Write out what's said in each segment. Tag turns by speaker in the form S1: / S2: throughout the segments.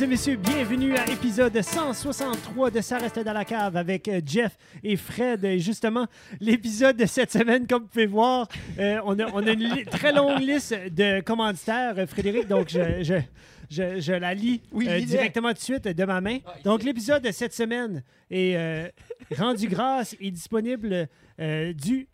S1: et messieurs, bienvenue à épisode 163 de Ça reste dans la cave avec euh, Jeff et Fred. Et justement, l'épisode de cette semaine, comme vous pouvez voir, euh, on, a, on a une li- très longue liste de commanditaires, euh, Frédéric, donc je, je, je, je la lis
S2: Oui,
S1: euh,
S2: lis-la. Ah,
S1: directement tout de suite euh, de ma main. Donc, l'épisode de cette semaine est euh, rendu grâce et disponible euh, du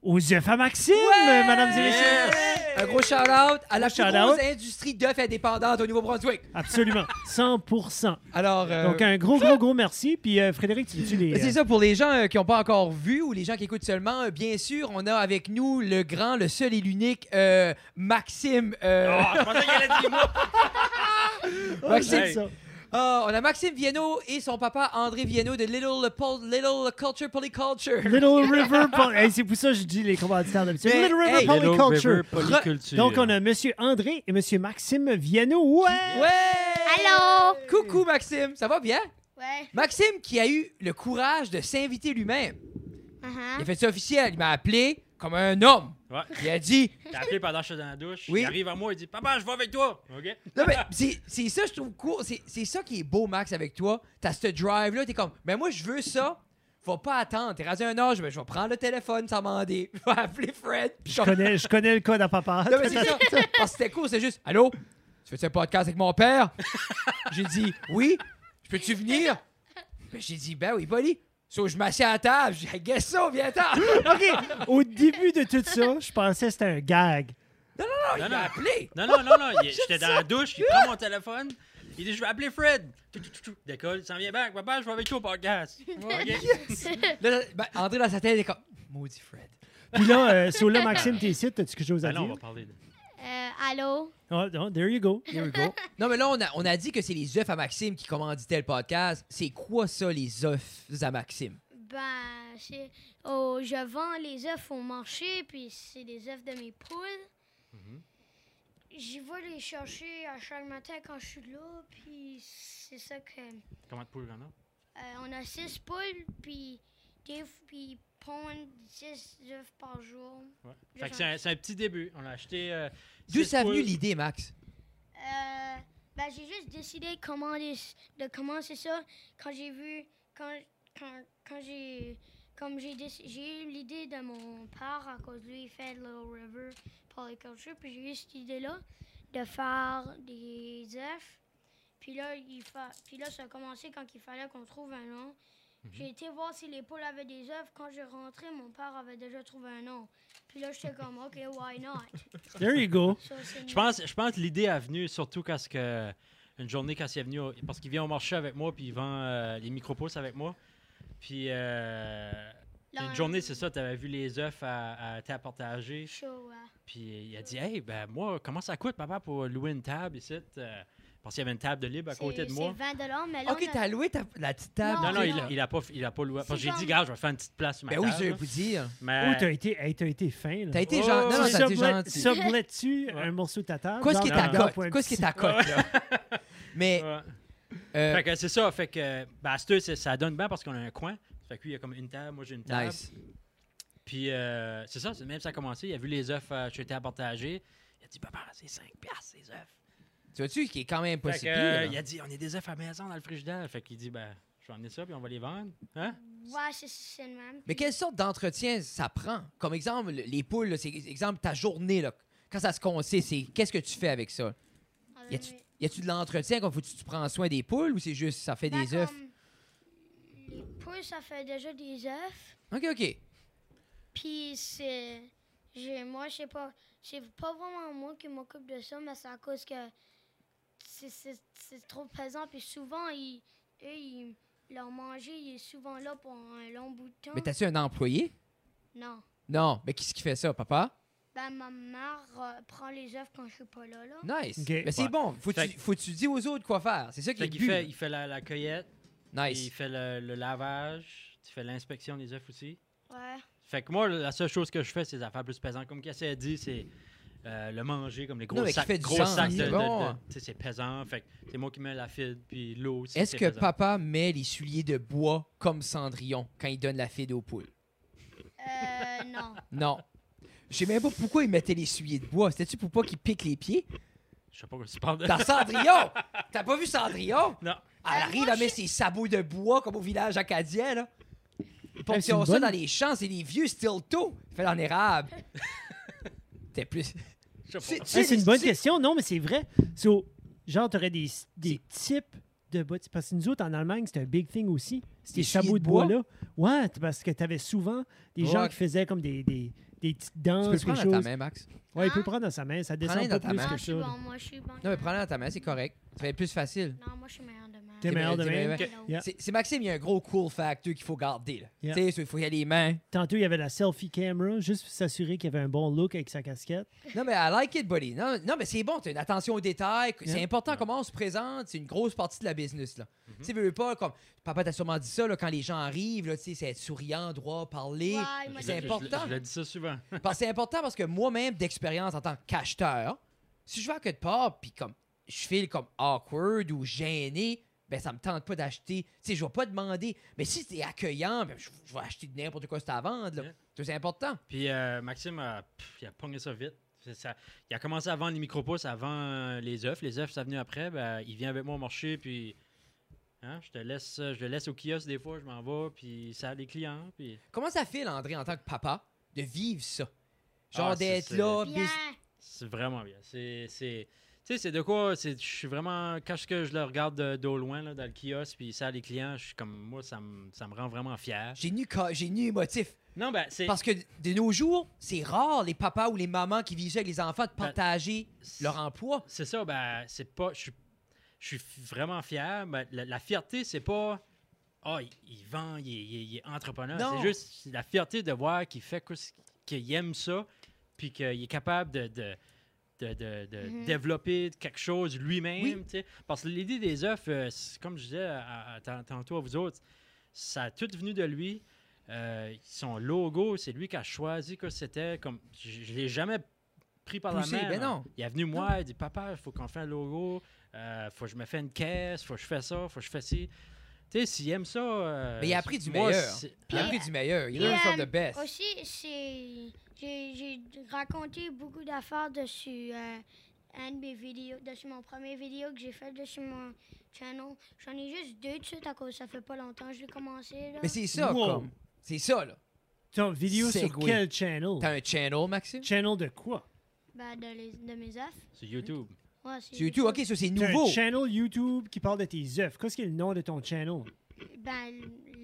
S1: aux œufs à Maxime,
S3: Ouais!
S1: mesdames et messieurs.
S3: Un gros shout-out à la
S1: Gros
S3: plus
S1: shout-out.
S3: grosse industrie d'œufs indépendantes au Nouveau-Brunswick.
S1: Absolument, 100%.
S3: Alors, euh,
S1: Donc, un gros, gros, gros merci. Puis, euh, Frédéric, tu veux-tu les.
S3: c'est ça pour les gens euh, qui n'ont pas encore vu ou les gens qui écoutent seulement. euh, bien sûr, on a avec nous le grand, le seul et l'unique euh, Maxime. euh,
S4: Ah, je pensais qu'il allait dire moi.
S1: Oh,
S3: Maxime.
S1: j'aime ça.
S3: ah, on a Maxime Vienno et son papa André Vienno de Little, Pol- Little Culture Polyculture.
S1: Little River. Poly- Hey, c'est pour ça que je dis les commanditaires d'habitude.
S3: Mais,
S1: Little River euh,
S3: hey,
S1: Polyculture.
S4: Polyculture.
S1: Donc, on a M. André et M. Maxime Vienno. Ouais!
S3: Ouais!
S5: Allô?
S3: Coucou Maxime, ça va bien?
S5: Ouais.
S3: Maxime qui a eu le courage de s'inviter lui-même. Il
S5: Uh-huh.
S3: a fait ça officiel, il m'a appelé comme un homme.
S4: Ouais.
S3: Il a dit
S4: T'as appelé pendant que j'étais dans la douche.
S3: Oui.
S4: Il arrive à moi, il dit Papa, je vais avec toi. OK?
S3: Non, mais c'est- c'est ça, je trouve cool. C'est c'est ça qui est beau, Max, avec toi. T'as ce drive-là, t'es comme, mais moi, je veux ça. Faut pas attendre. T'es rendu à un âge, mais je vais prendre le téléphone sans demander. Je vais appeler Fred. Puis
S1: Je connais, je connais le code à papa.
S3: Non, mais c'est ça. Parce que c'était cool, c'est juste, allô, tu fais un podcast avec mon père? J'ai dit, oui, je peux-tu venir? Ben, J'ai dit, ben oui, Polly. So, je m'assieds à la table. J'ai dit, guess so, viens-t'en. Non,
S1: OK. Au début de tout ça, je pensais que c'était un gag.
S3: il
S4: Non,
S3: m'a
S4: non.
S3: appelé.
S4: Non, non, non, non. il- J'étais dans la douche, il prend mon téléphone. Il dit Je vais appeler Fred. Tout, tout, tout, tout. Décolle, s'en vient back. Papa, je vais avec toi au podcast. OK?
S3: Là, là, ben, André, dans sa tête, il est comme, maudit Fred.
S1: Puis là, euh, sur là, Maxime, t'es ici. T'as-tu quelque chose à
S4: Ben non, on
S1: dire?
S4: va parler de.
S5: Euh, allô?
S1: Oh, oh, there you go.
S3: Here we go. Non, mais là, on a, on a dit que c'est les œufs à Maxime qui commanditaient le podcast. C'est quoi ça, les œufs à Maxime?
S5: Ben, c'est- oh, je vends les œufs au marché, puis c'est les œufs de mes poules. J'y vais les chercher à chaque matin quand je suis là, puis c'est ça que... euh,
S4: Comment de poule qu'on a
S5: on a six poules, puis des f- puis ils pondent six œufs par jour.
S4: Ouais. Fait que c'est un, c'est un petit début. On a acheté. euh,
S3: hein. D'où
S4: six
S3: ça venu
S4: poules.
S3: l'idée, Max?
S5: Euh, ben, j'ai juste décidé comment les- de commencer ça quand j'ai vu, quand, quand, quand j'ai, comme j'ai, déc- j'ai eu l'idée de mon père à cause de lui, il fait Little River Polyculture, puis j'ai eu cette idée-là de faire des œufs. Puis là, il fa... puis là, ça a commencé quand il fallait qu'on trouve un nom.
S4: Mhm.
S5: J'ai été voir si les poules avaient des œufs. Quand j'ai rentré, mon père avait déjà trouvé un nom. Puis là, j'étais comme, OK, why not?
S1: There you go.
S5: Ça, c'est
S4: Je pense, je pense que l'idée est venue surtout quand ce que une journée quand il est venu au- parce qu'il vient au marché avec moi puis il vend euh, les micro-pousses avec moi. Puis euh,
S5: Là, on
S4: une
S5: a
S4: journée,
S5: dit-
S4: c'est ça, tu avais vu les œufs à, à ta partager.
S5: chaud, ouais.
S4: Puis il a dit Hey, ben moi, comment ça coûte, papa, pour louer une table ici Euh, Parce qu'il y avait une table de libre à côté de
S5: C'est-
S4: moi.
S5: C'est 20 mais là,
S3: Ok,
S5: on a-
S3: t'as loué ta- la petite table.
S4: Non, non,
S5: Ah,
S4: il,
S5: non.
S4: a, il a pas, il a pas loué. Parce que
S5: C'est
S4: j'ai
S5: comme-
S4: dit, gars, je vais faire une petite place sur ma
S3: Ben oui,
S4: table.
S3: je vais
S4: là.
S3: vous dire.
S4: Mais
S1: Oh, t'as été, hey, t'as été fin, là.
S3: Euh, T'as été
S4: Oh,
S3: gentil. Non, non,
S4: c'est
S3: t'as été
S1: Sublet-
S3: gentil.
S1: Sublais-tu un morceau de ta table?
S3: Qu'est-ce qui est
S1: Genre,
S3: ta
S1: non,
S3: cote?
S1: pour un
S3: Qu'est-ce qui est
S1: petit-
S3: ta cote, là? Mais,
S4: Ouais.
S3: euh,
S4: Fait que c'est ça. Fait que ben, à Steu, c'est- ça donne bien parce qu'on a un coin. Fait que lui, il y a comme une table, moi j'ai une table.
S3: nice.
S4: Puis euh, c'est ça, c'est même ça a commencé. Il a vu les œufs euh, chez à partager. Il a dit, papa, c'est 5 piastres, ces œufs.
S3: Tu vois-tu qui est quand même pas
S4: Fait
S3: si
S4: que,
S3: pire,
S4: euh,
S3: là?
S4: il a dit, on a des œufs à la maison dans le frigidaire. Fait qu'il dit, ben, je vais emmener ça, puis on va les vendre. Hein?
S5: Ouais, c'est- c'est le même.
S3: Mais quelle sorte d'entretien ça prend? Comme exemple, les poules, là, c'est exemple ta journée, là. Quand ça se concile, c'est qu'est-ce que tu fais avec ça?
S5: On a
S3: Y a-tu-
S5: mis-
S3: Y a-tu de l'entretien? Comme faut-tu tu prends soin des poules ou c'est juste ça fait
S5: Ben,
S3: des œufs?
S5: comme Les poules, ça fait déjà des œufs.
S3: Ok, ok.
S5: Puis c'est. j'ai- Moi, je sais pas. C'est pas vraiment moi qui m'occupe de ça, mais c'est à cause que. c'est- C'est c'est trop pesant. Puis souvent, ils, eux, ils- leur manger, il est souvent là pour un long bout de temps.
S3: Mais t'as-tu un employé?
S5: non.
S3: Non. Mais qu'est-ce qui fait ça, papa?
S5: Ben, ma mère euh, prend les œufs quand je suis pas là. là.
S3: Nice.
S1: Ok.
S3: Mais c'est
S4: Ouais.
S3: bon. Faut-tu
S4: Fait que-
S3: faut-tu dire aux autres quoi faire. C'est ça qui est
S4: Fait
S3: le
S4: qu'il
S3: but,
S4: fait,
S3: là.
S4: il fait la, la cueillette, il
S3: Nice.
S4: fait le, le lavage, tu fais l'inspection des œufs aussi.
S5: Ouais.
S4: Fait que moi, la seule chose que je fais, c'est des affaires plus pesantes. Comme Cassie a dit, c'est euh, le manger, comme les gros
S3: Non, mais qui
S4: sacs,
S3: fait du
S4: gros
S3: sens,
S4: sacs de, de- de-
S3: bon.
S4: tu sais, c'est pesant. Fait que c'est moi qui mets la file, puis l'eau aussi.
S3: Est-ce
S4: c'est
S3: que
S4: pesant.
S3: papa met les souliers de bois comme Cendrillon quand il donne la fille aux poules?
S5: Euh, non.
S3: Non. Je sais même pas pourquoi il mettait les souliers de bois. C'était-tu pour pas qu'il pique les pieds?
S4: Je sais pas quoi tu parles de.
S3: Dans Cendrillon! T'as pas vu Cendrillon?
S4: Non.
S3: Elle arrive à mettre ses sabots de bois comme au village acadien, là. Ils
S1: Eh, c'est une
S3: ponctionnent ça
S1: bonne-
S3: dans les champs, c'est des vieux stilto. Fait en érable. T'es plus.
S4: Je
S3: C'est
S4: sais pas.
S1: Eh, c'est une bonne question, non, mais c'est vrai. So, genre, t'aurais des, des types de bottes. Parce que nous autres, en Allemagne, c'était un big thing aussi. Ces
S3: Des
S1: chapeaux
S3: souliers
S1: de
S3: de bois?
S1: bois-là. Ouais, t- parce que t'avais souvent des
S3: Ouais.
S1: gens qui faisaient comme des, des, des petites danses,
S3: Tu peux le
S1: des
S3: prendre
S1: choses.
S3: dans ta main, Max.
S1: Ouais, il peut
S5: Hein?
S1: le prendre dans sa main. Ça descend
S3: Prends-le
S1: pas
S3: dans ta
S1: plus
S3: main.
S1: que
S5: Non, je
S1: ça.
S5: suis
S1: là.
S5: bon, moi, je suis bon.
S3: Non, mais prends-la dans ta main, c'est correct. Ça va être plus facile.
S5: Non, moi, je suis meilleur de main.
S1: T'es meilleur de
S3: t'es
S1: main.
S3: meilleur.
S5: que l'autre.
S1: Yeah.
S3: C'est c'est Maxime, il y a un gros cool factor qu'il faut garder. là.
S1: Yeah.
S3: Tu sais, il faut y aller les mains.
S1: Tantôt, il y avait la selfie camera, juste pour s'assurer qu'il y avait un bon look avec sa casquette.
S3: Non, mais I like it, buddy. Non, non mais c'est bon, t'as une attention aux détails. C'est
S1: Yeah.
S3: important comment on se présente. C'est une grosse partie de la business, là. Tu sais, veux, veux pas, comme... Papa t'a sûrement dit ça, là, quand les gens arrivent, là, tu sais, c'est être souriant, droit, parler.
S5: Ouais, il m'a
S3: c'est
S5: dit-
S3: important.
S4: Je le dis ça souvent.
S3: Parce que c'est important parce que moi-même, d'expérience en tant qu'acheteur, si je vais à quelque part, puis comme je file comme awkward ou gêné, ben ça me tente pas d'acheter. Tu sais, je vais pas demander. Mais si t'es accueillant, ben, je, je vais acheter de n'importe quoi si t'as à vendre. là.
S4: Yeah.
S3: Ça, C'est important.
S4: Puis euh, Maxime, a, pff, il a pogné ça vite. C'est ça. il a commencé à vendre les micro-pouces avant euh, les œufs. Les œufs, ça venu après. Ben, il vient avec moi au marché, puis hein, je te laisse euh, je le laisse au kiosque des fois, je m'en vais, puis ça a des clients. Puis...
S3: Comment ça file, André, en tant que papa, de vivre ça? Genre
S4: Ah, c'est-
S3: d'être
S4: c'est-
S3: là,
S5: Bien.
S3: bis-
S4: C'est vraiment bien. C'est, c'est, tu sais, c'est de quoi. c'est- Je suis vraiment. Quand je- que je le regarde de- d'au loin, là, dans le kiosque, puis ça, les clients, je suis comme. Moi, ça me, ça me rend vraiment fier.
S3: j'ai nu, ca- j'ai nu émotif.
S4: Non, ben, c'est.
S3: Parce que de nos jours, c'est rare les papas ou les mamans qui vivent ça avec les enfants
S4: Ben,
S3: de partager
S4: c'est-
S3: leur emploi.
S4: C'est ça, ben, c'est pas. Je suis- je suis f- vraiment fier. Ben, la, la fierté, c'est pas. Ah, il, il vend, il, est- il est- il est entrepreneur.
S3: Non.
S4: C'est juste c'est la fierté de voir qu'il fait que ce- qu'il aime ça, puis qu'il est capable de. de de, de- de
S5: Mhm.
S4: développer quelque chose lui-même.
S3: Mm-hmm. Oui.
S4: tu sais. Parce que l'idée des œufs, euh, c'est- comme je disais à- à- tant- tantôt à vous autres, ça a tout venu de lui. Euh, son logo, c'est lui qui a choisi que c'était. Comme, je je l'ai jamais pris par
S3: Poussé,
S4: la main.
S3: ben
S4: là.
S3: non.
S4: Il est venu moi, il dit Papa, il faut qu'on fasse un logo, euh, faut que je me fasse une caisse, faut que je fasse ça, faut que je fasse ci. Tu sais, s'il aime ça. euh,
S3: Mais il a appris du
S4: moi,
S3: meilleur.
S4: c'est-
S3: Il a
S4: Hein?
S3: pris du meilleur. Il
S5: Puis,
S3: learn from
S5: euh,
S3: the best.
S5: Aussi, c'est. J'ai j'ai raconté beaucoup d'affaires dessus euh, un de mes vidéos, dessus mon premier vidéo que j'ai fait dessus mon channel. J'en ai juste deux de suite à cause ça fait pas longtemps que je l'ai commencé. Là.
S3: Mais c'est ça,
S1: Wow.
S3: comme. C'est ça, là.
S1: Ton vidéo sur
S3: Segway.
S1: quel channel?
S3: T'as un channel, Maxime?
S1: Channel de quoi?
S5: Ben, de, les- de mes œufs.
S4: Sur YouTube.
S5: Ouais, c'est
S3: Sur YouTube, ok, ça, c'est
S1: T'as
S3: nouveau.
S1: un channel YouTube qui parle de tes œufs. Qu'est-ce qui est le nom de ton channel?
S5: Ben,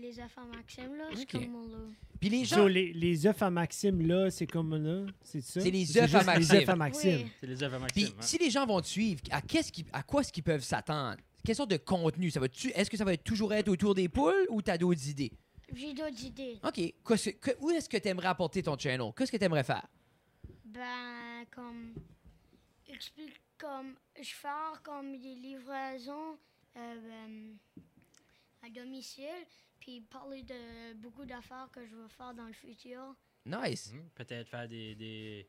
S5: les œufs à Maxime, là, c'est
S3: Ok.
S5: comme mon lot.
S3: Puis les gens,
S1: So, les, les œufs à Maxime, là, c'est comme là, c'est ça?
S3: C'est les
S1: C'est
S3: œufs à
S1: juste
S3: Maxime.
S1: Les œufs à Maxime.
S5: Oui.
S4: C'est les œuvres à
S3: puis
S4: Maxime. hein.
S3: si les gens vont te suivre, à, qu'est-ce qu'ils- à quoi est-ce qu'ils peuvent s'attendre? Quelle sorte de contenu? Ça va est-ce que ça va être toujours être autour des poules ou t'as d'autres idées?
S5: J'ai d'autres idées.
S3: OK. Qu'est-ce que- où est-ce que t'aimerais apporter ton channel? Qu'est-ce que t'aimerais faire?
S5: Ben, comme. Explique comme. Je fais comme des livraisons euh, ben, à domicile, puis parler de beaucoup d'affaires que je veux faire dans le futur.
S3: Nice.
S4: Mhm. Peut-être faire des, des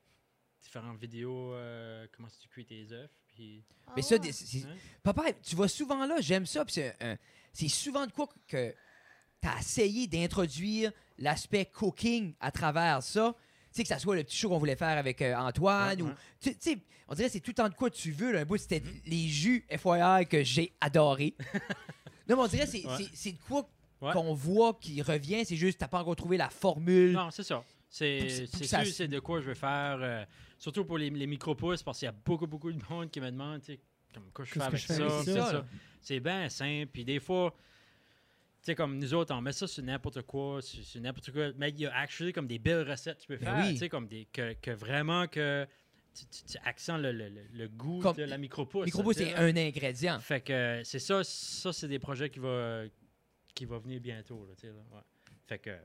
S4: différentes vidéos, euh, comment tu cuis tes œufs. Puis...
S5: Ah
S3: Mais ça,
S5: ouais.
S3: des- c'est-
S4: Ouais.
S3: papa, tu vas souvent là, j'aime ça. puis c'est un- un- c'est souvent de quoi que tu as essayé d'introduire l'aspect cooking à travers ça. Tu sais, que ça soit le petit show qu'on voulait faire avec euh, Antoine ou.
S4: Ouais, ouais.
S3: Tu tu sais, on dirait que c'est tout le temps de quoi tu veux. Là. Un bout, c'était
S4: Mm-hmm.
S3: les jus FYI que j'ai adoré. non, mais on dirait que c'est
S4: Ouais.
S3: c'est- c'est de quoi
S4: Ouais.
S3: qu'on voit qui revient. C'est juste, t'as pas encore trouvé la formule.
S4: Non, c'est ça. C'est
S3: Puis c'est-
S4: c'est
S3: puis ça-
S4: sûr, c'est de quoi je vais faire. euh, surtout pour les, les micro-pouces, parce qu'il y a beaucoup, beaucoup de monde qui me demande, tu sais, comme, quoi je fais
S1: Qu'est-ce que
S4: avec
S1: je fais
S4: ça.
S1: avec
S4: puis
S1: ça,
S4: ça.
S3: là?
S4: C'est bien simple. Puis des fois, tu sais, comme nous autres, on met ça sur n'importe quoi, sur, sur n'importe quoi. Mais il y a actually comme des belles recettes que tu peux
S3: Ben
S4: faire,
S3: oui.
S4: tu sais, comme des. que, que vraiment que tu, tu- tu accents le, le- le- le goût
S3: Comme-
S4: de la micro-pouce.
S3: Microbo,
S4: tu sais,
S3: c'est
S4: là.
S3: un ingrédient.
S4: Fait que euh, c'est ça, ça c'est des projets qui va qui va venir bientôt là, tu sais, là, ouais. Fait que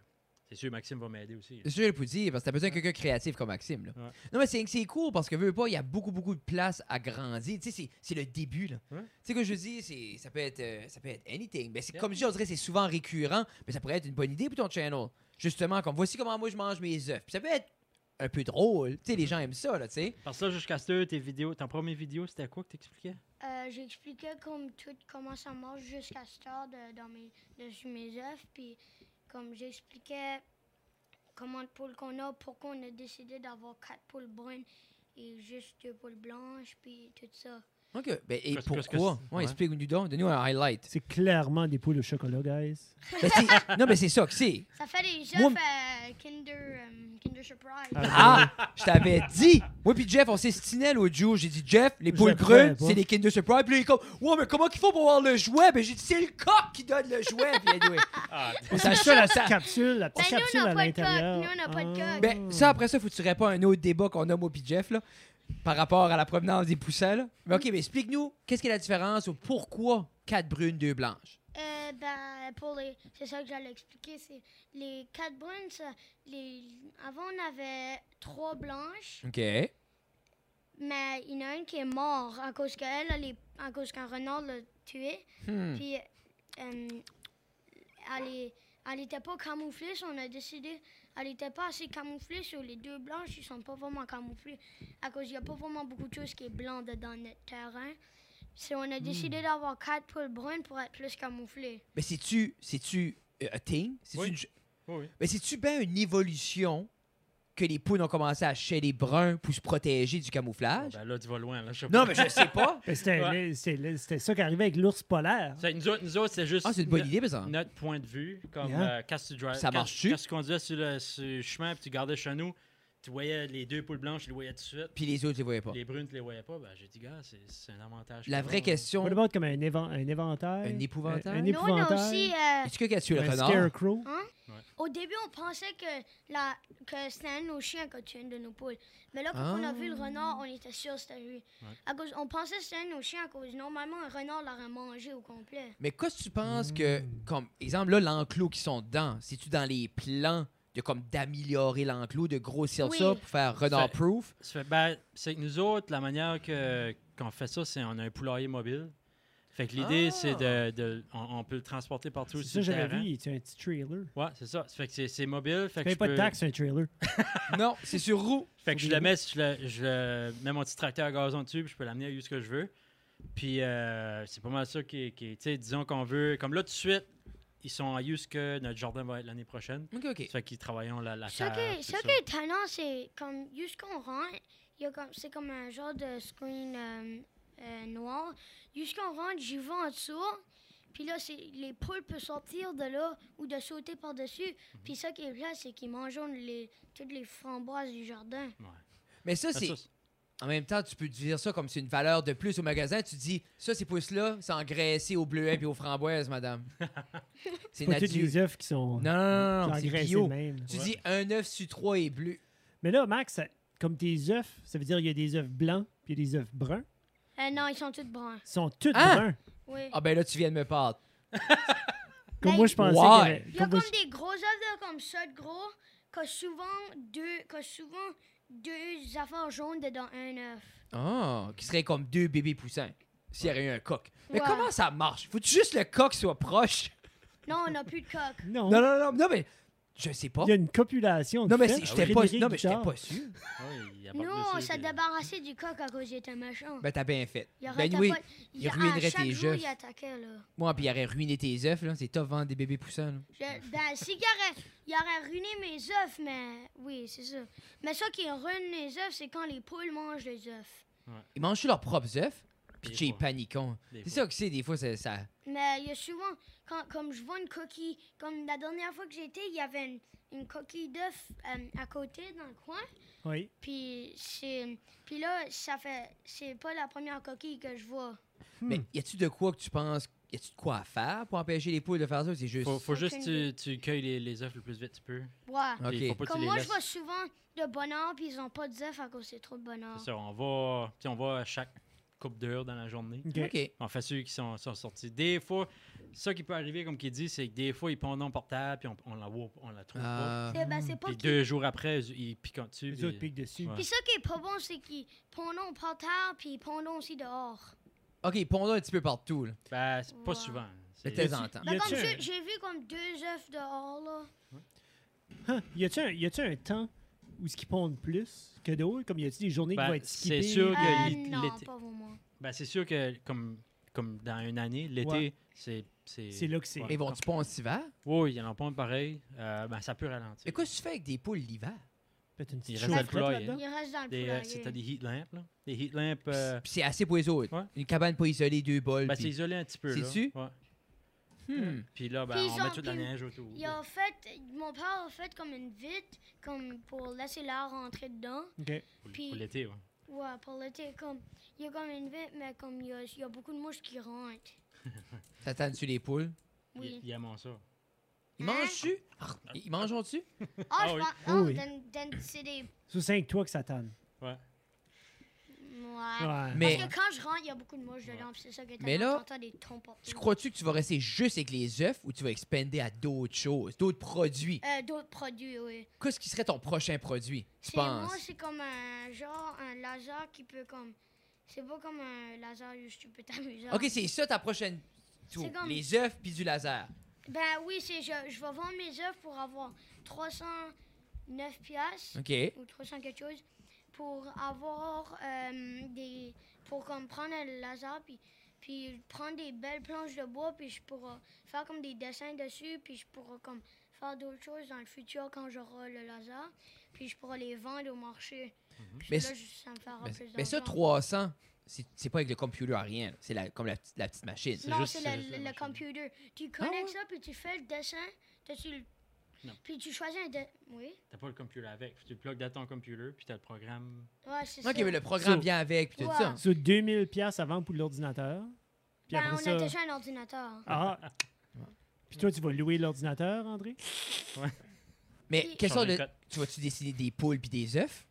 S4: c'est sûr Maxime va m'aider aussi.
S3: C'est sûr, je peux dire, parce que t'as besoin de quelqu'un de créatif comme Maxime. Là.
S4: Ouais.
S3: Non, mais c'est c'est cool parce que, veux veux pas, il y a beaucoup, beaucoup de place à grandir. Tu sais, c'est- c'est le début. là.
S4: Ouais.
S3: Tu sais, que je dis, c'est- ça peut être euh, ça peut être anything. Mais c'est
S4: Yeah.
S3: comme je dis, on dirait que c'est souvent récurrent, mais ça pourrait être une bonne idée pour ton channel. Justement, comme voici comment moi je mange mes œufs. Puis ça peut être un peu drôle. Tu sais,
S4: Mm-hmm.
S3: les gens aiment ça, là, tu sais.
S4: Parce que là jusqu'à ce temps, tes vidéos, ton premier vidéo, c'était quoi que t'expliquais
S5: Euh, J'expliquais comme tout comment ça marche jusqu'à cette heure de, dans mes, dessus mes œufs, puis comme j'expliquais comment de poules qu'on a, pourquoi on a décidé d'avoir quatre poules brunes et juste de poils blanches, puis tout ça.
S3: OK. Ben, et
S4: Parce que- parce que
S3: pourquoi?
S4: c'est-
S3: Ouais,
S4: ouais.
S3: Explique-nous donc. Donne-nous un highlight.
S1: C'est clairement des poules au chocolat, guys.
S3: Ben, c'est- non, mais c'est ça que c'est.
S5: Ça fait des
S3: Moi, m-
S5: œufs euh, Kinder, euh, Kinder Surprise.
S3: Ah! Je t'avais dit! Moi puis Jeff, on s'est stiné au duo. J'ai dit, Jeff, les poules
S1: le croyais
S3: brunes,
S1: pas.
S3: c'est les Kinder Surprise. Puis là, il est comme, ouais, mais comment qu'il faut pour avoir le jouet? Ben, j'ai dit, c'est le coq qui donne le jouet. Puis anyway.
S4: Ah,
S1: C'est
S3: Mais ça,
S1: ça la
S3: ça-
S1: petite capsule, la petite
S5: Ben, nous, on
S1: capsule
S5: n'a
S1: à
S5: pas de coque.
S1: l'intérieur.
S5: Nous, on n'a pas de
S1: Ah.
S5: coque.
S3: Ben, ça, après ça, faut que tu réponds à un autre débat qu'on a, moi puis Jeff, là, par rapport à la provenance des poussins. là. Mais OK, mais explique-nous, qu'est-ce qui est la différence ou pourquoi quatre brunes, deux blanches?
S5: Euh, ben, pour les, c'est ça que j'allais expliquer, c'est les quatre brunes, ça- les, avant on avait trois blanches,
S3: OK.
S5: mais il y en a une qui est morte à cause qu'elle, elle est- à cause qu'un renard l'a tuée,
S3: Hmm.
S5: puis euh, elle est- elle n'était pas camouflée, so on a décidé, elle n'était pas assez camouflée, sur les deux blanches, ils sont pas vraiment camouflés, à cause qu'il n'y a pas vraiment beaucoup de choses qui est blanc dans notre terrain, so on a décidé d'avoir quatre poules brunes pour être plus camouflées.
S3: Mais c'est-tu, c'est-tu euh, a thing? C'est-tu
S4: Oui.
S3: une-
S4: oui, oui.
S3: Mais c'est-tu bien une évolution que les poules ont commencé à chez les bruns pour se protéger du camouflage?
S4: Ben là, tu vas loin. Là, je sais
S3: Non,
S4: pas.
S3: mais je sais pas.
S1: Ben, C'était
S4: Ouais.
S1: c'était- c'était ça qui arrivait avec l'ours polaire.
S4: C'est- Nous autres, nous autres, c'est juste
S3: Ah, c'est une bonne idée, mais ça.
S4: no- notre point de vue. Comme
S1: Yeah.
S4: euh, quand tu drives,
S3: Ça
S4: quand-
S3: marche-tu?
S4: Quand tu conduisais sur le, sur le chemin puis tu gardais chez nous, tu voyais les deux poules blanches, tu les voyais tout de suite.
S3: Puis les autres, tu les voyais pas.
S4: Les brunes, tu les voyais pas. Ben, j'ai dit, gars, c'est c'est un avantage.
S3: La
S4: pour
S3: vraie
S4: nous.
S3: question,
S1: On le comme un, évan- un éventail.
S3: Un épouvantail?
S1: Un, un
S5: Nous, on a
S1: épouvantail.
S5: aussi, euh,
S3: est-ce que quand tu es le
S1: un
S3: renard?
S1: scarecrow.
S5: Au début, on pensait que, la, que c'était un de nos chiens qui a tué une de nos poules. Mais là, quand on
S3: Ah.
S5: a vu le renard, on était sûr que c'était lui. À cause, on pensait que c'était un de nos chiens à cause. Normalement, un renard l'aurait mangé au complet.
S3: Mais qu'est-ce que tu penses que, comme exemple, là, l'enclos qui sont dedans, c'est-tu dans les plans de comme d'améliorer l'enclos, de grossir
S5: Oui.
S3: ça pour faire renard proof?
S4: Ça fait- ben, c'est que nous autres, la manière que- qu'on fait ça, c'est on a un poulailler mobile. Fait que l'idée,
S3: Ah.
S4: c'est de. de- on, on peut le transporter partout
S1: C'est
S4: sur
S1: ça,
S4: le
S1: j'avais
S4: terrain.
S1: vu, c'est un petit trailer.
S4: Ouais, c'est ça. Fait que c'est- c'est mobile.
S1: Tu
S4: Fait que
S1: payes
S4: je
S1: pas de
S4: peux-
S1: taxes, c'est un trailer.
S3: non, c'est sur roue.
S4: Fait que
S1: Faut
S4: je
S1: des
S4: le mets, je, le- je le- mets mon petit tracteur à gazon dessus, puis je peux l'amener à où ce que je veux. Puis euh, c'est pas mal ça qui est. qui est- Tu sais, disons qu'on veut. Comme là, tout de suite, ils sont à où ce que notre jardin va être l'année prochaine.
S3: OK, OK.
S4: Fait qu'ils travaillent la, la
S5: Ce
S4: terre.
S5: qui,
S4: tout
S5: ce
S4: ça.
S5: qui est étonnant, c'est comme, juste qu'on rentre, il y a comme- c'est comme un genre de screen euh, euh, noir. Juste qu'on rentre, j'y vais en dessous. Puis là, c'est- les poules peuvent sortir de là ou de sauter par-dessus. Puis ça qui est là, c'est qu'ils mangent les, toutes les framboises du jardin.
S3: Mais ça,
S4: Ah,
S3: c'est.
S4: ça,
S3: En même temps, tu peux dire ça comme c'est une valeur de plus au magasin. Tu dis, ça, ces pouces-là, c'est engraissé au bleuet puis aux framboises, madame. c'est
S1: Pas toutes
S3: naturel.
S1: les œufs qui sont
S3: Non, non, non, non, c'est
S1: engraissés de
S3: bio.
S1: même.
S3: Tu
S4: Ouais.
S3: dis un œuf sur trois est bleu.
S1: Mais là, Max, ça- comme tes œufs, ça veut dire qu'il y a des œufs blancs puis il y a des œufs bruns.
S5: Euh, non, ils sont tous bruns.
S1: Ils sont tous
S3: Hein?
S1: bruns.
S5: Oui.
S3: Ah ben là, tu viens de me parler.
S1: Comme
S5: Ben,
S1: moi, je pensais
S3: Why?
S1: qu'il y avait-
S5: Il y a
S1: comme moi,
S5: comme
S1: je-
S5: des gros œufs là, comme ça de gros, qui souvent deux, que souvent deux affaires jaunes dedans un œuf.
S3: Ah, qui serait comme deux bébés poussins s'il y aurait eu un coq. Mais
S5: Ouais.
S3: comment ça marche? Faut juste le coq soit proche.
S5: Non, on n'a plus de coque.
S1: Non,
S3: Non, non, non, non, mais je sais pas.
S1: il y a une copulation.
S3: Non,
S1: de
S3: mais
S1: fait.
S3: c'est-
S4: Ah
S3: j'étais pas,
S1: Frédéric
S3: non, mais j'étais
S1: Guichard.
S3: pas sûr.
S4: Ouais, ils abordent
S5: Nous,
S4: dessus,
S5: on s'est
S4: puis-
S5: débarrassé du coq à cause qu'il était méchant.
S3: Ben, t'as bien fait.
S5: Il aurait
S3: Ben
S5: tapé-
S3: oui,
S5: il
S3: il
S5: a- à
S3: ruinerait
S5: chaque
S3: tes
S5: jour,
S3: œufs.
S5: il attaquait, là.
S3: moi, puis il aurait ruiné tes œufs, là. C'est top vendre des bébés poussins, là.
S5: Je- ben, si il aurait, il aurait ruiné mes œufs, mais oui, c'est ça. Mais ça qui ruine les œufs, c'est quand les poules mangent les œufs.
S3: Ils mangent leurs propres œufs, puis
S4: Des
S3: tu es
S4: fois.
S3: panicon.
S4: Des
S3: C'est
S4: fois.
S3: ça que c'est, des fois, c'est ça.
S5: Mais il y a souvent, quand, comme je vois une coquille, comme la dernière fois que j'étais, il y avait une, une coquille d'œuf euh, à côté dans le coin.
S1: Oui.
S5: Puis c'est, puis là, ça fait, c'est pas la première coquille que je vois.
S1: Hmm.
S5: Hmm.
S3: Mais y a-tu de quoi que tu penses? Y a-tu de quoi à faire pour empêcher les poules de faire ça? ou C'est juste.
S4: Faut, faut juste
S5: Aucune
S4: que tu, tu cueilles les, les œufs le plus vite tu peux.
S5: Ouais.
S3: Ok.
S4: Puis faut pas que tu
S5: Comme
S4: les
S5: moi, je
S4: laisses.
S5: vois souvent de bonheur, puis ils ont pas d'œufs à cause c'est trop de bonheur.
S4: C'est ça, on va, puis on va à chaque coupe d'heure dans la journée.
S1: OK.
S3: OK.
S4: On fait ceux qui sont, sont sortis. Des fois, ça qui peut arriver, comme qu'il dit, c'est que des fois, ils pondent en portable, puis on, on la voit, on la trouve pas.
S3: Ah.
S5: C'est, ben, c'est pas
S4: Hum, Puis
S5: qu'ils-
S4: deux jours après, ils piquent dessus.
S1: Les autres piquent dessus.
S4: Ouais.
S5: Puis ça qui est pas bon, c'est qu'ils pondent par terre, puis ils pondent aussi dehors.
S3: OK, pondons un petit peu partout, là.
S4: Ben, c'est pas
S5: Ouais.
S3: De
S4: souvent. C'est-
S3: temps en temps.
S1: Y
S5: Ben,
S1: a-tu
S5: comme
S1: un-
S5: j'ai, j'ai vu comme deux œufs dehors, là.
S1: Hein, Y a-tu un, y a-tu un temps où ce qui pondent plus que d'autres? Comme y a-tu des journées
S4: Ben,
S1: qui vont être
S4: c'est
S1: skippées? Ah,
S4: sûr que-
S5: Euh,
S4: l'été-
S5: non,
S4: l'été-
S5: pas vraiment.
S4: Ben, c'est sûr que, comme, comme dans une année, l'été,
S1: Ouais.
S4: c'est. C'est
S1: C'est là que c'est.
S3: Mais vont-tu pondre cet hiver?
S4: Oui, il y en a pas pareil. Euh, ben, ça peut ralentir.
S3: Mais qu'est-ce que tu fais avec des poules l'hiver?
S1: Peut-être une petite
S4: Il reste
S1: chaufferette
S4: le poêle,
S1: là-dedans.
S5: Il reste dans le
S4: Des, euh, c'est-
S5: poulailler.
S4: t'as des heat lamps, là. Des heat lamps. euh,
S3: Puis c'est assez pour les autres.
S4: Ouais.
S3: Une cabane pas isolée, deux bols.
S4: ben, c'est
S3: puis-
S4: isolé un petit peu, là.
S3: C'est-tu?
S4: Ouais.
S3: Hmm.
S4: Puis là, ben,
S5: Puis
S4: on
S5: ils
S4: met
S5: ont-
S4: toute la
S5: puis
S4: neige autour.
S5: Il a fait, mon père a fait comme une vitre, comme pour laisser l'air rentrer dedans.
S1: OK.
S4: Pour,
S5: puis-
S4: pour l'été, ouais.
S5: Ouais, pour l'été, comme, il y a comme une vitre, mais comme il y a, il y a beaucoup de mouches qui rentrent.
S3: T'attends-tu les poules?
S5: Hein?
S4: Il-
S5: Oui.
S4: Il, aime ça.
S3: Ils
S5: Hein?
S3: mangent-tu? Ah,
S4: Euh.
S3: Ils mangent-tu?
S5: Ah,
S4: Ah
S5: je
S4: oui.
S5: pense,
S1: Oui,
S5: ah,
S1: oui.
S5: dan- dan- c'est des...
S1: Sous 5 toi que ça tanne.
S4: Ouais. Ah,
S5: Ouais.
S1: Ouais.
S3: Mais-
S5: Parce que quand je rentre, il y a beaucoup de mouches dedans, puis c'est ça que
S3: Mais là,
S5: t'entends des tons partout.
S3: Tu crois-tu que tu vas rester juste avec les œufs ou tu vas expander à d'autres choses, d'autres produits?
S5: Euh, d'autres produits, oui.
S3: Qu'est-ce qui serait ton prochain produit, tu
S5: C'est moi,
S3: penses?
S5: c'est comme un genre, un laser qui peut comme... C'est pas comme un laser juste tu peux t'amuser.
S3: Ok, c'est ça ta prochaine. tour.
S5: C'est comme-
S3: Les œufs puis du laser.
S5: Ben oui, c'est je, je vais vendre mes œufs pour avoir 309 piastres
S3: Ok. Ben,
S5: ou 300 quelque chose pour avoir euh, des pour comme prendre un laser puis puis prendre des belles planches de bois puis je pourrai faire comme des dessins dessus puis je pourrai comme faire d'autres choses dans le futur quand j'aurai le laser puis je pourrai les vendre au marché. Puis
S3: Mhm. Mais
S5: là,
S3: c-
S5: je- ça me fera
S3: Mais,
S5: plus
S3: mais ben ça,
S5: d'argent.
S3: 300, c'est c'est pas avec le computer à rien. là. C'est la- comme la, petite- la petite machine.
S4: C'est
S5: Non,
S4: juste-
S5: c'est
S4: c'est
S5: le,
S4: juste la
S5: le
S4: machine.
S5: computer. Tu
S3: Ah ouais?
S5: connectes ça, puis tu fais le dessin. t'as-tu le-
S4: Non.
S5: Puis tu choisis un... de- Oui?
S4: T'as pas le computer avec. Faut que Tu le plugues dans ton computer, puis t'as le programme.
S5: Ouais, c'est
S3: Ok,
S5: ça.
S3: mais le programme
S1: So-
S3: vient avec puis tout ça.
S5: Ouais.
S1: Sous 2000 pièces avant pour l'ordinateur. Puis
S5: Ben, on
S1: après
S5: a
S1: ça.
S5: déjà un ordinateur.
S1: Ah. Puis toi, tu vas louer l'ordinateur, André?
S3: Mais
S5: Puis-
S3: quels sont
S4: Changer
S3: le...
S4: de code.
S3: Tu vas-tu dessiner des poules puis des œufs?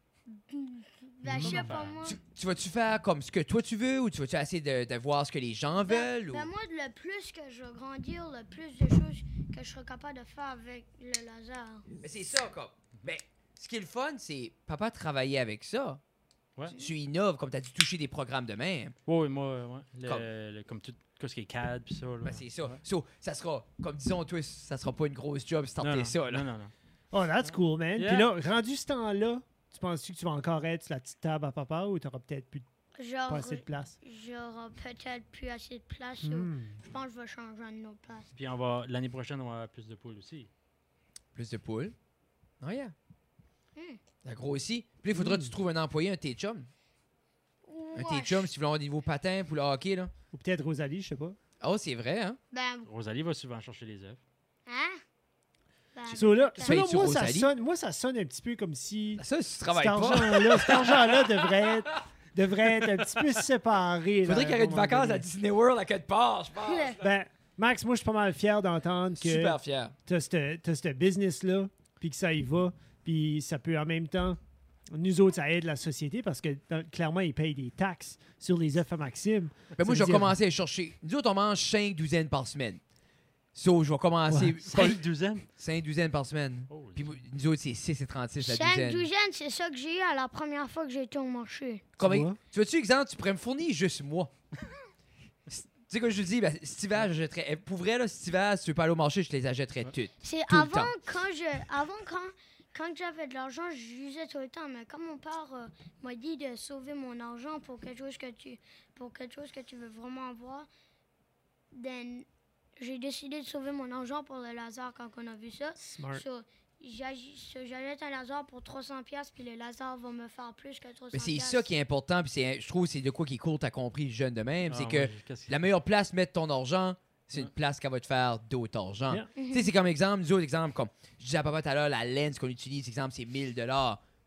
S5: Ben, je sais pas,
S4: Ben,
S5: moi.
S3: Tu, tu vas-tu faire comme ce que toi tu veux ou tu vas-tu essayer de, de voir ce que les gens
S5: Ben,
S3: veulent? ou-
S5: ben, moi, le plus que je vais grandir, le plus de choses que je serai capable de faire avec le laser.
S3: Mais c'est ça, comme. Ben, ce qui est le fun, c'est papa travailler avec ça.
S4: Ouais.
S3: Tu, tu innoves, comme t'as dû toucher des programmes de même.
S4: Ouais, ouais, moi, euh, ouais. Le-
S3: Comme-
S4: le- comme tout tout ce qui est CAD, puis ça. Là.
S3: Ben, c'est ça. So, ça sera, comme disons, toi, ça sera pas une grosse job si
S4: non,
S3: t'entends
S4: non,
S3: ça, là.
S4: Non, non, non.
S1: Oh, that's cool, man.
S4: Yeah.
S1: Puis là, rendu ce temps-là, tu penses-tu que tu vas encore être sur la petite table à papa ou t'auras peut-être plus
S5: Genre,
S1: pas assez de place?
S5: j'aurai peut-être plus assez de place. ou
S1: Hmm.
S5: Je pense que je vais changer une autre place.
S4: Puis on va, l'année prochaine, on va avoir plus de poules aussi.
S3: Plus de poules. Oh, yeah.
S5: Hmm.
S3: Ça grossit. Puis il faudra
S4: Hmm.
S3: que tu trouves un employé, un t chum. Un t chum, si tu veux avoir des nouveaux patins pour le hockey, là.
S1: Ou peut-être Rosalie, je sais pas.
S3: Oh, c'est vrai, hein?
S5: Ben,
S4: Rosalie va souvent chercher les œufs.
S5: hein? Ben,
S1: So, là,
S5: peut-être.
S1: so, là,
S3: Payes-tu
S1: moi, ça
S3: Rosalie?
S1: sonne, moi, ça sonne un petit peu comme si
S3: Ça, si tu
S1: cet
S3: travailles pas.
S1: argent-là cet argent-là devrait, être, devrait être un petit peu séparé.
S3: Il faudrait qu'il y ait
S1: ait
S3: une vacances à Disney World à quelque part, je pense.
S1: Ben, Max, moi, je suis pas mal fier d'entendre que...
S3: Super fier.
S1: t'as ce t'as ce business-là, puis que ça y va, puis ça peut en même temps. Nous autres, ça aide la société parce que dans- clairement, ils payent des taxes sur les œufs à Maxime. Ça
S3: Ben moi, je
S1: veut
S3: vais
S1: dire-
S3: commencer à chercher. Nous autres, on mange 5 douzaines par semaine. So, je vais commencer.
S4: C'est une douzaine.
S3: 5 douzaines par semaine.
S4: Oh,
S3: Puis vous- nous autres, c'est 6 et 36 la
S5: Cinq
S3: douzaine.
S5: douzaines, c'est ça que j'ai eu à la première fois que j'ai été au marché.
S3: Comment-
S1: Tu vois?
S3: tu vois-tu, exemple, tu pourrais me fournir juste moi. tu sais, comme je te dis, ben, cet hiver, j'achèterais. Pour vrai, là, cet hiver, si tu veux pas aller au marché, je les achèterais toutes.
S5: C'est
S3: Tout le
S5: avant
S3: temps.
S5: quand je avant quand quand j'avais de l'argent, j'usais tout le temps, mais quand mon père euh, m'a dit de sauver mon argent pour quelque chose que tu pour quelque chose que tu veux vraiment avoir, then, j'ai décidé de sauver mon argent pour le laser quand on a vu ça.
S1: Smart.
S5: So, j'agi- so, J'achète un laser pour 300 pièces puis le laser va me faire plus que 300
S3: Mais c'est ça qui est important. Puis c'est- je trouve que c'est de quoi qui est cool, t'as compris, jeune de même.
S5: Ah
S4: Ah,
S3: c'est que la meilleure place de mettre ton argent, c'est une place qui va te faire d'autre argent.
S1: Yeah.
S5: Mhm.
S3: Tu sais, c'est comme exemple, nous autres exemples, comme je disais à papa tout à l'heure, la lens qu'on utilise, exemple, c'est 1000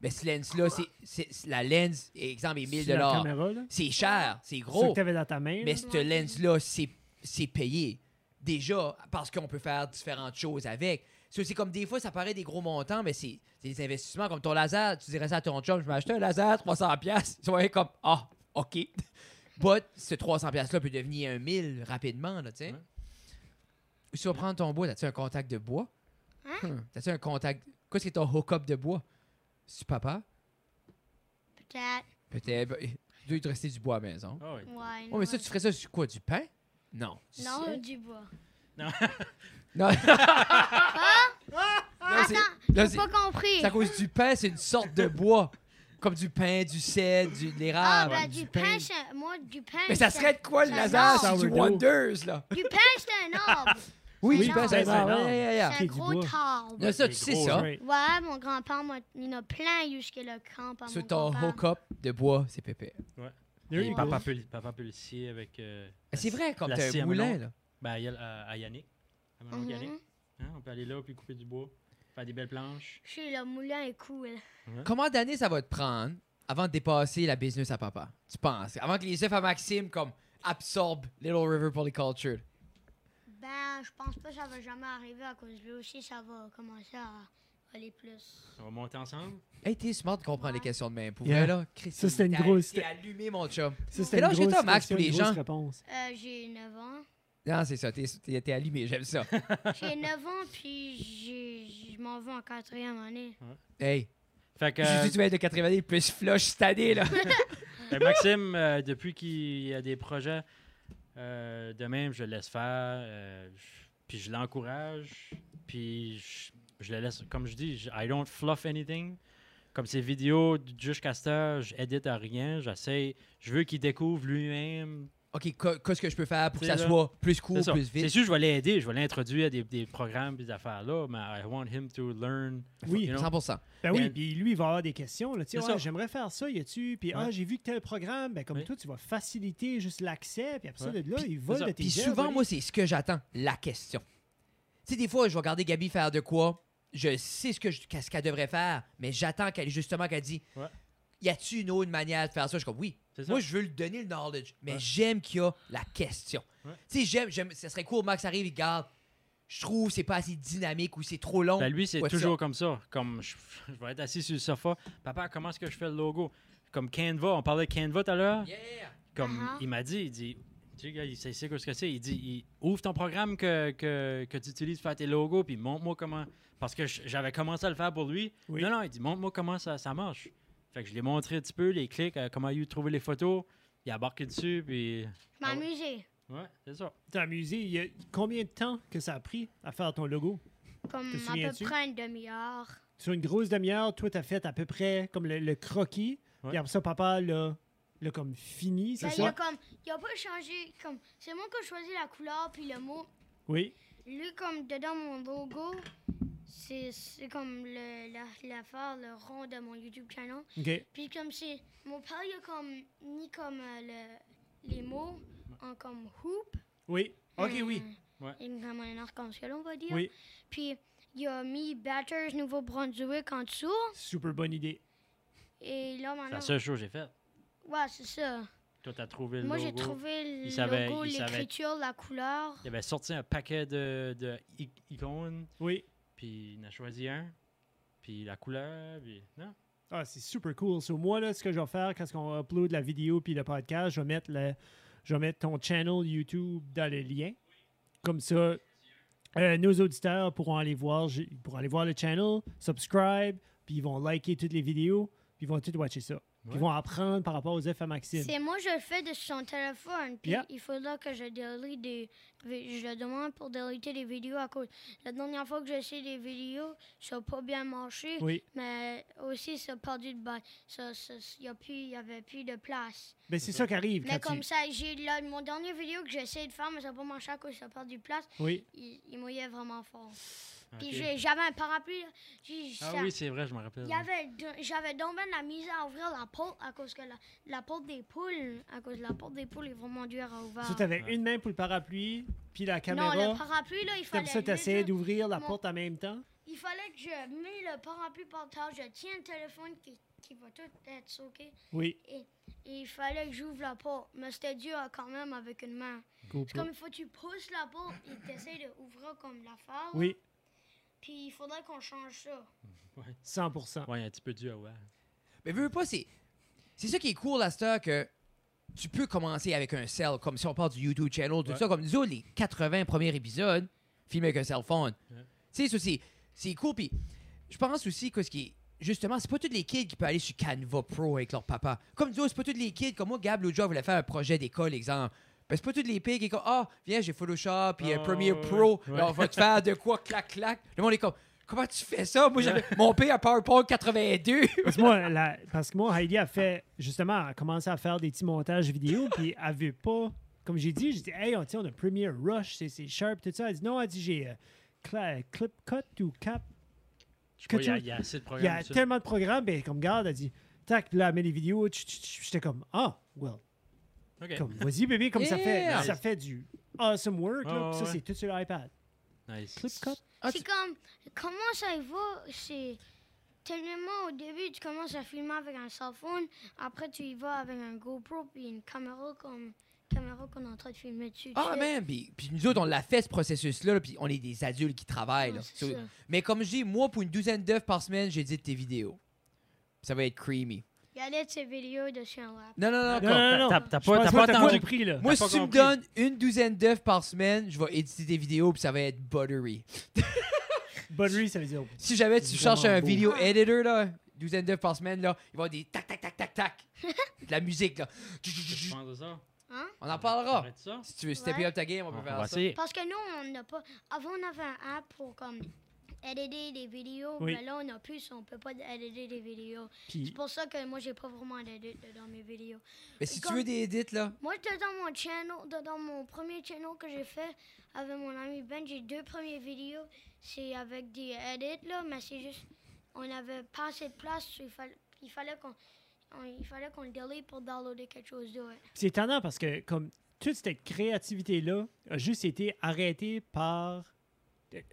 S3: Mais cette lens-là, c'est- c'est c'est- la lens, exemple, est 1000
S1: Sur la caméra, là.
S3: C'est cher, c'est
S1: Gros. que
S3: gros.
S1: t'avais dans ta main.
S3: Mais
S1: là.
S3: cette
S5: Ouais.
S3: lens-là, c'est c'est payé. Déjà, parce qu'on peut faire différentes choses avec. So, C'est comme des fois, ça paraît des gros montants, mais c'est c'est des investissements. Comme ton laser, tu dirais ça à ton chum, je vais acheter un laser, 300$. piastres. Tu vois, comme, ah, OK. But, ce 300$-là -là peut devenir un 1000 rapidement, là, tu sais.
S4: Ouais.
S3: Ou Si tu vas prendre ton bois, t'as-tu un contact de bois?
S5: Hein?
S3: Hum, T'as-tu un contact. Qu'est-ce que ton hook-up de bois? C'est papa?
S5: Peut-être.
S3: Peut-être. Il doit te rester du bois à la maison.
S4: Ah ouais.
S5: Ouais.
S3: Oh, mais ça,
S5: ouais.
S3: tu ferais ça sur quoi? Du pain? Non. Du
S5: non,
S3: sel?
S5: du bois.
S3: Non. Non, c'est- là,
S5: Ah! Attends,
S3: c'est-
S5: j'ai pas compris.
S3: c'est à cause du pain, c'est une sorte de bois. Comme du pain, du sel, du, de
S5: Ah,
S3: l'érable.
S5: ben du pain, c'est- moi du pain.
S3: Mais ça
S5: c'est-
S3: serait de quoi le
S5: ça
S3: laser
S5: sort.
S3: C'est du
S1: Sourdough.
S3: Wonders, là.
S5: Du pain, c'est un arbre.
S3: Oui,
S5: Oui,
S3: tu penses
S5: c'est
S3: à ça.
S1: un arbre.
S3: Ouais, ouais, ouais, ouais.
S5: C'est un
S1: qui est du
S5: gros
S1: bois.
S5: tarbe.
S3: Là, ça,
S4: Les
S3: tu sais
S4: gros,
S3: ça.
S1: Oui.
S5: Ouais, mon grand-père, m'a- il en a plein eu jusqu'à le camp. à
S3: Sur
S5: mon
S3: ton
S5: grand-père.
S3: hook-up de bois, c'est pépé.
S1: Il y a eu
S4: Et
S1: une
S4: papa,
S1: bouffe.
S4: peut, papa peut le scier avec. euh,
S3: Ah, C'est
S4: la-
S3: vrai, comme
S4: la
S3: t'as
S4: scie
S3: un
S4: à
S3: moulin,
S4: melon.
S3: là.
S4: Ben, à, Yel- à- à Yannick. À Manon
S5: Mhm.
S4: Yannick. Hein, on peut aller là, puis couper du bois, faire des belles planches.
S5: Chez le moulin est cool.
S3: Comment d'années ça va te prendre avant de dépasser la business à papa? Tu penses? Avant que les œufs à Maxime, comme, absorbent Little River Polyculture.
S5: Ben, je pense pas que ça va jamais arriver à cause de lui aussi, ça va commencer à aller plus.
S4: On va monter ensemble.
S3: Hey, t'es smart de comprendre les questions de même. Pour
S1: Yeah.
S3: vrai, là, Christine,
S1: Ça, c'était une
S3: t'as-
S1: grosse-
S3: T'es allumé, mon chum.
S1: Ça,
S3: Quel
S1: c'était une
S3: âge que
S1: grosse
S3: t'as, Max,
S1: question,
S3: pour les
S1: une grosse
S3: gens?
S1: réponse.
S5: Euh, j'ai 9 ans.
S3: Non, c'est ça. T'es, t'es- t'es allumé, j'aime ça.
S5: J'ai 9 ans, puis j'ai- je m'en vais en quatrième année.
S3: hey,
S4: Fait que,
S3: je dis tu vas être de 80 années plus flush cette année, là.
S4: fait que Maxime, euh, depuis qu'il y a des projets euh, de même, je le laisse faire. euh, je- puis je l'encourage. Puis je, je le laisse, comme je dis, je- I don't fluff anything. Comme ces vidéos de Josh Caster, je édite à rien. J'essaie, je veux qu'il découvre lui-même
S3: OK, co- qu'est-ce que je peux faire pour que ça
S4: C'est là.
S3: soit plus court,
S4: C'est ça.
S3: plus
S4: C'est
S3: vite?
S4: sûr, je vais l'aider, je vais l'introduire à des, des programmes et des affaires-là, mais I want him to learn.
S1: Oui.
S4: You know?
S3: 100
S1: Ben oui,
S4: Mais-
S1: puis lui, il va avoir des questions. Là. Tu sais,
S4: C'est
S1: Ouais,
S4: ça.
S1: J'aimerais faire ça, y a-tu? Puis ah,
S4: Ouais.
S1: j'ai vu que tel programme, ben, comme
S4: Oui.
S1: toi, tu vas faciliter juste l'accès, puis après
S4: Ouais.
S1: ça, de là, il
S4: c'est
S1: vole
S4: ça.
S1: de tes
S3: Puis
S1: œuvres,
S3: souvent,
S1: lui.
S3: moi, c'est ce que j'attends, la question. Tu sais, des fois, je vais regarder Gabi faire de quoi. Je sais ce que je- qu'est-ce qu'elle devrait faire, mais j'attends qu'elle, justement, qu'elle dise
S4: Ouais.
S3: Y a-tu une autre manière de faire ça Je suis comme Oui.
S4: C'est ça.
S3: Moi, je veux lui donner le knowledge, mais
S4: Ouais.
S3: j'aime qu'il y a la question.
S4: Ouais.
S3: Tu sais, j'aime, j'aime, ça serait cool, Max arrive, il garde. Je trouve que c'est pas assez dynamique ou c'est trop long.
S4: Ben, lui, c'est
S3: Ouais, c'est
S4: toujours comme ça. Comme je, je vais être assis sur le sofa, papa, comment est-ce que je fais le logo Comme Canva, on parlait de Canva tout à l'heure.
S3: Yeah!
S4: Comme
S5: Ah.
S4: il m'a dit, il dit, tu sais, gars, il sait, sait ce que c'est. Il dit, il- ouvre ton programme que, que, que tu utilises pour faire tes logos, puis montre-moi comment. Parce que je- j'avais commencé à le faire pour lui.
S1: Oui.
S4: Non, non, il dit, montre-moi comment ça, ça marche. Fait que je l'ai montré un petit peu, les clics, euh, comment il a trouvé les photos. Il a embarqué dessus, puis.
S1: Ah
S5: Je m'amusais.
S4: Ouais, c'est ça.
S5: Ah
S1: T'as amusé, il y a combien de temps que ça a pris à faire ton logo?
S5: Comme
S1: Te
S5: à
S1: souviens-tu?
S5: peu près une demi-heure.
S1: Sur une grosse demi-heure, toi, t'as fait à peu près comme le, le croquis,
S4: Ouais.
S1: puis après ça, papa l'a l'a comme fini, c'est
S5: Ben, il a
S1: ça?
S5: comme, il a pas changé. Comme, c'est moi qui ai choisi la couleur puis le mot.
S1: Oui.
S5: Lui, comme dedans mon logo, c'est, c'est comme le, la, l'affaire, le rond de mon YouTube channel.
S1: OK.
S5: Puis comme c'est, mon père, il a comme mis comme euh, le- les mots en comme hoop. Euh,
S1: Oui. OK,
S5: un-
S1: oui.
S4: Ouais.
S5: une- Comme un arc-en-ciel, on va dire.
S1: Oui.
S5: Puis il a mis Batters Nouveau-Brunswick en dessous.
S1: Super bonne idée.
S5: Et là,
S4: C'est la
S5: maintenant...
S4: seule chose que j'ai faite.
S5: Ouais, c'est ça.
S4: Toi, t'as trouvé le
S5: Moi,
S4: logo.
S5: j'ai trouvé le
S4: Il savait-
S5: logo,
S4: il savait-
S5: l'écriture, la couleur.
S4: Il avait sorti un paquet de, de i- icônes,
S1: Oui.
S4: puis il en a choisi un, puis la couleur, puis... Non?
S1: Ah, c'est super cool. So, moi, là, ce que je vais faire quand on upload la vidéo puis le podcast, je vais mettre, le, je vais mettre ton channel YouTube dans le lien. Comme ça, euh, nos auditeurs pourront aller voir, j'ai- ils pourront aller voir le channel, subscribe, puis ils vont liker toutes les vidéos, puis ils vont tout watcher ça. Puis
S4: Ouais.
S1: ils vont apprendre par rapport aux F à Maxime.
S5: C'est moi, je le fais de son téléphone. Puis
S1: Yeah.
S5: il faudra que je délite des. vi- Je le demande pour déliter des vidéos à cause. La dernière fois que j'ai essayé des vidéos, ça n'a pas bien marché.
S1: Oui.
S5: Mais aussi, ça a perdu de bail. Ça, ça- il n'y a plus- il y avait plus de place.
S1: Ben, c'est ça qui arrive
S5: mais
S1: quand
S5: comme
S1: tu...
S5: ça, j'ai là, mon dernier vidéo que j'ai essayé de faire, mais ça n'a pas marché à cause ça a perdu de place.
S1: Oui.
S5: Il, il mouillait vraiment fort. Puis
S4: Ok.
S5: j'ai- j'avais un parapluie. là. J'ai-
S4: Ah
S5: ça-
S4: oui, c'est vrai, je me
S1: Euh.
S4: rappelle.
S5: il y avait de- J'avais donc ben de la misère à ouvrir la porte à cause que la, la porte des poules, à cause de la porte des poules est vraiment dure à ouvrir.
S1: Ça, tu avais une main pour le parapluie, puis la caméra.
S5: Non, le parapluie, là, il fallait...
S1: Comme ça, tu
S5: le-
S1: essayais
S5: le-
S1: d'ouvrir la
S5: Mon-
S1: porte en même temps.
S5: Il fallait que je mets le parapluie par terre, je tiens le téléphone qui, qui va tout être sauté.
S1: Oui.
S5: Et il fallait que j'ouvre la porte, mais c'était dur quand même avec une main. C'est comme il faut que tu pousses la porte et tu essaies d'ouvrir comme la là.
S1: Oui,
S5: Puis il faudrait qu'on change ça.
S1: 100
S4: Ouais, un petit peu dur, ouais.
S3: Mais veux veux pas, c'est. C'est ça qui est cool à cette heure que tu peux commencer avec un cell, comme si on parle du YouTube channel, tout
S4: Ouais.
S3: ça, comme nous autres, les 80 premiers épisodes, filmés avec un cell phone.
S4: Ouais.
S3: Tu sais, ça, c'est- c'est cool. Puis je pense aussi que ce qui est. Justement, c'est pas tous les kids qui peuvent aller sur Canva Pro avec leur papa. Comme nous autres, c'est pas tous les kids. Comme moi, Gab, l'autre jour, voulait faire un projet d'école, exemple. Ben, c'est pas tous les pigs qui sont comme Ah, viens, j'ai Photoshop, puis euh,
S4: Oh,
S3: Premiere
S4: ouais.
S3: Pro,
S4: Ouais.
S3: là, on va te faire de quoi, clac, clac. Le monde est comme Comment tu fais ça? Moi, j'avais mon père a PowerPoint 82.
S1: Parce que, moi, la- parce que moi, Heidi a fait, justement, a commencé à faire des petits montages vidéo, puis elle veut pas comme j'ai dit, j'ai dit, hey, on, tu sais, on a Premier Rush, c'est- c'est Sharp, tout ça. Elle dit, non, elle dit, j'ai euh, Cla- Clip Cut ou Cap.
S4: Je sais pas,
S1: Que
S4: il y, a-
S1: tu-
S4: il y a assez
S1: Il y
S4: de
S1: a
S4: programmes. ça.
S1: tellement de programmes, ben, comme garde, elle dit, tac, puis là, elle met les vidéos. tch, tch, tch. J'étais comme, ah, well,
S4: Ok.
S1: comme, vas-y, bébé, comme ça
S3: Yeah!
S1: fait ça fait du awesome work. là.
S4: Ouais,
S1: Puis ça,
S4: ouais,
S1: c'est tout sur l'iPad.
S4: Nice.
S1: Clip Cut. Ah,
S5: c'est comme, comment ça y va, c'est tellement au début, tu commences à filmer avec un cell phone, après tu y vas avec un GoPro, puis une caméra comme caméra qu'on est en train de filmer dessus.
S3: Ah,
S5: tu sais.
S3: man! Puis, puis nous autres, on l'a fait, ce processus-là, là, puis on est des adultes qui travaillent. là.
S5: Ouais, Ah, c'est
S3: So-
S5: ça.
S3: mais comme je dis, moi, pour une douzaine d'œuvres par semaine, j'édite tes vidéos. Ça va être creamy.
S5: Il y a l'aide de ces vidéos dessus un lap.
S3: Non, non, non,
S1: Non,
S3: comme-
S1: non, non.
S4: T'as t'as
S1: Je pense
S4: pas, t'as pas
S1: que t'as
S4: entendu.
S1: compris, là.
S3: Moi,
S4: T'as
S3: si
S4: pas
S3: tu me
S4: compris.
S3: donnes une douzaine d'œuvres par semaine, je vais éditer des vidéos, puis ça va être buttery.
S1: Buttery, ça veut dire.
S3: Si jamais tu
S1: C'est
S3: cherches
S1: vraiment
S3: un
S1: beau.
S3: vidéo
S5: Ah.
S3: editor, là, douzaine d'œuvres par semaine, là, il va y avoir des tac, tac, tac, tac, tac. De la musique, là.
S4: Qu'est-ce que tu penses de ça?
S5: Hein?
S3: On en parlera.
S4: Arrête ça.
S3: Si tu veux stepper
S5: Ouais.
S3: up ta game, on
S4: On
S3: peut
S4: on
S3: faire
S4: va
S3: ça.
S4: essayer.
S5: Parce que nous, on n'a pas. Avant, on avait un app pour comme éditer des vidéos,
S1: Oui.
S5: mais là, on n'a plus, ça, on peut pas éditer des vidéos. C'est
S1: Puis,
S5: pour ça que moi, j'ai pas vraiment d'édit dans mes vidéos.
S3: Mais si tu
S5: Comme-
S3: veux des edits, là,
S5: Moi, j'étais dans mon channel, dans- dans mon premier channel que j'ai fait avec mon ami Ben, j'ai deux premières vidéos. C'est avec des edits, là, mais c'est juste, on n'avait pas assez de place, so il, fallait- il fallait qu'on on- il fallait qu'on le delete pour downloader quelque chose d'autre.
S1: c'est étonnant parce que, comme, toute cette créativité-là a juste été arrêtée par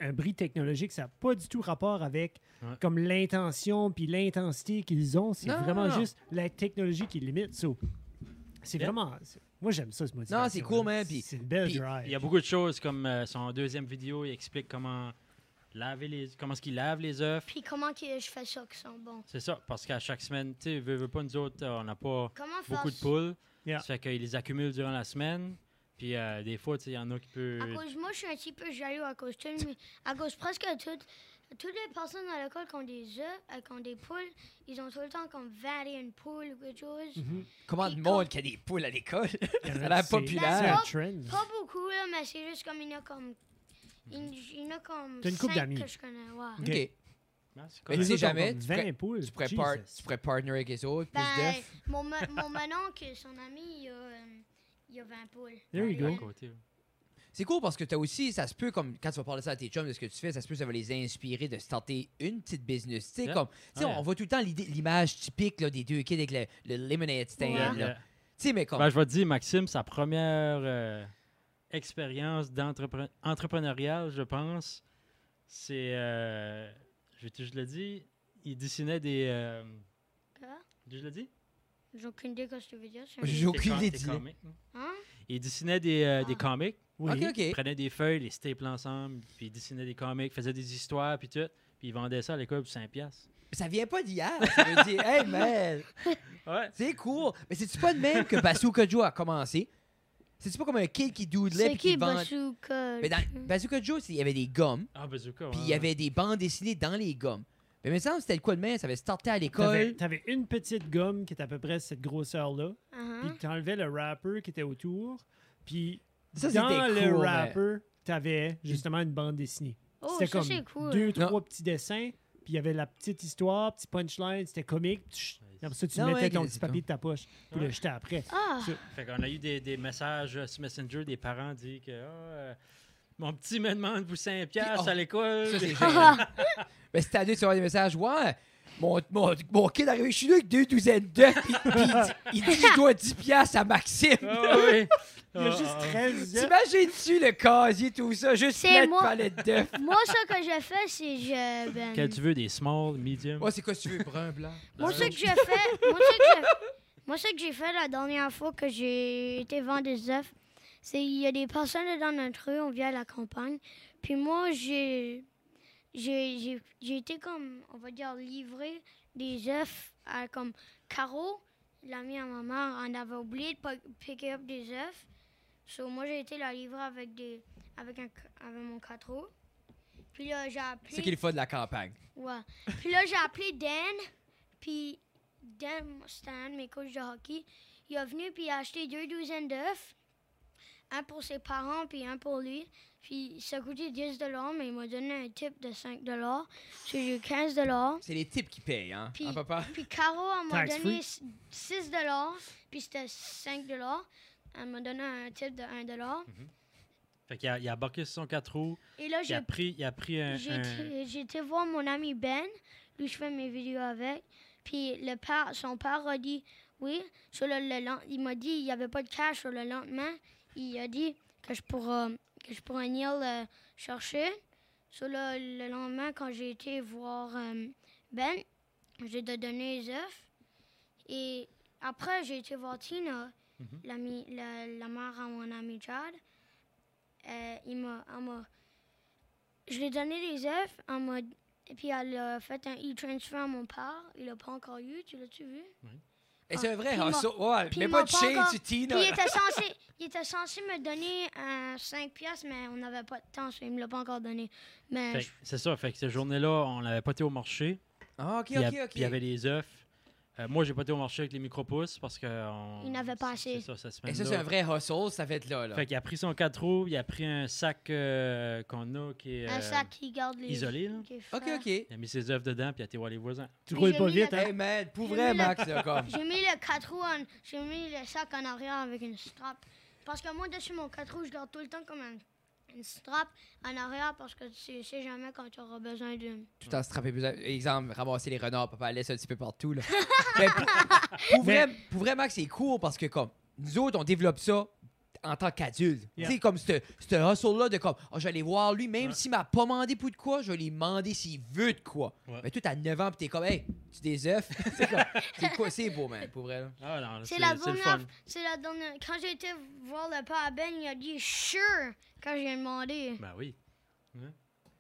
S1: un bris technologique. Ça n'a pas du tout rapport avec,
S4: Ouais.
S1: comme, l'intention puis l'intensité qu'ils ont. C'est
S3: Non,
S1: vraiment
S3: non, non.
S1: juste la technologie qui limite. So, c'est
S4: Yeah.
S1: vraiment. c'est- Moi, j'aime ça, ce motif.
S3: c'est cool, man, puis-
S1: C'est une belle
S3: puis-
S1: drive.
S4: Il y a beaucoup de choses, comme euh, son deuxième vidéo, il explique comment laver les, comment est-ce qu'il lave les œufs.
S5: Puis comment que je fais ça qui sont bons?
S4: C'est ça, parce qu'à chaque semaine, tu sais, veux, veux pas, nous autres, euh, on n'a pas
S5: Comment faire
S4: beaucoup de
S5: ça?
S4: poules.
S1: Yeah.
S4: Ça fait qu'ils les accumulent durant la semaine. Puis euh, des fois, tu sais, il y en a qui
S5: À
S4: peuvent...
S5: cause, moi, je suis un petit peu jaloux à cause, de tout, mais à cause presque toutes, toutes les personnes à l'école qui ont des œufs, euh, qui ont des poules, ils ont tout le temps comme 21 poules ou quelque chose.
S1: Mhm.
S3: comment
S5: Puis
S3: de
S5: comme-
S3: monde qui a des poules à l'école?
S1: Il y en a
S3: Ça a l'air
S1: qui c'est-
S3: populaire.
S1: C'est un trend.
S5: Pas beaucoup, là, mais c'est juste comme il y en a comme. Il il y en a comme.
S1: T'as une couple
S5: cinq
S1: d'amis.
S5: que je connais, ouais.
S1: Ok.
S3: OK.
S4: Ah, c'est
S3: Mais
S1: Les
S4: correct.
S3: tu sais
S1: autres ont
S3: jamais,
S1: comme
S3: tu pourrais-
S1: 20 poules.
S3: Tu pourrais,
S1: Jesus.
S3: par- tu pourrais partner avec les autres, plus
S5: Ben,
S3: d'œufs.
S5: mon, ma- mon manon, que son ami, il a, euh, il a 20 poules.
S1: There you
S4: À
S1: go.
S4: côté.
S3: C'est cool parce que t'as aussi, ça se peut comme quand tu vas parler ça à tes chums de ce que tu fais, ça se peut ça va les inspirer de starter une petite business. Tu sais,
S4: Yeah.
S3: comme, tu sais,
S4: Ouais.
S3: on voit tout le temps l'idée- l'image typique là, des deux kids avec le, le lemonade stand.
S5: Yeah.
S3: là.
S4: Euh,
S3: Tu sais, mais comme,
S4: ben, je vais te dire, Maxime, sa première euh, expérience d'entrepre- entrepreneuriale, je pense, c'est... euh, je vais te- je le dis, il dessinait des... euh,
S5: Quoi?
S4: je le dis?
S5: J'ai aucune idée de ce que tu veux dire. c'est un-
S3: j'ai aucune
S4: com-
S3: idée.
S4: des
S3: de-
S4: comics.
S5: Hein?
S4: Il dessinait des, euh, des
S5: Ah.
S4: comics.
S1: Oui.
S3: Ok,
S4: Il
S3: ok.
S4: prenait des feuilles, les staple ensemble, puis il dessinait des comics, faisait des histoires, puis tout. Puis il vendait ça à l'école pour 5 piastres.
S3: Ça vient pas d'hier. Ça veut dire, hey man,
S4: Ouais.
S3: c'est cool. Mais c'est-tu pas de même que Bazooka Joe a commencé? C'est-tu pas comme un kid qui doodlait
S5: C'est
S3: puis
S5: qui,
S3: qui vend.
S5: Bazooka?
S3: Mais dans Bazooka Joe, c'est- il y avait des gommes,
S4: Ah, bazooka.
S3: puis
S4: ouais,
S3: il y
S4: ouais.
S3: avait des bandes dessinées dans les gommes. Mais maintenant, c'était le quoi de même? Ça avait starté à
S1: T'avais
S3: l'école.
S1: t'avais une petite gomme qui est à peu près cette grosseur-là.
S5: Uh-huh.
S1: Puis t'enlevais le wrapper qui était autour. Puis
S3: Ça, c'était
S1: dans le
S3: cool, mais-
S1: wrapper, t'avais justement une bande dessinée.
S5: Oh,
S1: c'était
S5: ça,
S1: comme
S5: c'est cool.
S1: deux,
S3: Non.
S1: trois petits dessins. Puis il y avait la petite histoire, petit punchline, c'était comique. Puis chut,
S4: Nice.
S1: et après ça, tu
S3: Non,
S1: mettais
S3: ouais,
S1: ton
S3: c'est
S1: petit
S3: cool.
S1: papier de ta poche pour le jeter après.
S5: Ah!
S4: Fait qu'on a eu des, des messages euh, sur Messenger des parents dit que Ah, euh, mon petit me demande pour 5 piastres
S3: oh,
S4: à l'école.
S3: Ça, c'est
S5: Ah,
S4: Puis-
S3: génial. Mais c'est à deux, tu vas avoir des messages. Ouais, mon, mon, mon kid est arrivé chez nous avec deux douzaines d'œufs. Puis puis il, dit- il dit Je dois 10 piastres à Maxime.
S4: Ah, ouais, ouais.
S1: Il y a
S4: Ah,
S1: juste
S4: ah,
S1: 13 ans.
S3: T'imagines-tu le casier, tout ça, juste
S5: C'est
S3: mettre
S5: moi.
S3: palette d'œufs.
S5: Moi, ce que je fais, c'est je. Ben,
S4: ah. Quel tu veux, des small, medium.
S3: Ouais, c'est quoi, si tu veux, brun, blanc.
S5: Moi, ce que j'ai fait, moi, ce que j'ai- moi, ce que j'ai fait la dernière fois que j'ai été vendre des œufs, c'est il y a des personnes dans notre rue, on vient à la campagne. Puis moi, j'ai, j'ai, j'ai, j'ai été comme, on va dire, livrer des œufs à comme Caro, l'ami à maman, on avait oublié de pa- picker up des œufs. So, moi, j'ai été la livrer avec, des, avec, un, avec mon 4 roues. Puis là, j'ai appelé.
S3: C'est qu'il faut de la campagne.
S5: Ouais. Puis là, j'ai appelé Dan. Puis Dan, c'était un de mes coachs de hockey. Il est venu, puis il a acheté deux douzaines d'œufs. Un pour ses parents, puis un pour lui. Puis ça coûtait 10 mais il m'a donné un tip de 5 dollars. j'ai eu 15
S3: C'est les types qui payent, hein.
S5: Puis-
S3: hein, papa.
S5: Puis Caro, elle m'a
S1: Tax
S5: donné
S1: free.
S5: 6 puis c'était 5 Elle m'a donné un tip de 1 dollar.
S4: Fait qu'il a, il a embarqué sur son 4 roues.
S5: Et là,
S4: Il
S5: j'ai
S4: a pris, il a pris un.
S5: j'ai
S4: un-
S5: été- j'ai été voir mon ami Ben. Lui, je fais mes vidéos avec. Puis le père, son père a dit oui. Sur le, le lend- il m'a dit il n'y avait pas de cash sur le lendemain. Il a dit que je pourrais, que je pourrais venir le chercher. Sur le, le lendemain, quand j'ai été voir euh, Ben, j'ai de donné les œufs. Et après, j'ai été voir Tina,
S4: Mhm.
S5: l'ami- la, la mère à mon ami Chad. Euh, il m'a, elle m'a- je lui ai donné les œufs, elle m'a- et puis elle a fait un e-transfer à mon père. Il l'a pas encore eu, tu l'as-tu vu?
S3: Et c'est vrai,
S5: Ah, Puis
S3: en
S5: il m'a-
S3: so- ouais,
S5: puis
S3: mais
S5: il
S3: pas
S5: m'a
S3: de
S5: pas
S3: shade,
S5: encore-
S3: tu Tina.
S5: Puis il était censé, il était censé me donner un 5 piastres, mais on n'avait pas de temps, so il me l'a pas encore donné. Mais
S4: Fait
S5: je-
S4: que C'est ça, fait que cette journée-là, on n'avait pas été au marché.
S3: Ah, ok,
S4: Puis il y a-
S3: ok, ok.
S4: puis il y avait les œufs. Euh, moi, j'ai pas été au marché avec les micro-pouces parce que. on-
S5: Il n'avait pas
S4: c'est-
S5: assez.
S4: c'est ça, cette
S3: Et
S4: semaine-là.
S3: ça, c'est un vrai hustle, ça fait de là, là.
S4: Fait qu'il a pris son 4 roues, il a pris un sac euh, qu'on a qui est. euh,
S5: un sac qui garde les.
S4: isolé, là.
S5: qui est
S3: ok,
S5: frais.
S3: ok. Hey,
S4: Il a mis ses œufs dedans, puis il a été voir les voisins.
S1: Tu
S5: Puis
S1: roules
S5: j'ai
S1: pas
S5: mis
S1: vite,
S5: le-
S1: hein?
S3: man, pour
S5: J'ai
S3: vrai,
S5: mis le-
S3: Max, là, comme.
S5: J'ai mis le 4 roues, en- j'ai mis le sac en arrière avec une strap. Parce que moi, dessus mon 4 roues, je garde tout le temps comme un- une strap en arrière parce que tu sais jamais quand tu auras besoin d'une.
S3: Tout en strappé plus. euh, Exemple, ramasser les renards, papa laisse un petit peu partout, là. Mais pour, pour vrai, pour vrai, Max, c'est cool parce que, comme, nous autres, on développe ça en tant qu'adultes.
S1: Yeah.
S3: Tu sais, comme ce ce hustle-là de comme, Ah, je vais aller voir lui, même s'il m'a pas demandé pour de quoi, je vais lui demander s'il veut de quoi.
S4: Ouais.
S3: Mais tout à 9 ans, pis t'es comme, hey, tu des œufs. C'est comme- c'est quoi, c'est beau, man, pour vrai, là.
S4: Ah non,
S5: C'est
S4: c'est
S5: la
S4: c'est le
S5: dernière.
S4: fun.
S5: C'est la dernière. Quand j'ai été voir le père à Ben, il a dit sure quand j'ai demandé.
S4: Ben oui. Hein?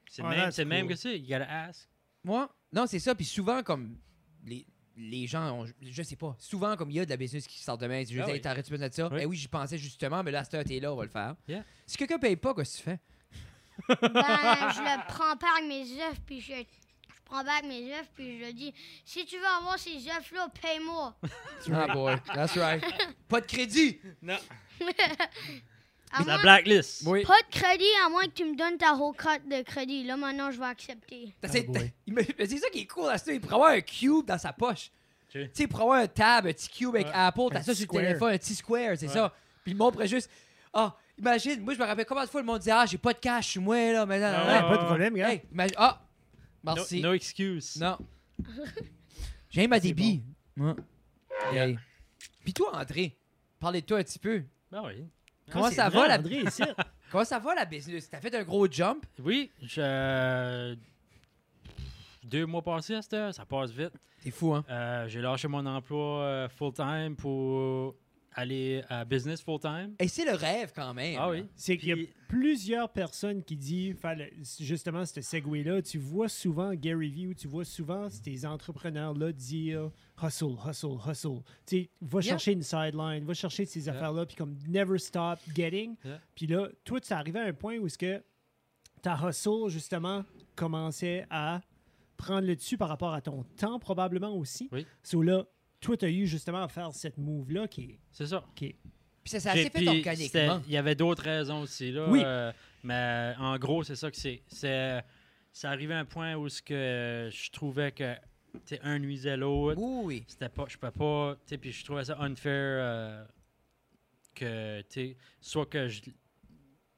S4: C'est
S1: Ah,
S4: même,
S1: that's
S4: c'est même
S1: cool.
S4: que ça. You gotta ask.
S3: Moi, non, c'est ça. Puis souvent, comme les, les gens, ont, je sais pas, souvent, comme il y a de la business qui sort demain, tu dis,
S4: Ah
S3: hey,
S4: oui.
S3: t'arrêtes-tu de mettre ça?
S4: Oui.
S3: Ben oui, j'y pensais justement, mais là, à cette heure, t'es là, on va le faire.
S4: Yeah.
S3: Si quelqu'un paye pas, qu'est-ce que tu fais?
S5: Ben, je le prends pas avec mes œufs, puis je, je prends pas avec mes œufs, puis je le dis si tu veux avoir ces œufs-là, paye-moi.
S3: Ah, boy, that's right. pas de crédit!
S4: Non.
S5: À
S4: La
S5: moins-
S4: blacklist.
S3: Oui.
S5: Pas de crédit, à moins que tu me donnes ta whole crotte de crédit. Là, maintenant, je vais accepter.
S3: C'est
S4: Ah, boy.
S3: il me- mais c'est ça qui est cool, là, c'est il pourrait avoir un cube dans sa poche.
S4: Tu-
S3: Tu sais, pour avoir un tab, un petit cube avec
S4: Ouais.
S3: Apple,
S1: Un
S3: t'as ça
S1: petit
S3: sur
S1: square.
S3: le téléphone, un petit square, c'est
S4: Ouais.
S3: ça. Puis le monde pourrait juste, ah, imagine, moi, je me rappelle combien de fois le monde dit, ah, j'ai pas de cash, chez moi, là, maintenant.
S4: Ah,
S1: Ouais,
S3: là, là.
S1: pas de problème, gars.
S3: Hey, imagine, ah,
S4: No,
S3: merci.
S4: no excuse.
S3: Non. J'aime ma
S1: C'est
S3: débit. Ouais.
S4: Yeah.
S3: Hey. Puis toi, André, parlez de toi un petit peu.
S4: Ben oui.
S3: Comment
S1: C'est
S3: ça
S1: vrai,
S3: va, la...
S1: André, ici?
S3: Comment ça va la business? T'as fait un gros jump.
S4: Oui, je. Deux mois passés, c'était- ça passe vite.
S3: T'es fou, hein?
S4: Euh, j'ai lâché mon emploi euh, full-time pour aller à business full-time.
S3: Et c'est le rêve quand même.
S4: Ah oui.
S1: C'est qu'il y a
S4: Puis-
S1: plusieurs personnes qui disent, faire le- justement, ce segway-là, tu vois souvent Gary Vee ou tu vois souvent ces entrepreneurs-là dire hustle, hustle, hustle. Tu sais, va
S3: Yeah.
S1: chercher une sideline, va chercher ces affaires-là, puis comme never stop getting.
S4: Yeah.
S1: Puis là, toi, tu es arrivé à un point où est-ce que ta hustle, justement, commençait à prendre le dessus par rapport à ton temps, probablement aussi.
S4: Oui.
S1: So là, toi, tu as eu justement à faire cette move-là qui est.
S4: C'est ça.
S3: Puis ça s'est
S4: J'ai-
S3: fait
S4: puis
S3: organiquement.
S4: c'était- Il y avait d'autres raisons aussi. Là,
S1: Oui.
S4: euh, mais en gros, c'est ça que c'est. C'est c'est arrivé à un point où ce que euh, je trouvais que tu sais, un nuisait l'autre.
S3: Oui, oui.
S4: C'était pas, je peux pas, tu sais, puis je trouvais ça unfair euh, que, tu sais, soit que je,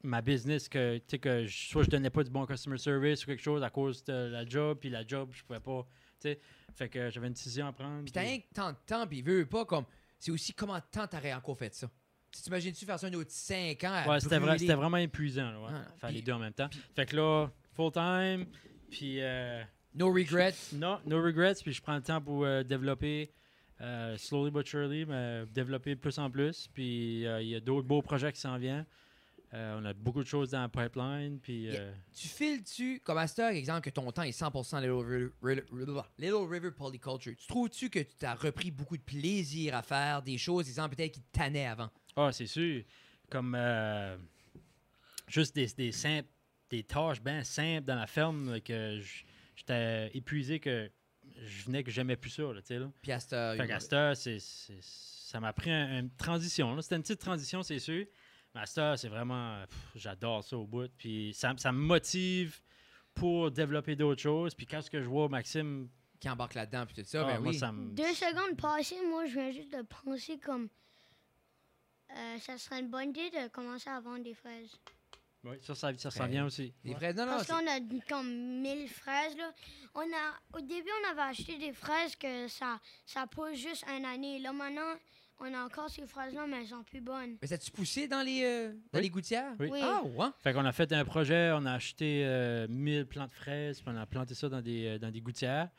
S4: ma business, que, tu sais, que je, soit je donnais pas du bon customer service ou quelque chose à cause de la job, puis la job, je pouvais pas, tu sais, fait que j'avais une décision à prendre.
S3: Puis t'as rien que tant de temps, puis il veut pas comme. C'est aussi comment de temps t'aurais encore fait ça. Tu t'imagines-tu faire ça un autre 5 ans? à
S4: Ouais, c'était, vrai-
S3: brûler?
S4: c'était vraiment épuisant, là, ouais,
S3: Ah,
S4: faire les
S3: puis-
S4: deux en même temps. Fait que là, full time, puis euh,
S3: No regrets.
S4: non, no regrets, puis je prends le temps pour euh, développer, euh, slowly but surely, mais développer de plus en plus. Puis euh, il y a d'autres beaux projets qui s'en viennent. Euh, on a beaucoup de choses dans la pipeline, puis
S3: Yeah.
S4: euh,
S3: Tu files-tu, comme à cette heure, exemple, que ton temps est 100% Little River, River- River- Little River Polyculture? Tu trouves-tu que tu t'as repris beaucoup de plaisir à faire des choses, exemple, peut-être qui te tannaient avant?
S4: Ah, c'est sûr. Comme euh, juste des, des simples, des tâches bien simples dans la ferme là, que j- j'étais épuisé que je venais que j'aimais plus ça. Là, tu sais, là.
S3: Puis à cette heure,
S4: Fait qu'à cette heure, c'est- c'est- ça m'a pris un- une transition. là. C'était une petite transition, c'est sûr. Mais à cette heure, c'est vraiment. pff, J'adore ça au bout. Puis ça, ça me motive pour développer d'autres choses. Puis quand ce que je vois Maxime,
S3: qui embarque là-dedans, puis tout ça,
S4: ah,
S3: ben
S4: moi,
S3: oui.
S4: ça me.
S5: Deux secondes passées, moi, je viens juste de penser comme. euh, ça serait une bonne idée de commencer à vendre des fraises.
S4: Oui, ça, ça, ça s'en
S3: Ben,
S4: vient aussi.
S3: Les
S4: Ouais.
S3: fraises, non, non,
S5: Parce
S3: c'est-
S5: qu'on a comme 1000 fraises. Là. On a, au début, on avait acheté des fraises que ça, ça pousse juste une année. Là, maintenant, on a encore ces fraises-là, mais elles sont plus bonnes.
S3: Mais ça tu poussé dans les, euh, dans
S4: Oui.
S3: les gouttières?
S4: Oui.
S5: Oui.
S3: Ah, ouais?
S4: Fait qu'on a fait un projet, on a acheté euh, 1000 plants de fraises, puis on a planté ça dans des, euh, dans des gouttières.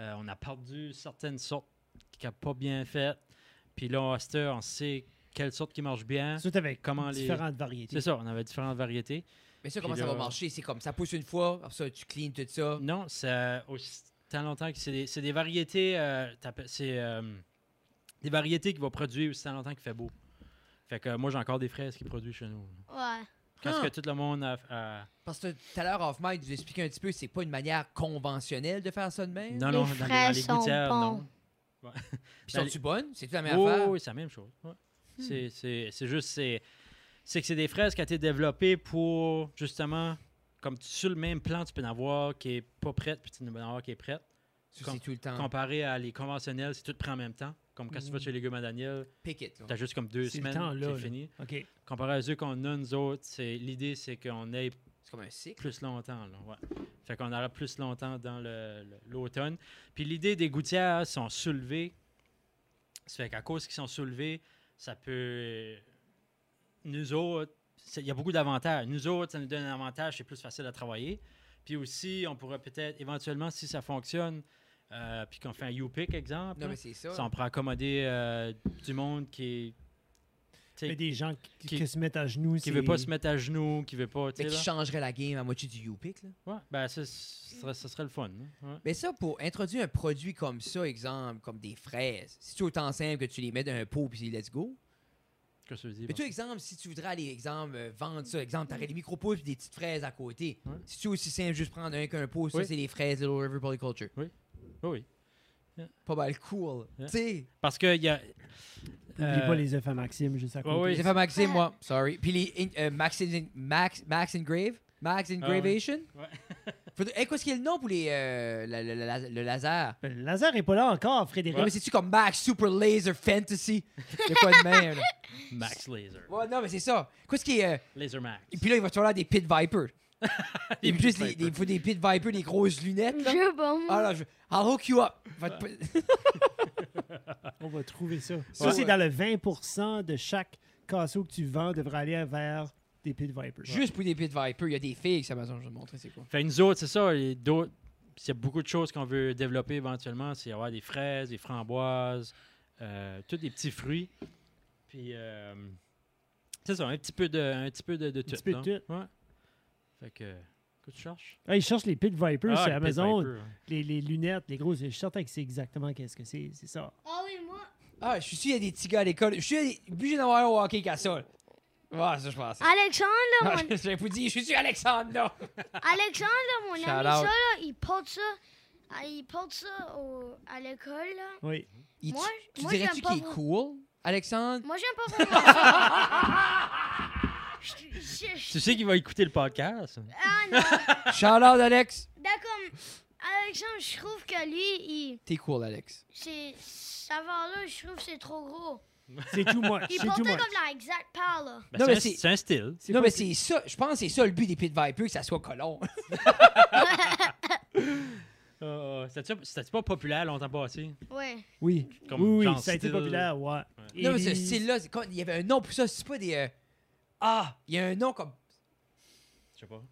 S4: Euh, on a perdu certaines sortes qui n'ont pas bien fait. Puis là, à cette heure, on sait quelles sortes qui marchent bien.
S1: Tout avec
S4: Comment les-
S1: différentes variétés.
S4: C'est ça, on avait différentes variétés.
S3: Mais ça,
S4: Puis
S3: comment ça
S4: là- Mm.
S3: va marcher? C'est comme ça pousse une fois, après ça, tu cleans tout ça.
S4: Non, ça aussi tant longtemps que c'est des, c'est des variétés. euh, t'appelles- c'est euh, des variétés qui vont produire aussi tant longtemps qu'il fait beau. Fait que euh, moi, j'ai encore des fraises qui produisent chez nous.
S5: Ouais.
S3: Ah.
S4: Quand ce que tout le monde a. a-
S3: Parce que tout à l'heure, off-mic, vous expliquez un petit peu, c'est pas une manière conventionnelle de faire ça de même.
S4: non,
S5: les
S4: non, dans les- dans
S5: fraises
S4: les
S5: sont
S4: gouttières, non.
S5: bonnes.
S3: Puis
S4: dans
S3: sont-tu bonnes? C'est tout la même
S4: Ben, Oui,
S3: affaire?
S4: oui, c'est la même chose. ouais.
S5: Hmm.
S4: C'est- C'est c'est juste, c'est c'est que c'est des fraises qui ont été développées pour, justement, comme tu- sur le même plan, tu peux en avoir qui est pas prête, puis tu peux en avoir qui est prête.
S3: Ça,
S4: Com-
S3: C'est tout le temps.
S4: Comparé à les conventionnels, c'est tout prend en même temps. Comme quand tu
S5: Hmm.
S4: vas chez Légumes à Daniel,
S3: Pick it. là.
S4: t'as juste comme deux
S1: C'est le
S4: semaines,
S1: temps, là, là.
S4: c'est fini.
S1: OK.
S4: Comparé à ceux qu'on a, nous autres, c'est- l'idée, c'est qu'on aille
S3: C'est comme un cycle.
S4: plus longtemps. Là, ouais. Fait qu'on aura plus longtemps dans le- le- l'automne. Puis l'idée des gouttières sont soulevées. Ça fait qu'à cause qu'ils sont soulevés, ça peut. Nous autres, c'est- il y a beaucoup d'avantages. Nous autres, ça nous donne un avantage, c'est plus facile à travailler. Puis aussi, on pourrait peut-être, éventuellement, si ça fonctionne, euh, puis qu'on fait un U-Pick, exemple,
S3: Non,
S4: là,
S3: mais c'est ça.
S4: ça, on pourrait accommoder euh, du monde qui est- tu sais,
S1: Mais des gens qui,
S4: Qui-
S1: qui se mettent à genoux.
S4: qui
S1: c'est-
S4: veut pas se mettre à genoux, qui veut pas. tu
S3: Mais
S4: sais,
S3: qui
S4: là.
S3: changerait la game à moitié du U-Pick, là.
S4: Ouais, ben, ça, ce serait, ce serait le fun. hein. Ouais.
S3: Mais ça, pour introduire un produit comme ça, exemple, comme des fraises, c'est autant simple que tu les mets dans un pot puis let's go.
S4: Qu'est-ce que tu dis,
S3: Mais
S4: bon?
S3: tu exemple, si tu voudrais aller, exemple, euh, vendre ça, exemple, t'aurais des micro-pouces et des petites fraises à côté.
S4: Ouais.
S3: Si tu aussi simple, juste prendre un qu'un pot, ça,
S4: Oui.
S3: c'est des fraises Little River Polyculture.
S4: Oui, oui.
S3: Pas mal cool.
S4: Yeah.
S3: Tu sais,
S4: Parce que il y a.
S1: N'oublie
S4: Euh,
S1: pas les œufs à Maxime, juste à côté.
S4: oui.
S3: j'ai fait Maxime, moi. Sorry. Puis les in- euh, Max, in- Max, Max Engrave. Max Engravation.
S4: Ah ouais.
S3: Faudrait- hey, qu'est-ce qu'il y a le nom pour les, euh, la- la- la- la- le laser?
S1: Ben, Le laser est pas là encore, Frédéric.
S3: Non, mais c'est-tu comme Max Super Laser Fantasy? De quoi de même, là?
S4: Max Laser.
S3: Ouais, non, mais c'est ça. Qu'est-ce qui est. euh,
S4: Laser Max.
S3: Et puis là, il va te falloir des Pit Vipers.
S4: Des
S3: Et puis juste des,
S4: Pit Vipers.
S3: des, faut des Pit Vipers, des grosses lunettes, là.
S5: Je bombe.
S3: Ah là, je... I'll hook you up. Va te-
S1: On va trouver ça.
S3: Ouais.
S1: Ça, c'est dans le 20 de chaque casseau que tu vends devrait aller vers des pit vipers.
S3: Juste pour des Pit Vipers, il y a des filles sur Amazon, je vais te montrer c'est quoi.
S4: Fait que nous autres, c'est ça. et d'autres- Il y a beaucoup de choses qu'on veut développer éventuellement. C'est avoir des fraises, des framboises, euh, tous des petits fruits. Puis. euh, c'est ça, un petit peu de, un petit peu de, de tout.
S1: petit peu de
S4: là. Ouais. Fait que. Que tu cherches?
S1: Ah, ils cherchent les pit vipers
S4: Ah,
S1: sur
S4: le Pit
S1: Amazon.
S4: Viper, ouais.
S1: Les, les lunettes, les grosses, je suis certain que c'est exactement qu'est-ce que c'est. C'est ça.
S5: Ah oui, moi,
S3: Ah, je suis sûr, il y a des petits gars à l'école. Je suis sûr, il y a des- obligé d'avoir un au hockey qu'à ça. là. Ouais, ça, je pense.
S5: Alexandre, là,
S3: Ah,
S5: mon,
S3: je vais vous dire, je suis sûr, Alexandre, là.
S5: Alexandre, là, mon ami,
S3: Shout
S5: ça,
S3: out.
S5: là, il porte ça, ah, il porte ça au- à l'école, là.
S1: Oui.
S3: Il-
S5: Moi,
S3: tu- tu
S5: moi,
S3: dirais-tu
S5: j'aime pas
S3: qu'il est cool, Alexandre?
S5: Moi, j'aime pas vraiment ça. Je- je- je-
S4: Tu sais qu'il va écouter le podcast? Ben,
S5: ah non.
S3: Shout out, Alex.
S5: D'accord. Alexandre, je trouve que lui, il,
S3: T'es cool, Alex.
S5: c'est, ça va là, je trouve que c'est trop gros.
S1: C'est tout moi.
S5: Il
S1: C'est tout
S5: portait
S1: moi.
S5: comme la exacte paire, là.
S4: Ben,
S3: Non,
S4: c'est
S3: mais
S4: un-
S3: c'est-
S4: c'est un style.
S3: Non, mais c'est ça. Je pense que c'est ça le but des Pit Vipers, que ça soit colon.
S4: Euh, euh, C'était-tu c'était-tu pas populaire longtemps passé?
S5: Ouais.
S1: Oui.
S4: Comme
S1: oui, oui,
S4: genre
S1: ça a été
S4: style.
S1: populaire, ouais. Et
S3: Non, mais ce
S1: les-
S3: style-là, c'est quoi? il y avait un nom pour ça. C'est pas des. euh, Ah, il y a un nom comme.
S4: Je sais pas.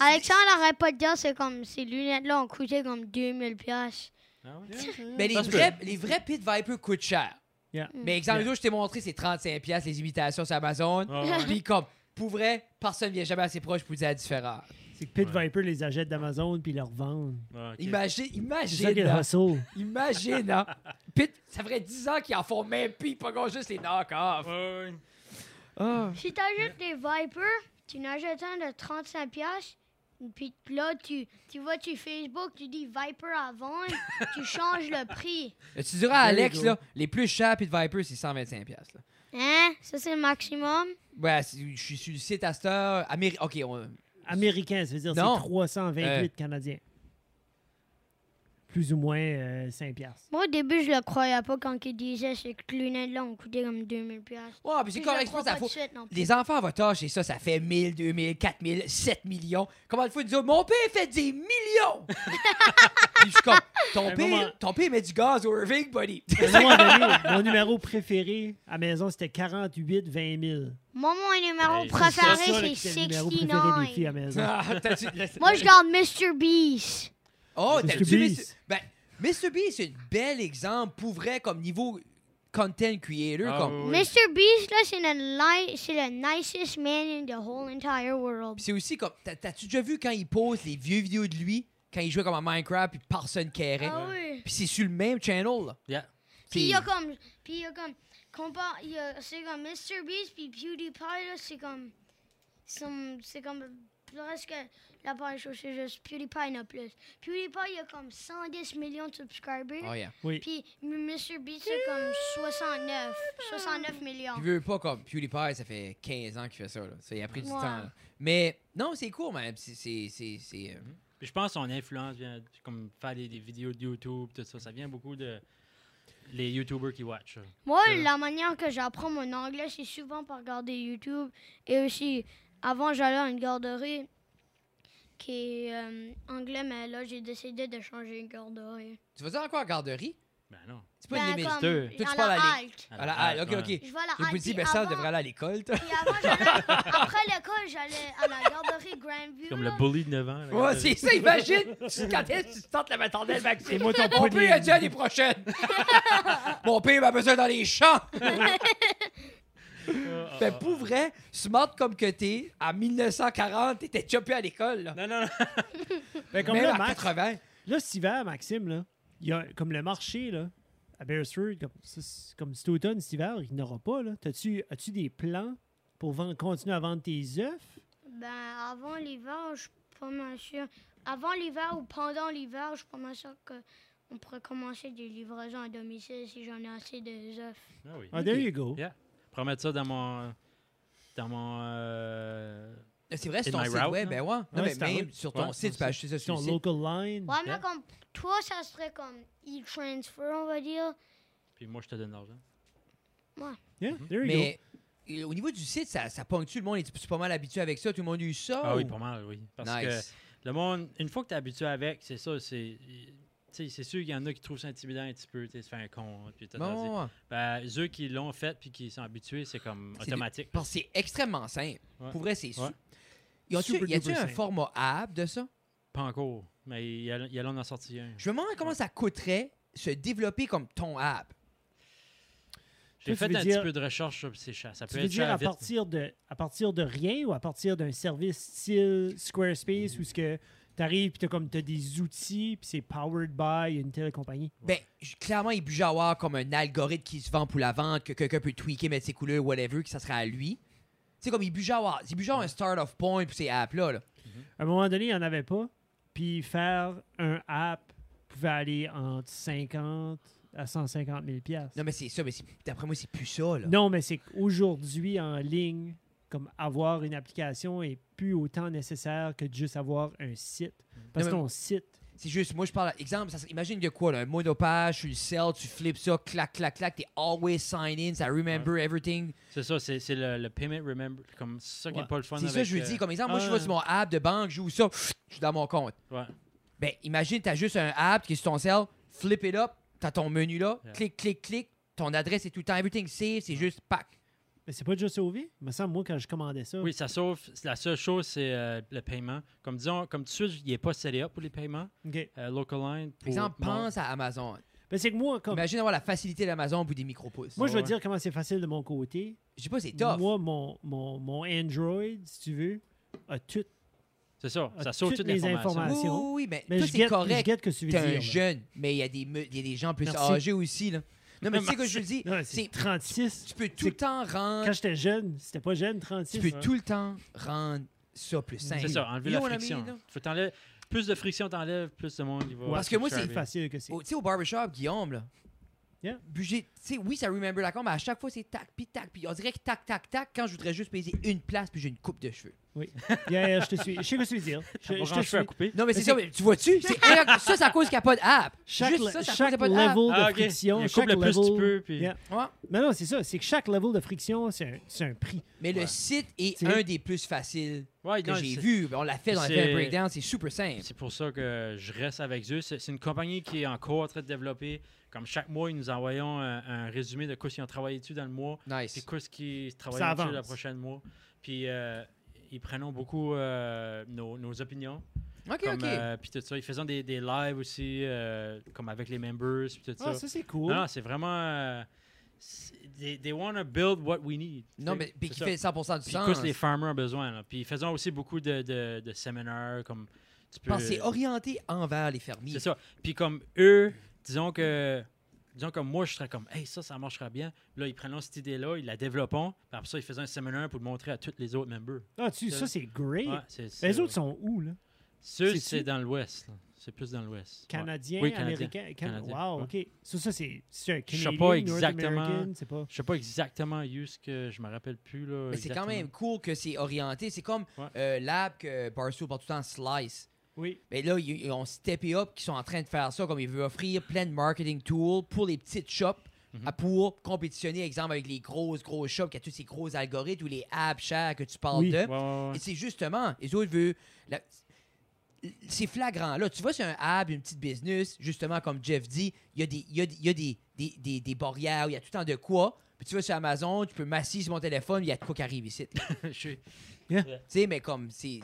S5: Alexandre arrête pas de dire, c'est comme, ces lunettes-là ont coûté comme 2000 piastres.
S4: Ah ouais?
S3: Mais les
S4: Ça se
S3: vrais, les vrais Pit Vipers coûtent cher.
S1: Yeah.
S3: Mais exemple,
S1: Yeah.
S3: les autres, je t'ai montré, c'est 35$ piastres, les imitations sur Amazon.
S4: Ah ouais.
S3: Puis comme, pour vrai, personne ne vient jamais assez proche pour dire la différence.
S1: C'est que Pit
S4: Ouais.
S1: Viper les achète d'Amazon puis ils leur vendent.
S4: Ah, ok.
S3: Imagine,
S1: C'est ça qui est
S3: imagine,
S1: le
S3: hein,
S1: hustle.
S3: imagine, hein. Pit, ça ferait 10 ans qu'ils en font même plus, ils pas juste les knock-off.
S4: Ouais, ouais.
S3: Ah.
S5: Si t'achètes des Vipers, tu n'achètes un de 35 piastres, puis là, tu, tu vas sur Facebook, tu dis Viper à vendre, tu changes le prix.
S3: Tu diras à
S1: There you
S3: Alex,
S1: go.
S3: là, les plus chers Pit Vipers, c'est 125$. piastres, Là.
S5: Hein? Ça, c'est le maximum.
S3: Ouais, c'est- je suis sur le site à cette heure. Améri- ok, on-
S1: Américain, ça veut dire
S3: Non.
S1: c'est 328
S3: Euh.
S1: Canadiens. plus ou moins euh, 5$. piastres.
S5: Moi, au début, je le croyais pas quand il disait que ces lunettes-là ont coûté comme 2000$. piastres.
S3: Ouais, puis c'est
S5: Puis je
S3: correct, c'est
S5: le crois
S3: pas ta
S5: pas tout de
S3: faute.
S5: suite non plus.
S3: Les enfants à votre âge, et ça, ça fait 1000, 2000, 4000, 7 millions. Comment le faut dire, mon père fait des millions! Puis je suis comme, ton
S1: Un moment.
S3: père, ton père met du gaz au Irving, buddy.
S1: À un moment donné, mon numéro préféré à maison, c'était 48 20 000.
S5: Moi, mon numéro
S4: Hey, c'est
S1: Ça,
S5: préféré,
S1: ça, là,
S5: c'est
S1: qui était le numéro préféré des filles hein, à
S5: 69.
S1: maison.
S3: Ah, t'as-tu-
S5: Moi, je garde Mr. Beast.
S3: Oh,
S1: Mr.
S3: t'aimes-tu
S1: Beast.
S3: Mr. Ben, Mr. Beast, c'est un bel exemple pour vrai, comme niveau content creator.
S4: Ah,
S3: comme...
S4: oui, oui.
S5: Mr. Beast, là, c'est le, li- c'est le nicest man in the whole entire world.
S3: Puis c'est aussi comme. t'as- T'as-tu déjà vu quand il pose les vieux vidéos de lui, quand il jouait comme à Minecraft, puis personne carait?
S5: Ah oui.
S3: Puis c'est sur le même channel, là.
S4: Yeah.
S5: Puis il y
S3: C'est-
S5: a comme. Puis il y a comme. compar- il y a- C'est comme Mr. Beast, puis PewDiePie, là, c'est comme. C'est comme- c'est comme. Presque la part des choses, c'est juste PewDiePie n'a plus. PewDiePie, il y a comme 110 millions de subscribers.
S3: Oh, yeah.
S1: Oui.
S5: Puis Mr. Beast, c'est comme 69. 69 millions.
S3: Mmh. Il veut pas comme PewDiePie, ça fait 15 ans qu'il fait ça, là. Ça, il a pris du
S5: Ouais.
S3: temps, là. Mais non, c'est court, man. C'est. c'est- c'est- c'est, euh,
S4: Puis je pense que son influence vient comme faire des, des vidéos de YouTube, tout ça. Ça vient beaucoup de les YouTubers qui watch. là.
S5: Moi,
S4: Euh.
S5: la manière que j'apprends mon anglais, c'est souvent par regarder YouTube. Et aussi, avant, j'allais à une garderie qui est euh, anglais, mais là, j'ai décidé de changer une garderie.
S3: Tu vas dire encore à la garderie?
S4: Ben non.
S3: C'est pas une
S5: Ben,
S3: limite.
S5: comme,
S4: Deux.
S3: Toi, tu
S5: à
S3: parles
S5: la
S3: à
S5: halte.
S3: Ah, là, ah, ok,
S4: Ouais.
S3: ok.
S5: Je vais à la
S3: Je me
S5: halte.
S3: dis,
S5: puis
S3: ben ça,
S5: avant-
S3: devrait aller à l'école, toi.
S5: puis avant, j'allais- après l'école, j'allais à la garderie Grandview.
S4: Comme
S5: là.
S4: le bully de 9 ans. là,
S3: Ouais,
S4: quand-
S3: c'est ça, imagine! Tu- Quand est-ce que tu tentes la maternelle, Maxime?
S1: Et moi, ton
S3: Mon
S1: premier-
S3: père a dit l'année prochaine. Mon père m'a besoin dans les champs.
S4: Ah, ah,
S3: Ben,
S4: ah.
S3: pour vrai, smart comme que t'es, à 1940, t'étais chopé à l'école. là.
S4: Non, non, non.
S1: Ben, comme
S3: Même
S1: là,
S3: à
S1: Max,
S3: 80.
S1: là, cet hiver, Maxime, là, il y a comme le marché là, à Beresford, comme, ça, c'est- comme cet automne, cet hiver, il n'y en aura pas. Là. As-tu, as-tu des plans pour vendre- continuer à vendre tes œufs?
S5: Ben, avant l'hiver, je suis pas mal sûr. Avant l'hiver ou pendant l'hiver, je suis pas mal sûr que on pourrait commencer des livraisons à domicile si j'en ai assez de œufs.
S4: Ah oui.
S1: Ah, there you go.
S4: Yeah. Promettre ça dans mon. Dans mon. euh,
S3: C'est vrai, c'est
S4: In
S3: ton
S4: my
S3: site
S4: route,
S3: web.
S4: là.
S3: Ben ouais. Non,
S1: Ouais,
S3: mais
S1: c'est ta
S3: même
S1: route.
S3: sur ton
S4: Ouais,
S3: site, tu peux acheter ça sur
S1: Ton
S3: le site.
S1: local line.
S5: Ouais, mais
S4: Yeah.
S5: comme toi, ça serait comme e-transfer, on va dire.
S4: Puis moi, je te donne l'argent.
S1: Yeah, there you
S3: Mais euh, au niveau du site, ça, ça ponctue. Le monde est pas mal habitué avec ça. Tout le monde a eu ça.
S4: Ah oui,
S3: ou-
S4: pas mal, oui. Parce
S3: Nice.
S4: que le monde, une fois que t'es habitué avec, c'est ça, c'est. tu sais, C'est sûr qu'il y en a qui trouvent ça intimidant un petit peu, tu sais, se faire un con. hein, Puis t'as
S3: Bon,
S4: dit-
S3: ouais.
S4: Ben, eux qui l'ont fait puis qui sont habitués, c'est comme
S3: C'est
S4: automatique.
S3: Parce que c'est extrêmement simple.
S4: Ouais.
S3: Pour vrai, c'est sûr.
S4: Ouais.
S3: Y a-tu
S1: Super
S3: y a-tu
S1: duper
S3: un
S1: simple.
S3: format app de ça?
S4: Pas encore, mais il y a, il y a là, on en a sorti un.
S3: Je me demande comment ça coûterait se développer comme ton app.
S4: J'ai
S1: Toi, tu
S4: fait
S1: veux
S4: un
S1: dire-
S4: petit peu de recherche sur ces chats. Ça
S1: Tu
S4: peut
S1: veux
S4: être
S1: dire
S4: cher
S1: à
S4: vite.
S1: partir, de, à partir de rien ou à partir d'un service style Squarespace où ce que tu arrives et tu as des outils puis c'est powered by une telle compagnie?
S3: Ben, j- clairement, il peut juste avoir comme un algorithme qui se vend pour la vente, que quelqu'un peut tweaker, mettre ses couleurs, whatever, que ça sera à lui. C'est comme il peut juste avoir, il peut juste avoir un start-off point pour ces apps-là. là.
S1: À un moment donné, il n'y en avait pas. Puis faire un app pouvait aller entre 50 à 150 000 pièces.
S3: Non, mais c'est ça, mais c'est- d'après moi, c'est plus ça. Là.
S1: Non, mais c'est qu'aujourd'hui, en ligne, comme avoir une application est plus autant nécessaire que de juste avoir un site.
S4: Mm.
S1: Parce que
S3: Non, mais-
S1: ton site,
S3: C'est juste, moi, je parle. Exemple, ça serait- imagine, il y a quoi, là, un monopage, tu le sell, tu flippes ça, clac, clac, clac, t'es always sign in, ça remember everything.
S4: C'est ça, c'est c'est le, le payment remember. Comme ça qui
S1: Ouais.
S4: n'est pas le fun.
S3: C'est ça,
S4: avec,
S3: je lui
S4: euh,
S3: dis. Comme exemple, moi, je
S1: ah.
S3: vais sur mon app de banque, je joue ça, je suis dans mon compte.
S4: ouais.
S3: Ben, imagine, t'as juste un app qui est sur ton cell, flip it up, t'as ton menu là,
S4: Yeah.
S3: clic, clic, clic, ton adresse est tout le temps, everything safe, c'est juste pack.
S1: mais c'est pas déjà sauvé. Il me semble, moi, quand je commandais ça,
S4: Oui, ça sauve. La seule chose, c'est euh, le paiement. Comme disons, comme tout de suite, il n'est pas set up pour les paiements.
S1: OK.
S4: Euh, local line. Pour
S3: Par exemple,
S4: mon-
S3: pense à Amazon.
S1: Ben, c'est que moi, comme,
S3: Imagine avoir la facilité d'Amazon pour des micro-pouces.
S1: moi
S4: Ah
S1: je veux
S4: ouais.
S1: dire comment c'est facile de mon côté.
S3: Je sais pas, c'est tough.
S1: Moi, mon, mon, mon Android, si tu veux, a tout.
S4: C'est ça,
S1: Ah,
S4: ça sauve
S1: toutes
S4: toutes
S1: les
S4: les
S3: Oui,
S1: informations.
S4: informations.
S3: oui, oui, mais,
S1: Mais
S3: toi,
S1: je
S3: c'est
S1: guette, je
S3: correct.
S1: guette que tu veux
S3: T'es
S1: dire.
S3: un
S1: là.
S3: jeune, mais il y, a des me- il y a des gens plus
S1: Merci.
S3: âgés aussi. Là. Non, mais tu sais que je te dis,
S1: Non,
S3: c'est-
S1: c'est 36.
S3: tu peux tout le temps rendre,
S1: Quand j'étais jeune, c'était pas jeune, 36.
S3: tu peux
S1: hein.
S3: tout le temps rendre ça plus simple.
S4: C'est ça, enlever
S3: You
S4: la
S3: know what I
S4: friction.
S3: mean, là?
S4: Faut t'enlèves- plus de friction t'enlèves, plus de monde y va.
S1: Ouais,
S3: Parce que moi, c'est
S1: C'est facile que c'est.
S3: Au- Tu sais, au barbershop, Guillaume, là,
S1: Yeah.
S3: Puis j'ai- tu sais, oui, ça remember la com, mais à chaque fois, c'est tac, puis tac, puis on dirait que tac, tac, tac, quand je voudrais juste peser une place, puis j'ai une coupe de cheveux.
S1: Yeah, yeah, je te suis. Je sais ce que tu veux dire. Je,
S4: Mon
S1: je te
S4: cheveu
S1: suis.
S4: à couper.
S3: Non, mais c'est
S1: Mais
S3: ça, mais tu vois-tu? C'est inc- ça, c'est à cause qu'il n'y a pas d'app.
S1: Chaque,
S3: Juste
S1: le-
S3: ça, c'est à cause
S1: chaque
S3: qu'il n'y a pas
S1: level
S3: d'app.
S1: de
S4: Ah, ok.
S1: friction,
S4: Il coupe
S1: chaque
S4: le plus
S1: level-
S4: tu peux, puis-
S1: Yeah.
S3: Ouais.
S1: Mais non, c'est ça. C'est que chaque level de friction, c'est un, c'est un prix.
S3: Mais le site est
S1: C'est-
S3: un des plus faciles
S4: Ouais,
S3: que
S4: non,
S3: j'ai
S4: c'est-
S3: vu. On l'a fait, on a fait
S4: c'est-
S3: un breakdown, c'est super simple.
S4: C'est pour ça que je reste avec eux. C'est c'est une compagnie qui est encore en train de développer. Comme chaque mois, ils nous envoyons un, un résumé de quoi ils ont travaillé dessus dans le mois.
S3: Nice.
S4: C'est quoi ce qui
S1: Ça
S4: travaille dessus le
S1: avance.
S4: prochain mois. Puis euh, ils prennent beaucoup euh, nos, nos opinions.
S3: Ok,
S4: comme,
S3: ok.
S4: euh, puis tout ça. Ils faisaient des, des lives aussi, euh, comme avec les members, puis tout
S1: Ah,
S4: ça.
S1: ça, c'est cool.
S4: Non, non, c'est vraiment. euh, c'est- they, they want to build what we need.
S3: non,
S4: C'est-
S3: mais puis
S4: c'est
S3: qui
S4: ça.
S3: fait 100% du
S4: Puis qu'est-ce
S3: sens.
S4: que les farmers ont besoin. là. Puis ils faisaient aussi beaucoup de, de, de séminaires. Comme tu peux.
S3: Parce que c'est orienté envers les fermiers.
S4: C'est ça. Puis comme eux, disons que. Disons comme moi, je serais comme, hey, ça, ça marchera bien. Là, ils prennent cette idée-là, ils la développent. Puis après ça, ils faisaient un séminaire pour le montrer à tous les autres members.
S1: Ah, tu, ça, c'est great.
S4: Ouais, c'est- c'est-
S1: Les autres sont où, là?
S4: Ceux,
S1: c'est-
S4: c'est dans l'ouest. là. C'est plus dans l'ouest. Ouais.
S1: Canadiens,
S4: Oui, Canadiens.
S1: Américains. Can...
S4: Canadiens,
S1: Wow, OK. Ça, ça c'est c'est un
S4: Je sais
S1: Canadien,
S4: pas
S1: North
S4: exactement.
S1: American, c'est pas...
S4: Je sais pas exactement où ce que je me rappelle plus là.
S3: Mais c'est
S4: exactement.
S3: quand même cool que c'est orienté. C'est comme
S4: Ouais.
S3: euh, l'app que Barstool porte tout le temps Slice.
S1: Oui.
S3: Mais là, ils, ils ont steppé up, qui sont en train de faire ça, comme ils veulent offrir plein de marketing tools pour les petites shops
S4: Mhm.
S3: à- pour compétitionner, exemple, avec les grosses, grosses shops qui a tous ces gros algorithmes ou les apps chers que tu parles
S1: Oui.
S3: de.
S4: Ouais, ouais, ouais.
S3: Et c'est justement, les autres veulent. la- C'est flagrant. Là, tu vois, c'est un hub, une petite business, justement, comme Jeff dit, il y a des, il y a des, il y a des, des, des- des barrières, il y a tout le temps de quoi. Puis tu vas sur Amazon, tu peux m'assis sur mon téléphone, il y a de quoi qui arrive ici. tu
S4: Je suis-
S3: sais, mais comme, c'est.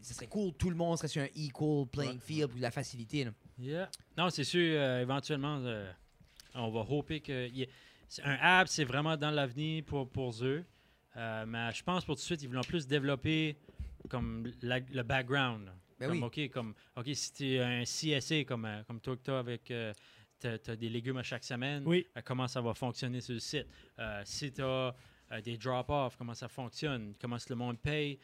S3: Ce serait cool, tout le monde serait sur un equal playing field pour la facilité. là.
S4: Yeah. Non, c'est sûr. euh, éventuellement, euh, on va hoper que y ait- c'est un app, c'est vraiment dans l'avenir pour pour eux. Euh, mais je pense pour tout de suite, ils vont plus développer comme la- le background. là.
S3: Ben
S4: comme,
S3: oui.
S4: OK, comme, OK, si tu es un CSA comme, euh, comme toi que tu as avec euh, t'as- t'as des légumes à chaque semaine,
S1: Oui.
S4: euh, comment ça va fonctionner sur le site? Euh, si tu as des drop-off, comment ça fonctionne? Comment est-ce que le monde paye?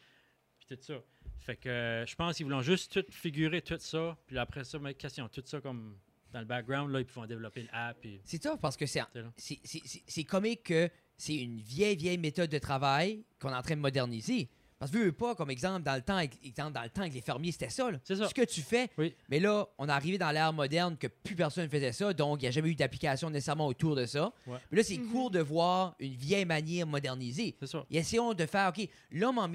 S4: Puis tout ça. Fait que euh, je pense qu'ils voulaient juste tout figurer, tout ça. Puis là, après ça, ma question, tout ça comme dans le background, là, ils vont développer une app. Puis,
S3: C'est tough parce que c'est
S4: C'est long.
S3: c'est- c'est- c'est- c'est comique que c'est une vieille, vieille méthode de travail qu'on est en train de moderniser. Parce que, veux, veux pas, comme exemple, dans le temps, avec- exemple, dans le temps que les fermiers, c'était ça. là.
S4: C'est ça.
S3: Ce que tu fais.
S4: Oui.
S3: Mais là, on est arrivé dans l'ère moderne que plus personne faisait ça, donc il n'y a jamais eu d'application nécessairement autour de ça.
S4: Ouais.
S3: Mais là, c'est cool de voir une vieille manière modernisée.
S4: c'est ça.
S3: Et essayons de faire, OK, l'homme en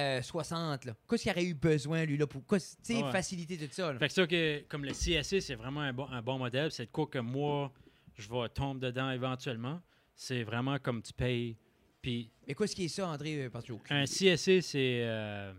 S3: 1960, là, qu'est-ce qu'il aurait eu besoin, lui, là, pour qu'est-ce- tu sais,
S4: Ah Ouais.
S3: faciliter tout ça? là.
S4: Fait que ça, que, comme le CSC, c'est vraiment un bon, un bon modèle. C'est de quoi que moi, je vais tomber dedans éventuellement. C'est vraiment comme tu payes. Puis
S3: Mais qu'est-ce qui est ça, André? euh, Parce que j'ai aucune-
S4: un CSC, c'est. euh,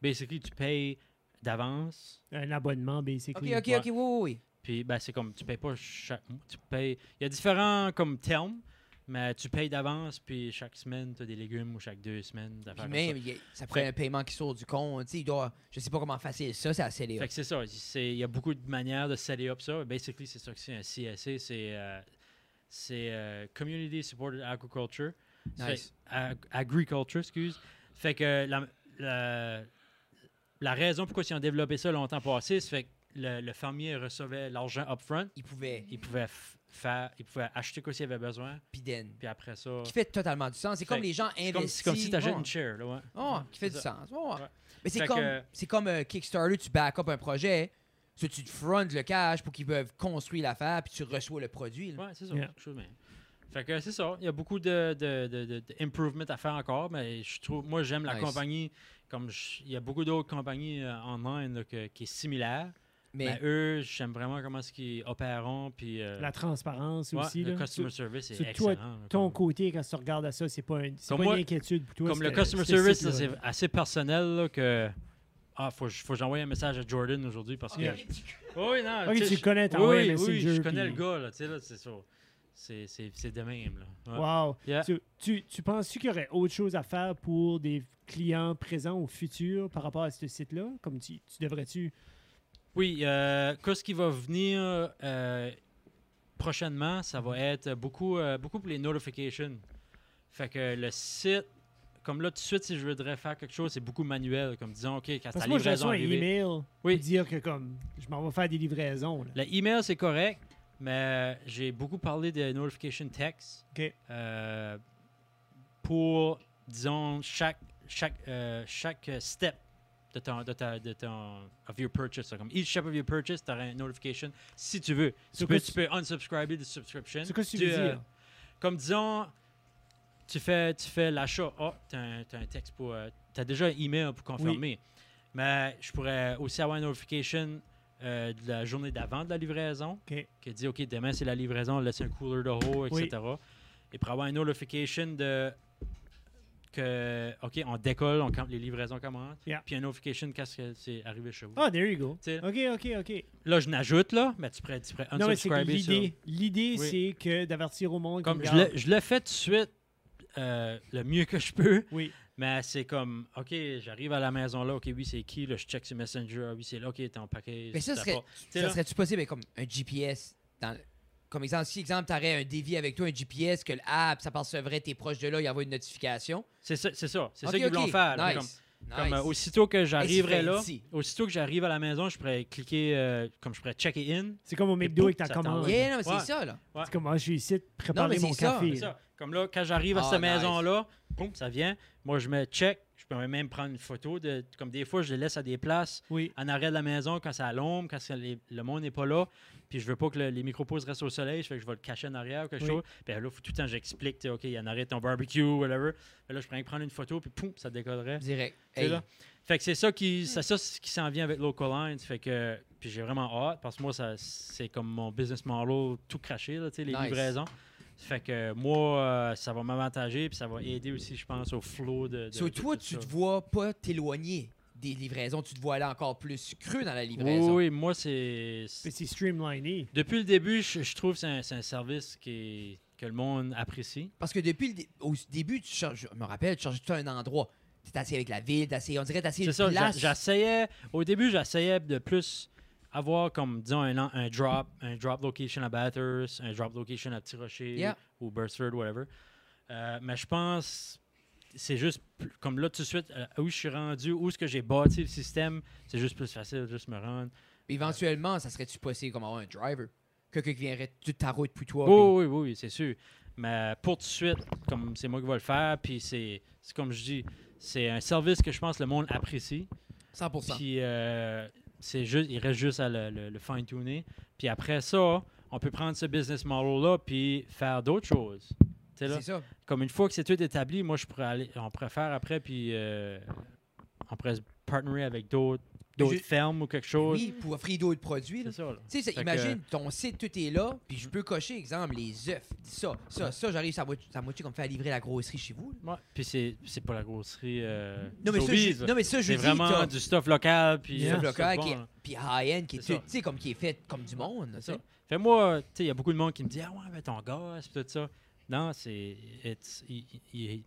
S4: basically, tu payes d'avance.
S1: Un abonnement,
S3: OK,
S1: basically.
S3: OK, OK, oui, oui, oui.
S4: Puis ben, c'est comme tu payes pas chaque mois, tu payes. Il y a différents comme termes, mais tu payes d'avance puis chaque semaine tu as des légumes ou chaque deux semaines d'affaires
S3: Puis
S4: comme
S3: même,
S4: ça.
S3: il y a- ça prend un paiement qui sort du compte. tu sais, Il doit, je sais pas comment facile ça, c'est assez
S4: Fait que c'est ça, c'est- il y a beaucoup de manières de seller up ça. Basically, c'est ça que c'est un CSA, c'est euh, c'est euh, community supported agriculture.
S3: Nice.
S4: Fait- ag- agriculture, excuse. Fait que la, la, la raison pourquoi ils ont développé ça longtemps passé, c'est fait que le, le fermier recevait l'argent upfront
S3: Il pouvait
S4: il pouvait f- faire, il pouvait acheter quoi s'il avait besoin,
S3: piden.
S4: puis après ça.
S3: Qui fait totalement du sens. C'est comme
S4: Fait-
S3: les gens
S4: C'est comme, c'est
S3: investissent.
S4: comme si tu
S3: Ouais.
S4: une chair, là, ouais.
S3: Oh, qui fait
S4: c'est
S3: du
S4: ça.
S3: sens. Ouais.
S4: Ouais.
S3: Mais c'est
S4: Fait
S3: comme,
S4: que-
S3: c'est comme euh, Kickstarter, tu back up un projet, so tu te frontes le cash pour qu'ils peuvent construire l'affaire, puis tu reçois le produit. là.
S4: Ouais, c'est ça.
S1: Yeah.
S4: quelque chose, mais- Fait que c'est ça. Il y a beaucoup de, de, de- de- de improvement à faire encore, mais je trouve, moi, j'aime la
S3: Nice.
S4: compagnie. Comme je- il y a beaucoup d'autres compagnies euh, en Inde là, que- qui est similaire.
S3: Mais,
S4: Mais Ben, eux, j'aime vraiment comment ce qu'ils opéreront. Puis euh,
S1: La transparence
S4: ouais,
S1: aussi.
S4: le
S1: là.
S4: customer service est
S1: sur toi,
S4: excellent. là,
S1: Ton
S4: comme-
S1: côté, quand tu regardes à ça, c'est pas, un- c'est
S4: Comme
S1: pas
S4: moi-
S1: une inquiétude pour toi.
S4: Comme le
S1: c'est-
S4: customer
S1: c'est-
S4: service,
S1: c'est-
S4: ça, c'est assez personnel là, que. Ah, faut, faut que j'envoie un message à Jordan aujourd'hui parce que. Oh, Oui, non.
S1: Ok,
S4: tu sais,
S1: tu
S4: je-
S1: connais, t'as envoyé
S4: oui,
S1: un
S4: oui, je
S1: Messenger,
S4: connais
S1: puis-
S4: le gars, là, tu sais, là, c'est ça. C'est- C'est c'est de même, là. Ouais.
S1: Wow.
S4: Yeah.
S1: Tu, tu, tu penses-tu qu'il y aurait autre chose à faire pour des clients présents ou futurs par rapport à ce site-là? Comme tu, tu devrais-tu...
S4: Oui, euh, qu'est-ce qui va venir euh, prochainement, ça va être beaucoup, euh, beaucoup pour les notifications. Fait que le site, comme là, tout de suite, si je voudrais faire quelque chose, c'est beaucoup manuel. Comme disons, OK, quand
S1: Parce
S4: ta
S1: que moi, je
S4: livraison
S1: reçois un
S4: arrivée-
S1: email
S4: Oui.
S1: pour dire que comme je m'en vais faire des livraisons. là.
S4: Le email, c'est correct, Mais j'ai beaucoup parlé de notification text
S1: OK.
S4: euh, pour, disons, chaque, chaque, euh, chaque euh, step de ton, de ta, de ton, of your purchase. là. Comme each step of your purchase, tu auras une notification si tu veux.
S1: C'est
S4: Tu peux,
S1: quoi
S4: tu peux unsubscriber des subscriptions.
S1: C'est quoi que tu veux
S4: euh,
S1: dire?
S4: Comme disons, tu fais, tu fais l'achat. Ah, tu as, un texte pour. tu as déjà un email pour confirmer. Mais je pourrais aussi avoir une notification euh, de la journée d'avant de la livraison
S1: OK.
S4: qui dit OK, demain c'est la livraison, laisse un cooler de haut,
S1: Oui.
S4: etc. Et pour avoir une notification de que OK, on décolle, on campe- les livraisons commencent.
S1: Yeah.
S4: Puis une notification quand c'est- c'est arrivé chez vous.
S1: Ah, there you go.
S4: T'sais.
S1: OK, OK, OK.
S4: Là, je n'ajoute là, mais tu pourrais, tu pourrais
S1: Non, mais c'est que
S4: unsubscriber sur-
S1: l'idée, l'idée,
S4: Oui.
S1: c'est que d'avertir au monde.
S4: Comme
S1: qu'il
S4: je
S1: regarde.
S4: le, je le fais tout de suite euh, le mieux que je peux,
S1: Oui.
S4: mais c'est comme OK, j'arrive à la maison là, OK, oui, c'est qui là, je check sur Messenger, ah oui, c'est là, OK, t'es en paquet.
S3: Mais ça
S4: t'as
S3: serait,
S4: pas- T'sais,
S3: ça
S4: là-
S3: serait-tu possible avec comme un GPS dans le- Comme exemple, si exemple, t'aurais un dévi avec toi, un GPS, que l'app, ça percevrait, t'es proche de là, il envoie une notification.
S4: C'est ça, c'est ça, c'est
S3: Ok,
S4: ça qu'ils
S3: ok,
S4: voulaient faire. là, comme-
S3: Nice.
S4: Comme,
S3: nice.
S4: euh, aussitôt que j'arriverai
S3: Hey, c'est
S4: là,
S3: fancy.
S4: aussitôt que j'arrive à la maison, je pourrais cliquer, euh, comme je pourrais checker in.
S1: C'est comme au
S4: Et
S1: McDo avec ta
S4: boum, ça
S1: commande.
S4: t'envoie.
S1: C'est
S3: Yeah, non, mais c'est
S4: Ah Ouais.
S3: ça, là.
S1: comme, ah, je suis ici, préparer
S3: mais
S1: mon
S3: c'est ça,
S1: café.
S4: C'est ça. Comme là, quand j'arrive à
S3: Ah,
S4: cette
S3: nice.
S4: maison-là, boum, ça vient. Moi, je me check. Je peux même prendre une photo. de Comme des fois, je les laisse à des places
S1: Oui.
S4: en arrière de la maison quand c'est à l'ombre, quand c'est- les- le monde n'est pas là. Puis je veux pas que le- les micro-pauses restent au soleil. Fait que je vais le cacher en arrière ou quelque
S1: Oui.
S4: chose. Puis là, faut- tout le temps, j'explique. tu sais, OK, il y en arrière ton barbecue, whatever. Puis là, je pourrais prendre une photo, puis poum, ça décollerait.
S3: Direct.
S4: Tu sais,
S3: Hey.
S4: là. Fait que c'est ça qui c'est ça ce qui s'en vient avec Local Lines. Fait que puis j'ai vraiment hâte parce que moi ça c'est comme mon business model tout craché là, tu sais, les
S3: Nice.
S4: livraisons. Fait que moi euh, ça va m'avantager puis ça va aider aussi je pense au flow de, de
S3: So,
S4: de
S3: toi,
S4: tout
S3: tu
S4: ça.
S3: te vois pas t'éloigner des livraisons, tu te vois aller encore plus creux dans la
S4: Oui,
S3: livraison.
S4: oui, moi c'est
S1: Mais c'est streamliné.
S4: depuis le début je, je trouve que c'est un, c'est un service qui est- que le monde apprécie.
S3: Parce que depuis le dé- au début, tu cherches, je me rappelle, tu cherchais tout un endroit. Tu étais assis avec la ville, t'es assis- on dirait que t'es assis
S4: C'est
S3: une
S4: ça, j'a-
S3: place.
S4: j'essayais. Au début, j'essayais de plus avoir comme, disons, un, en- un drop, un drop location à Bathurst, un drop location à Petit Rocher
S3: Yeah.
S4: ou Burstford, whatever. Euh, mais je pense, c'est juste plus- comme là, tout de suite, euh, où je suis rendu, où est-ce que j'ai bâti le système, c'est juste plus facile, juste me rendre.
S3: Éventuellement, ça serait-tu possible comme avoir un driver? Quelqu'un qui viendrait toute ta route pour toi. puis-
S4: Oh, oui, oui, oui, c'est sûr. Mais pour tout de suite, comme c'est moi qui vais le faire, puis c'est c'est comme je dis, c'est un service que je pense le monde apprécie.
S3: 100%.
S4: Puis euh, c'est juste, il reste juste à le, le- le fine-tuner. Puis après ça, on peut prendre ce business model-là puis faire d'autres choses. Tu sais, là,
S3: c'est ça.
S4: comme une fois que c'est tout établi, moi, je pourrais aller, on pourrait faire après, puis euh, on pourrait se partnerer avec d'autres d'autres
S3: Je-
S4: fermes ou quelque chose.
S3: Oui, pour offrir d'autres produits. là.
S4: C'est ça, là.
S3: Tu sais, ça-
S4: Fait que-
S3: imagine, ton site, tout est là, puis je peux cocher, exemple, les œufs. Dis Ça, ça, ça, j'arrive, ça va ça va-tu comme faire livrer la grosserie chez vous? là?
S4: Ouais. Puis c'est c'est pas la grosserie euh,
S3: Non, mais ça,
S4: Sobeys,
S3: je,
S4: là.
S3: non, mais ça, je
S4: C'est
S3: dis, t'as-
S4: vraiment du stuff local. Puis
S3: du
S4: euh,
S3: stuff local,
S4: c'est
S3: qui
S4: bon,
S3: est-
S4: là.
S3: puis high-end, qui est,
S4: C'est
S3: tout- tu
S4: ça.
S3: sais, comme qui est fait comme du monde.
S4: C'est
S3: tu
S4: ça.
S3: sais.
S4: Fait moi, tu sais, il y a beaucoup de monde qui me dit Ah ouais, ben ton gosse, pis tout ça. Non, c'est. it's- il- il- il-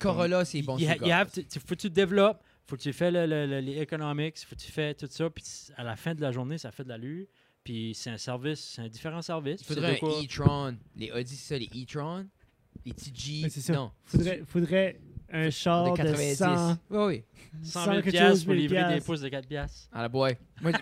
S3: Corolla, c'est bon.
S4: il-
S3: c'est
S4: il- il
S3: gars.
S4: have to- tu- faut que tu te développes, faut que tu fais le- le- le- les economics, faut que tu fais tout ça, puis c- à la fin de la journée, ça fait de l'allure. Puis c'est un service, c'est un différent service.
S3: Il
S4: puis c'est
S3: faudrait
S4: de quoi-
S3: un e-tron. Les Audi, c'est ça, les e-tron. Les TG.
S1: Mais c'est ça.
S3: Non.
S1: Faudrait, faudrait un char
S3: De
S1: de,
S3: 90.
S1: 100.
S3: Oui, oui.
S1: 100
S4: 100 000
S1: quelque
S4: piastres
S1: chose,
S4: pour
S1: 1000
S4: livrer des
S1: piastres.
S4: pouces de 4 piastres.
S3: Ah la boy. Moi,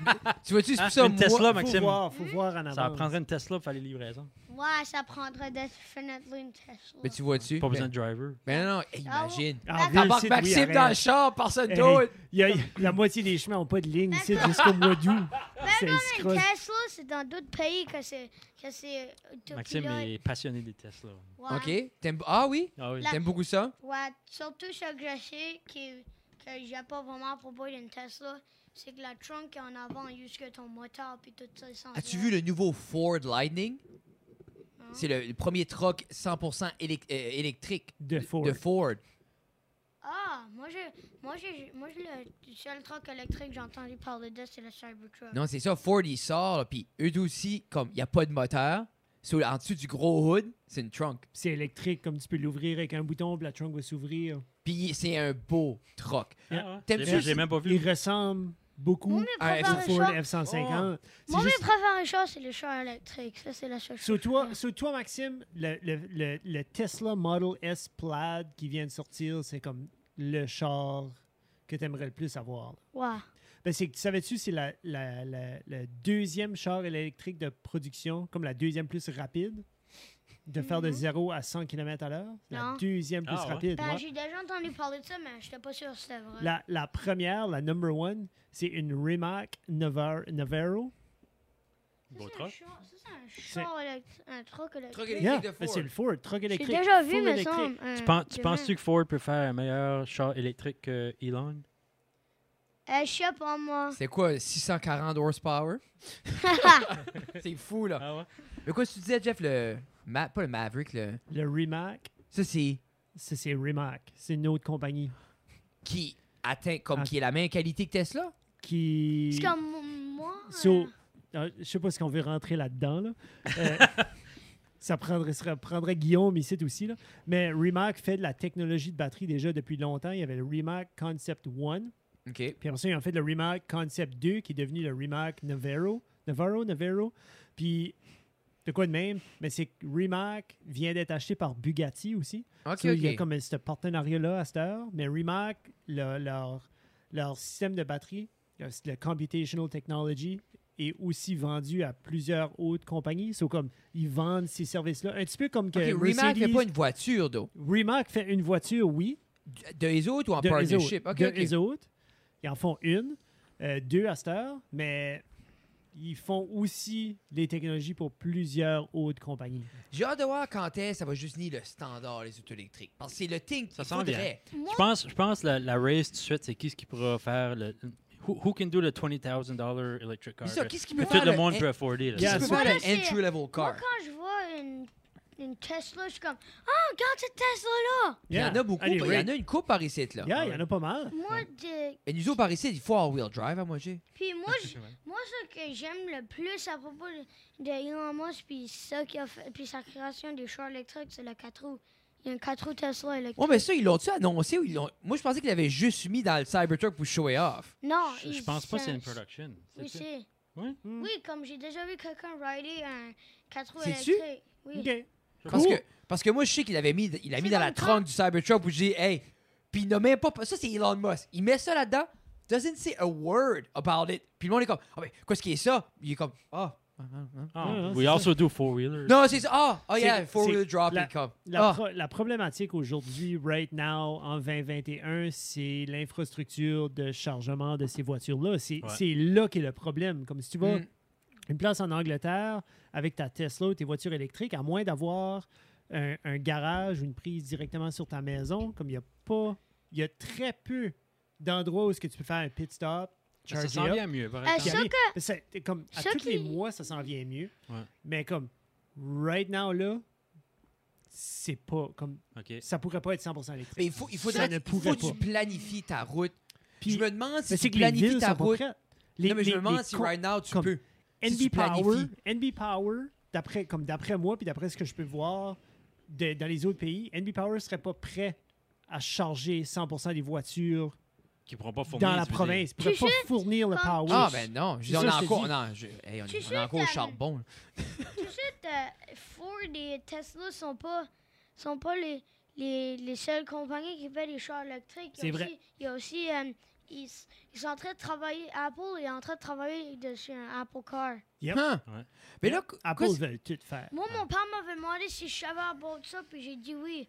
S3: tu vois-tu, c'est
S4: Ah,
S3: pour ça,
S4: une
S3: moi-
S4: Tesla,
S1: Faut
S4: Maxime.
S1: voir, faut voir
S3: Ah
S1: en
S4: Ça
S1: avant.
S4: prendrait une Tesla pour faire les livraisons.
S5: Ouais, ça prendrait définitivement une Tesla.
S3: Mais tu vois-tu?
S4: Pas besoin
S3: Mais
S4: de driver.
S3: mais non, non, hey, imagine.
S1: Ah, viens
S3: T'embarques
S1: ici,
S3: Maxime
S1: oui,
S3: dans le
S1: arrête.
S3: char, personne
S1: Hey,
S3: d'autre.
S1: Il y a- la moitié des chemins n'ont pas de ligne ici jusqu'au mois d'août. C'est
S5: Ben, Une
S1: escroc.
S5: Tesla, c'est dans d'autres pays que c'est que c'est autopilote.
S4: Maxime est passionné des Tesla.
S5: Ouais.
S3: OK. T'aimes- Ah oui?
S4: Ah oui.
S5: La-
S3: T'aimes beaucoup ça?
S5: Ouais, surtout ce que je sais qui- que j'ai pas vraiment à propos d'une Tesla, c'est que la trunk est en avant jusque ton moteur puis tout ça. sans
S3: As-tu
S5: rien.
S3: vu le nouveau Ford Lightning?
S5: Non.
S3: C'est le, le premier truck 100% élec- euh, électrique
S1: De Ford.
S3: de Ford.
S5: Ah, moi j'ai moi j'ai moi j'ai le seul truc électrique que j'ai entendu parler de c'est le Cybertruck.
S3: Non, c'est ça. Ford, il sort, là, puis eux deux aussi, comme il n'y a pas de moteur, sous, en dessous du gros hood, c'est une trunk.
S1: C'est électrique, comme tu peux l'ouvrir avec un bouton, puis la trunk va s'ouvrir.
S3: Puis c'est un beau truck.
S4: Ah, ouais.
S3: T'aimes ça,
S4: J'ai j'ai même pas vu.
S1: Il ressemble beaucoup
S5: Moi mes
S1: au
S3: Ah, préférés
S5: préférées
S1: Ford
S5: choses,
S1: F-150. C'est
S5: moi mes
S1: juste-
S5: préférées choses c'est les chars électriques, ça c'est la seule chose.
S1: Sur toi, sur toi, Maxime, le, le- le- le Tesla Model S Plaid qui vient de sortir, c'est comme le char que tu aimerais le plus avoir.
S5: Ouais.
S1: Ben, c'est, savais-tu, c'est la, la- la- le deuxième char électrique de production, comme la deuxième plus rapide, de faire de
S5: Non.
S1: 0 à 100 km à l'heure. La
S5: Mm-hmm. Non.
S1: deuxième plus
S4: Ah, ouais?
S1: rapide.
S5: Ben,
S1: ouais.
S5: j'ai déjà entendu parler de ça, mais j'étais pas sûr que c'était vrai.
S1: La, la première, la number one, c'est une Rimac Navar- Navero.
S5: Ça,
S4: Beau
S5: c'est un
S4: truc.
S5: char- ça, c'est un char élect- un truc
S3: Truc
S5: électrique.
S3: électrique.
S1: Yeah,
S3: de
S1: ben,
S3: Ford.
S1: c'est le Ford, truck
S5: J'ai
S1: électrique.
S5: déjà vu,
S1: full
S5: me
S1: électrique.
S5: semble. un
S4: Tu, penses- tu
S5: de
S4: penses-tu
S5: même.
S4: que Ford peut faire un meilleur char électrique que Elon?
S5: Euh, Je sais pas, moi.
S3: C'est quoi, 640 horsepower? c'est fou, là.
S4: Ah ouais?
S3: Mais quoi, tu disais, Jeff, le. Ma- Pas le Maverick, le.
S1: Le Rimac,
S3: Ça, c'est.
S1: ça, c'est Rimac. C'est une autre compagnie
S3: Qui atteint. Comme
S1: Ah.
S3: qui est la même qualité que Tesla?
S1: qui...
S5: C'est comme moi.
S1: So,
S5: euh,
S1: euh, je sais pas si on veut rentrer là-dedans. là. Euh, ça, prendrait, ça prendrait Guillaume ici aussi. Là. Mais Rimac fait de la technologie de batterie déjà depuis longtemps. Il y avait le Rimac Concept 1.
S3: OK.
S1: Puis après ça, ils ont fait le Rimac Concept 2 qui est devenu le Rimac Navarro. Navarro, Navarro. Puis de quoi de même. Mais c'est que Rimac vient d'être acheté par Bugatti aussi.
S3: OK,
S1: So, Il y a
S3: OK.
S1: comme ce partenariat-là à cette heure. Mais Rimac, le- leur, leur système de batterie, le, le Computational Technology, est aussi vendu à plusieurs autres compagnies. So, comme ils vendent ces services-là. Un petit peu comme que
S3: OK, Rimac fait
S1: Mercedes-
S3: pas une voiture, d'eau.
S1: Rimac fait une voiture, oui,
S3: De les autres ou en
S1: de eux
S3: partnership?
S1: autres.
S3: OK,
S1: De
S3: OK.
S1: eux autres. Ils en font une, euh, deux à cette heure, mais ils font aussi les technologies pour plusieurs autres compagnies.
S3: J'ai hâte de voir quand est ça va juste ni le standard, les autos électriques. Parce que c'est le thing
S4: Ça
S3: qu'il
S4: sent bien.
S3: faudrait.
S5: moi,
S4: Je pense, je pense la, la race tout de suite, c'est qui ce qui pourra faire le. Who, who can do le $20,000 electric car?
S3: Mais ça, qu'est-ce qui
S4: Que
S3: peut
S4: tout
S3: faire
S4: le monde
S3: en-
S4: peut afforder.
S3: qu'est-ce
S1: Yeah,
S3: qui peut
S1: ça-
S3: faire
S5: Moi, c'est-
S3: le entry-level
S5: moi,
S3: car?
S5: quand je vois une, une Tesla, je suis comme Ah, regarde cette Tesla-là!
S3: Il y en a beaucoup.
S1: Allez,
S3: Il y en
S1: Rick.
S3: a une coupe par ici, là.
S1: Yeah, il y en a pas mal.
S5: Moi, de-
S3: Et nous autres, par ici, il faut all-wheel drive à moi, j'ai.
S5: Puis moi, je- moi, ce que j'aime le plus à propos de, de Elon Musk, puis ça qu'il a fait, puis sa création des chars électriques, c'est le 4 roues. Il y a un 4 roues Tesla électrique.
S3: Ouais, mais ça, ils l'ont-tu annoncé ou ils l'ont. Moi, je pensais qu'ils l'avaient juste mis dans le Cybertruck pour show off.
S5: Non,
S4: Je, je
S5: il-
S4: pense pas que c'est une
S5: un-
S4: production.
S5: Oui,
S4: C'est-
S5: c'est.
S4: Oui?
S1: Hmm.
S5: Oui, comme j'ai déjà vu quelqu'un rider un 4 roues
S3: C'est-tu?
S5: électrique. Oui.
S1: OK.
S3: Parce,
S1: Cool.
S3: que, parce que moi, je sais qu'il avait mis, il a
S5: C'est
S3: mis dans
S5: dans
S3: la
S5: le
S3: trunk du Cybertruck où j'ai dit, hey, puis il n'a même pas. Ça, c'est Elon Musk. Il met ça là-dedans, doesn't say a word about it. Puis le monde est comme, ah, ben, qu'est-ce qui est ça? Il est comme, ah. ah, ah, ah.
S4: Ah,
S1: Ouais,
S4: we
S1: c'est ça.
S4: also do four-wheelers.
S3: Non, c'est ça. Ah, ah,
S1: C'est-
S3: yeah, four-wheel
S1: c'est
S3: drop.
S1: la-
S3: il est comme,
S1: La,
S3: ah.
S1: pro- la problématique aujourd'hui, right now, en 2021, c'est l'infrastructure de chargement de ces voitures-là. C'est
S4: Ouais.
S1: c'est là qu'est le problème. Comme si tu vas
S3: Mm.
S1: une place en Angleterre avec ta Tesla ou tes voitures électriques, à moins d'avoir un, un garage ou une prise directement sur ta maison, comme il n'y a pas, il y a très peu d'endroits où ce que tu peux faire un pit stop,
S4: Ça
S1: charger
S4: sent
S1: up,
S4: bien mieux, par
S5: Euh,
S1: puis
S5: ça
S4: exemple.
S1: aller- c'est- t'es comme à
S5: ça
S1: tous les
S5: qui-
S1: mois, ça s'en vient mieux.
S4: Ouais.
S1: Mais comme right now là, c'est pas comme
S4: OK.
S1: ça pourrait pas être 100% électrique.
S3: Mais il, faut, il faudrait
S1: ne
S3: il faut
S1: pourrait
S3: que tu
S1: pas.
S3: planifies ta route.
S1: Puis-
S3: je me demande si
S1: Mais
S3: tu
S1: c'est que les
S3: planifies
S1: villes
S3: ta
S1: sont pas
S3: route.
S1: prêtes. Les-
S3: Non, mais je
S1: les-
S3: me demande
S1: les
S3: si
S1: con-
S3: right now, tu
S1: comme-
S3: peux. si
S1: NB
S3: tu
S1: Power,
S3: planifies.
S1: NB Power, d'après comme d'après moi puis d'après ce que je peux voir de- dans les autres pays, NB Power serait pas prêt à charger 100% des voitures
S4: Qui pourront pas fournir.
S1: dans la
S4: tu veux dire.
S1: province. Ils ne
S5: Tu
S1: pourraient
S5: sais,
S1: pas fournir le
S5: quand-
S1: power.
S3: Ah, ben non. Je dis,
S1: C'est
S3: on
S1: ça,
S3: est
S1: je te
S3: encore
S1: dis.
S3: non, je- hey, on,
S5: Tu
S3: on
S5: sais,
S3: est encore au
S5: t'as-
S3: charbon.
S5: Tout de suite, euh, Ford et Tesla sont pas, sont pas les, les, les seules compagnies qui font des chars électriques. Il y a
S1: C'est vrai.
S5: aussi- Il y a aussi, euh, ils, s- ils sont en train de travailler, Apple est en train de travailler dessus un Apple Car.
S1: Yep.
S3: Hein?
S4: Ouais.
S3: Mais là,
S1: Apple
S3: quoi-
S1: veut tout faire.
S5: Moi, mon père m'avait demandé si je savais à bord de ça, puis j'ai dit oui.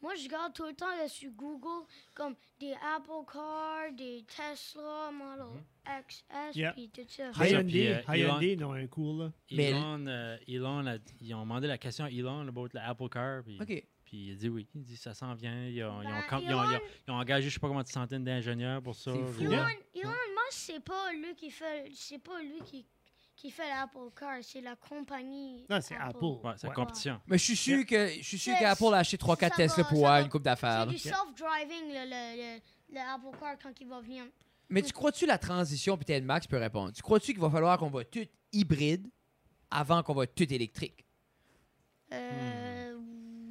S5: Moi, je regarde tout le temps là, sur Google, comme des Apple Car, des Tesla, Model XS,
S1: Mhm. Yeah.
S5: puis tout ça.
S4: ça, puis,
S1: Hyundai,
S4: euh,
S1: Hyundai, non, un cool. là.
S3: Mais-
S4: Elon, euh, Elon a- ils ont demandé la question à Elon about la Apple Car. Puis,
S3: OK.
S4: puis il a dit oui. Il dit ça s'en vient. Ils ont, ils ont
S5: Ben,
S4: com- ils ont- ils ont-
S5: Elon-
S4: ils ont engagé je sais pas combien de centaines d'ingénieurs pour ça.
S3: C'est fou.
S4: Puis,
S5: Elon,
S1: Yeah.
S5: Elon Musk, c'est pas lui qui fait, c'est pas lui qui, qui fait l'Apple Car, c'est la compagnie.
S1: Non, c'est Apple.
S4: Ouais, c'est la
S1: Ouais.
S4: compétition.
S3: Mais je suis sûr que je suis sûr
S5: Mais
S3: qu'Apple a acheté 3-4
S5: ça
S3: Tesla
S5: va,
S3: pour
S5: ça
S3: euh,
S5: va.
S3: une coupe d'affaires.
S5: C'est du
S3: là.
S5: self-driving, le, le, le- le Apple Car quand il va venir.
S3: Mais tu crois-tu la transition, puis Ted Max peut répondre, tu crois-tu qu'il va falloir qu'on va tout hybride avant qu'on va tout électrique?
S5: Euh,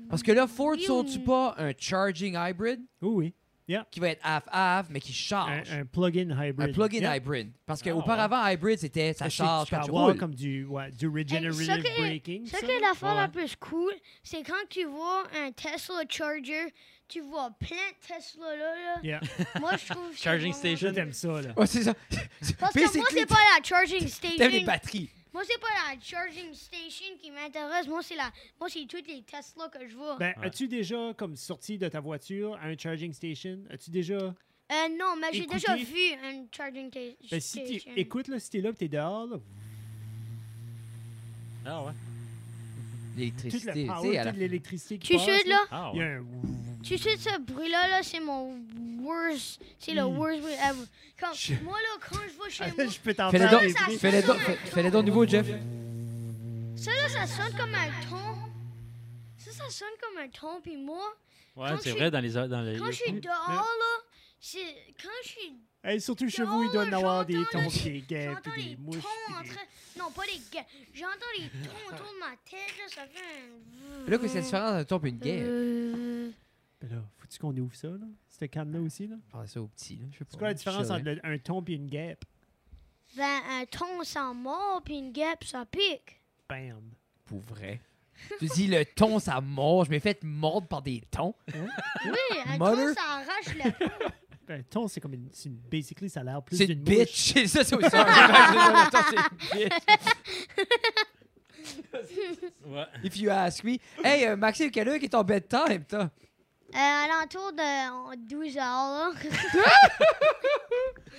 S3: Parce que là, Ford,
S5: Oui ou
S3: sors-tu
S5: non?
S3: pas un charging hybrid?
S1: Oui, oui. Yeah.
S3: qui va être half-half, mais qui charge.
S1: Un, un plug-in
S3: Un,
S1: hybrid.
S3: plugin
S1: Yeah. Ben,
S3: hybrid. Parce
S4: Ah,
S3: qu'auparavant, hybrid, c'était ça
S1: Est-ce que
S3: charge,
S1: tu
S3: pas
S1: vas
S3: tu
S1: avoir
S3: roules.
S1: comme du, ouais, du regenerative
S5: ça que-
S1: braking.
S5: Ce
S1: ça?
S5: qui est l'affaire
S1: Hmm. Ouais.
S5: la plus cool, c'est quand tu vois un Tesla Charger, tu vois plein de Tesla là. là.
S1: Yeah.
S5: Moi, je trouve. ça
S4: Charging
S5: vraiment-
S1: Je
S4: station.
S1: t'aime ça, là.
S3: Ouais, c'est ça.
S5: Parce que moi,
S3: Basically,
S5: c'est pas la charging
S3: t'aimes les
S5: station.
S3: batteries.
S5: Moi, c'est pas la charging station qui m'intéresse. Moi, c'est la. Moi, c'est toutes les Tesla que je vois.
S1: Ben,
S4: Ouais.
S1: as-tu déjà, comme sorti de ta voiture, à un charging station? As-tu déjà.
S5: Euh, non, mais j'ai
S1: Écoutez-
S5: déjà vu une charging ta-
S1: Ben, si t'es-
S5: station.
S1: écoute, là, si t'es là, pis t'es dehors, là,
S4: Ah ouais.
S1: toute la
S3: L'électricité, tu sais,
S1: power,
S3: à la-
S1: toute l'électricité qui
S5: Tu
S1: passe,
S5: sais, là?
S4: Ah
S1: Il y
S4: ouais.
S1: a un.
S5: Tu sais, ce bruit-là, là, c'est mon worst. C'est le
S1: Mm.
S5: worst bruit ever. Comme,
S3: Je-
S5: moi, là, quand je vais chez moi,
S1: je peux t'en
S3: Fais-le
S1: faire
S5: donc.
S1: des
S5: Ça,
S1: bruits.
S5: ça-
S3: Fais-les donc- fais- Fais-les donc de nouveau, Jeff.
S5: ça, là, ça sonne comme un ton. Ça, ça sonne comme un ton. Puis moi,
S4: Ouais,
S5: Quand
S4: c'est
S5: je-
S4: vrai, dans les. Dans les...
S5: quand je suis dehors,
S1: hein?
S5: là, c'est. Quand je suis
S1: Hey, surtout chez vous, il doit y en
S5: Non,
S1: avoir des
S5: j'entends
S1: tons,
S5: les-
S1: des guêpes,
S5: J'entends
S1: pis
S5: les
S1: des Eh, mouches.
S5: tons en
S1: pis des-
S5: train... Non, pas les gars. J'entends les tons autour de ma tête, là, ça fait un...
S3: Là, que c'est différent d'un tombe et une guerre.
S5: Euh,
S1: Ben là, faut-tu qu'on ouvre ça, là? Cette canne-là
S5: Ah.
S1: aussi, là?
S3: Je parlais ça au petit, là. Je sais pas.
S1: C'est quoi la différence
S3: Oh, Je sais
S1: entre le- un ton et une guêpe?
S5: Ben, un ton sans mort, puis une guêpe, ça pique.
S1: Bam!
S3: rien, Pour vrai. Tu dis le ton, ça mord. Je m'ai fait mordre par des tons.
S5: Oui, un
S3: Mother-
S5: ton, ça arrache la peau.
S1: Un ton, c'est comme une. c'est une- Basically, ça a l'air plus
S3: C'est une
S1: d'une mouche.
S3: bitch. C'est ça, c'est aussi. un image. Le ton, c'est une bitch.
S4: Ouais.
S3: If you ask me. Hey, euh, Maxime, quelle heure qui est ton bedtime, toi?
S5: Euh, à l'entour de euh, 12 heures, là.